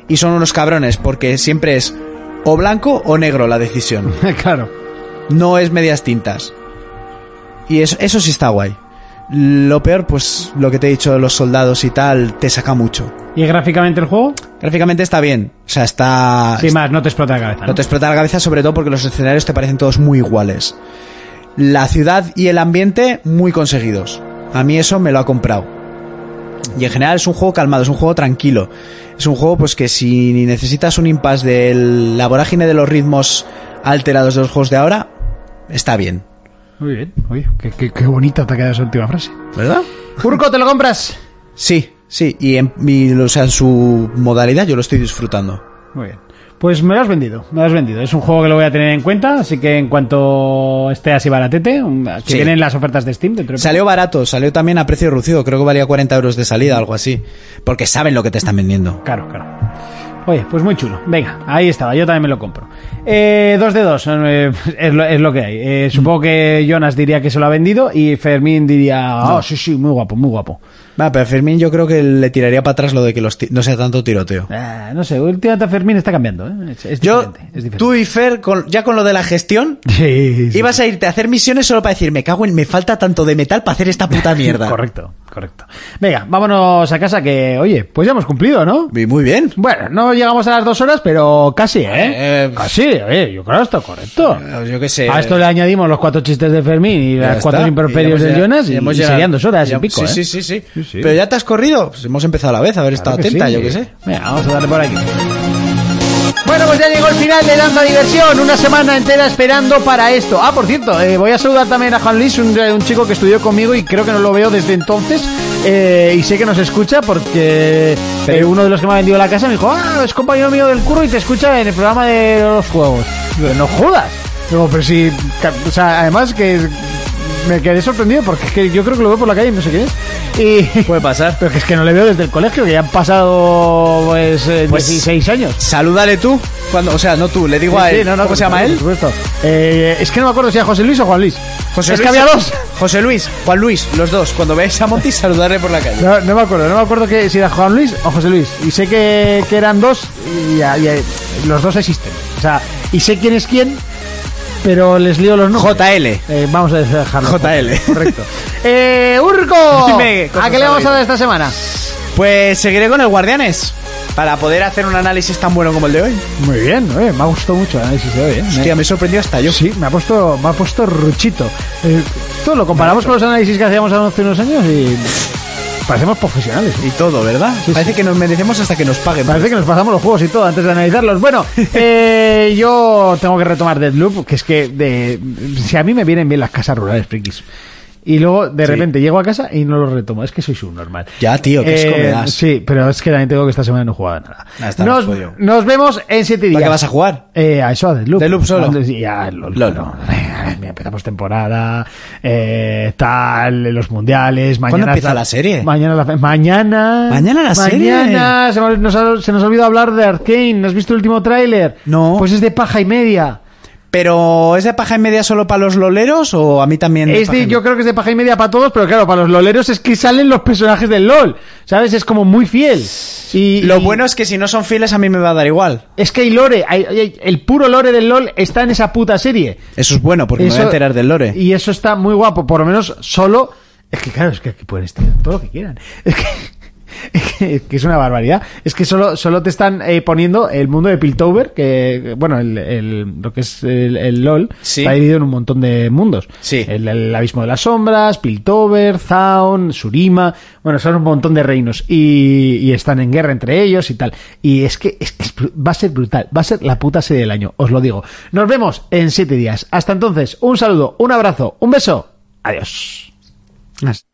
S3: Y son unos cabrones porque siempre es o blanco o negro la decisión.
S2: claro.
S3: No es medias tintas. Y eso, eso sí está guay. Lo peor, pues lo que te he dicho de los soldados y tal, te saca mucho.
S6: ¿Y gráficamente el juego?
S3: Gráficamente está bien. O sea, Ah, está...
S6: Sin más, no te explota la cabeza.
S3: Ah, No te explota la cabeza, sobre todo porque los escenarios te parecen todos muy iguales. La ciudad y el ambiente muy conseguidos. A mí eso me lo ha comprado. Y en general es un juego calmado, es un juego tranquilo. Es un juego pues que si necesitas un impasse de la vorágine de los ritmos alterados de los juegos de ahora, está bien.
S2: Muy bien. Oye, qué, qué, qué bonita te ha quedado esa última frase.
S3: ¿Verdad?
S2: Urco, ¿te lo compras?
S3: Sí, sí. Y en, mi- o sea, en su modalidad yo lo estoy disfrutando.
S6: Muy bien. Pues me lo has vendido, me lo has vendido. Es un juego que lo voy a tener en cuenta, así que en cuanto esté así baratete, un- que
S3: Sí.
S6: vienen las ofertas de Steam dentro de
S3: Salió barato, salió también a precio reducido. Creo que valía 40 euros de salida, algo así. Porque saben lo que te están vendiendo.
S6: Claro, claro. Oye, pues muy chulo. Venga, ahí estaba, yo también me lo compro. Eh, dos de dos, eh, es, lo, es lo que hay. Eh, supongo que Jonas diría que se lo ha vendido y Fermín diría, oh, sí, sí, muy guapo, muy guapo.
S3: Va, pero a Fermín yo creo que le tiraría para atrás lo de que los ti- no sea tanto tiroteo.
S6: Ah, no sé, últimamente Fermín está cambiando, ¿eh? es, es
S3: Yo,
S6: diferente. es diferente.
S3: tú y Fer, con- ya con lo de la gestión,
S6: Sí, sí.
S3: ibas a irte a hacer misiones solo para decir, me cago en, me falta tanto de metal para hacer esta puta mierda.
S6: Correcto, correcto. Venga, vámonos a casa que, oye, pues ya hemos cumplido, ¿no?
S3: Y muy bien.
S6: Bueno, no llegamos a las dos horas, pero casi, ¿eh?
S3: Eh,
S6: casi, oye, yo creo que está correcto.
S3: Eh, Yo qué sé.
S6: A Ah, esto le añadimos los cuatro chistes de Fermín y
S3: Ya
S6: las
S3: está.
S6: cuatro improperios
S3: Y
S6: de
S3: hemos llegado-
S6: Jonas y,
S3: y hemos
S6: y
S3: llegado-
S6: serían dos horas
S3: y
S6: y
S3: hemos-
S6: pico,
S3: sí,
S6: ¿eh?
S3: sí, sí, sí,
S6: sí.
S3: Pero ya te has corrido. Pues hemos empezado a la vez, haber estado
S6: Claro que
S3: atenta,
S6: sí.
S3: yo qué sé.
S6: Venga, vamos a darle por aquí.
S2: Bueno, pues pues ya llegó el final de Danza Diversión. Una semana entera esperando para esto. Ah, por cierto, eh, voy a saludar también a Juan Luis, un, eh, un chico que estudió conmigo y creo que no lo veo desde entonces. Eh, y sé que nos escucha porque eh, uno de los que me ha vendido la casa me dijo, ah, es compañero mío del curro y te escucha en el programa de los juegos. Digo, no jodas. Digo, pero sí, ca- o sea, además que me quedé sorprendido porque es que yo creo que lo veo por la calle y no sé quién es. Y
S3: Puede pasar.
S2: pero que es que no le veo desde el colegio, que ya han pasado pues, eh,
S3: Pues-
S2: 16 años.
S3: Salúdale tú. Cuando, o sea, no tú, le digo a
S2: Sí,
S3: él.
S2: sí, no, no,
S3: ¿Cómo
S2: por
S3: se llama él?
S2: supuesto, por supuesto. Eh, es que no me acuerdo si era José Luis o Juan Luis. es que había dos.
S3: José Luis, Juan Luis, los dos. Cuando veáis a Monty, saludarle por la calle.
S2: No, no me acuerdo, no me acuerdo que, si era Juan Luis o José Luis. Y sé que, que eran dos y, ya- ya- los dos existen. O sea, y sé quién es quién, pero les lío los nombres.
S3: JL.
S2: Eh, vamos a dejarlo.
S3: JL.
S2: Correcto. Eh, Urco,
S3: Dime,
S2: ¿a
S3: cosas
S2: qué le vamos a
S3: favoritas.
S2: dar esta semana?
S3: Pues seguiré con el Guardianes. Para poder hacer un análisis tan bueno como el de hoy.
S2: Muy bien, eh, me ha gustado mucho el análisis de hoy. eh. Me-
S3: Hostia, me he sorprendido hasta yo.
S2: Sí, me ha puesto, me ha puesto ruchito. Eh, todo lo comparamos con los análisis que hacíamos hace unos años y parecemos profesionales. ¿eh?
S3: Y todo, ¿verdad?
S2: Sí,
S3: Parece que nos merecemos hasta que nos paguen.
S2: Parece que nos pasamos los juegos y todo antes de analizarlos. Bueno, eh, yo tengo que retomar Deadloop, que es que de, si a mí me vienen bien las casas rurales, frikis. Y luego de repente llego a casa y no los retomo. Es que soy subnormal. Eh,
S3: Ya, tío, qué asco me das.
S2: Sí, pero es que también tengo que esta semana no he jugado a nada.
S3: Ah, está,
S2: nos,
S3: no has podido.
S2: nos vemos en siete días.
S3: ¿Para qué vas a jugar?
S2: Eh, a eso, a Deathloop.
S3: Deathloop solo.
S2: Antes- y a LOL.
S3: LOL.
S2: no. Eh, mira, empezamos temporada, eh, tal, los mundiales, mañana...
S3: empieza
S2: está-
S3: la serie?
S2: Mañana la, mañana...
S3: Mañana la serie.
S2: Mañana, Ah, se me- nos, ha- se nos ha olvidado hablar de Arkane, ¿no has visto el último tráiler?
S3: No.
S2: Pues es de paja y media.
S3: Pero, ¿es de paja y media solo para los loleros o a mí también?
S2: Es
S3: paja y
S2: de,
S3: media?
S2: yo creo que es de paja y media para todos, pero claro, para los loleros es que salen los personajes del LOL, ¿sabes? Es como muy fiel. Y,
S3: Lo
S2: y-
S3: bueno es que si no son fieles a mí me va a dar igual.
S2: Es que hay lore, hay- hay- el puro lore del LOL está en esa puta serie.
S3: Eso es bueno porque me voy a
S2: Eso-
S3: enterar del lore.
S2: Y eso está muy guapo, por lo menos solo. Es que claro, es que aquí pueden estar todo lo que quieran. Es que. Es que- es que es una barbaridad. Es que solo, solo te están eh, poniendo el mundo de Piltover, que, bueno, el, el- lo que es el, el LOL,
S3: Sí.
S2: está dividido en un montón de mundos.
S3: Sí.
S2: El, el Abismo de las Sombras, Piltover, Zaun, Surima, bueno, son un montón de reinos y, y están en guerra entre ellos y tal. Y es que, es que es bru- va a ser brutal, va a ser la puta serie del año, os lo digo. Nos vemos en siete días. Hasta entonces, un saludo, un abrazo, un beso. Adiós.
S3: As-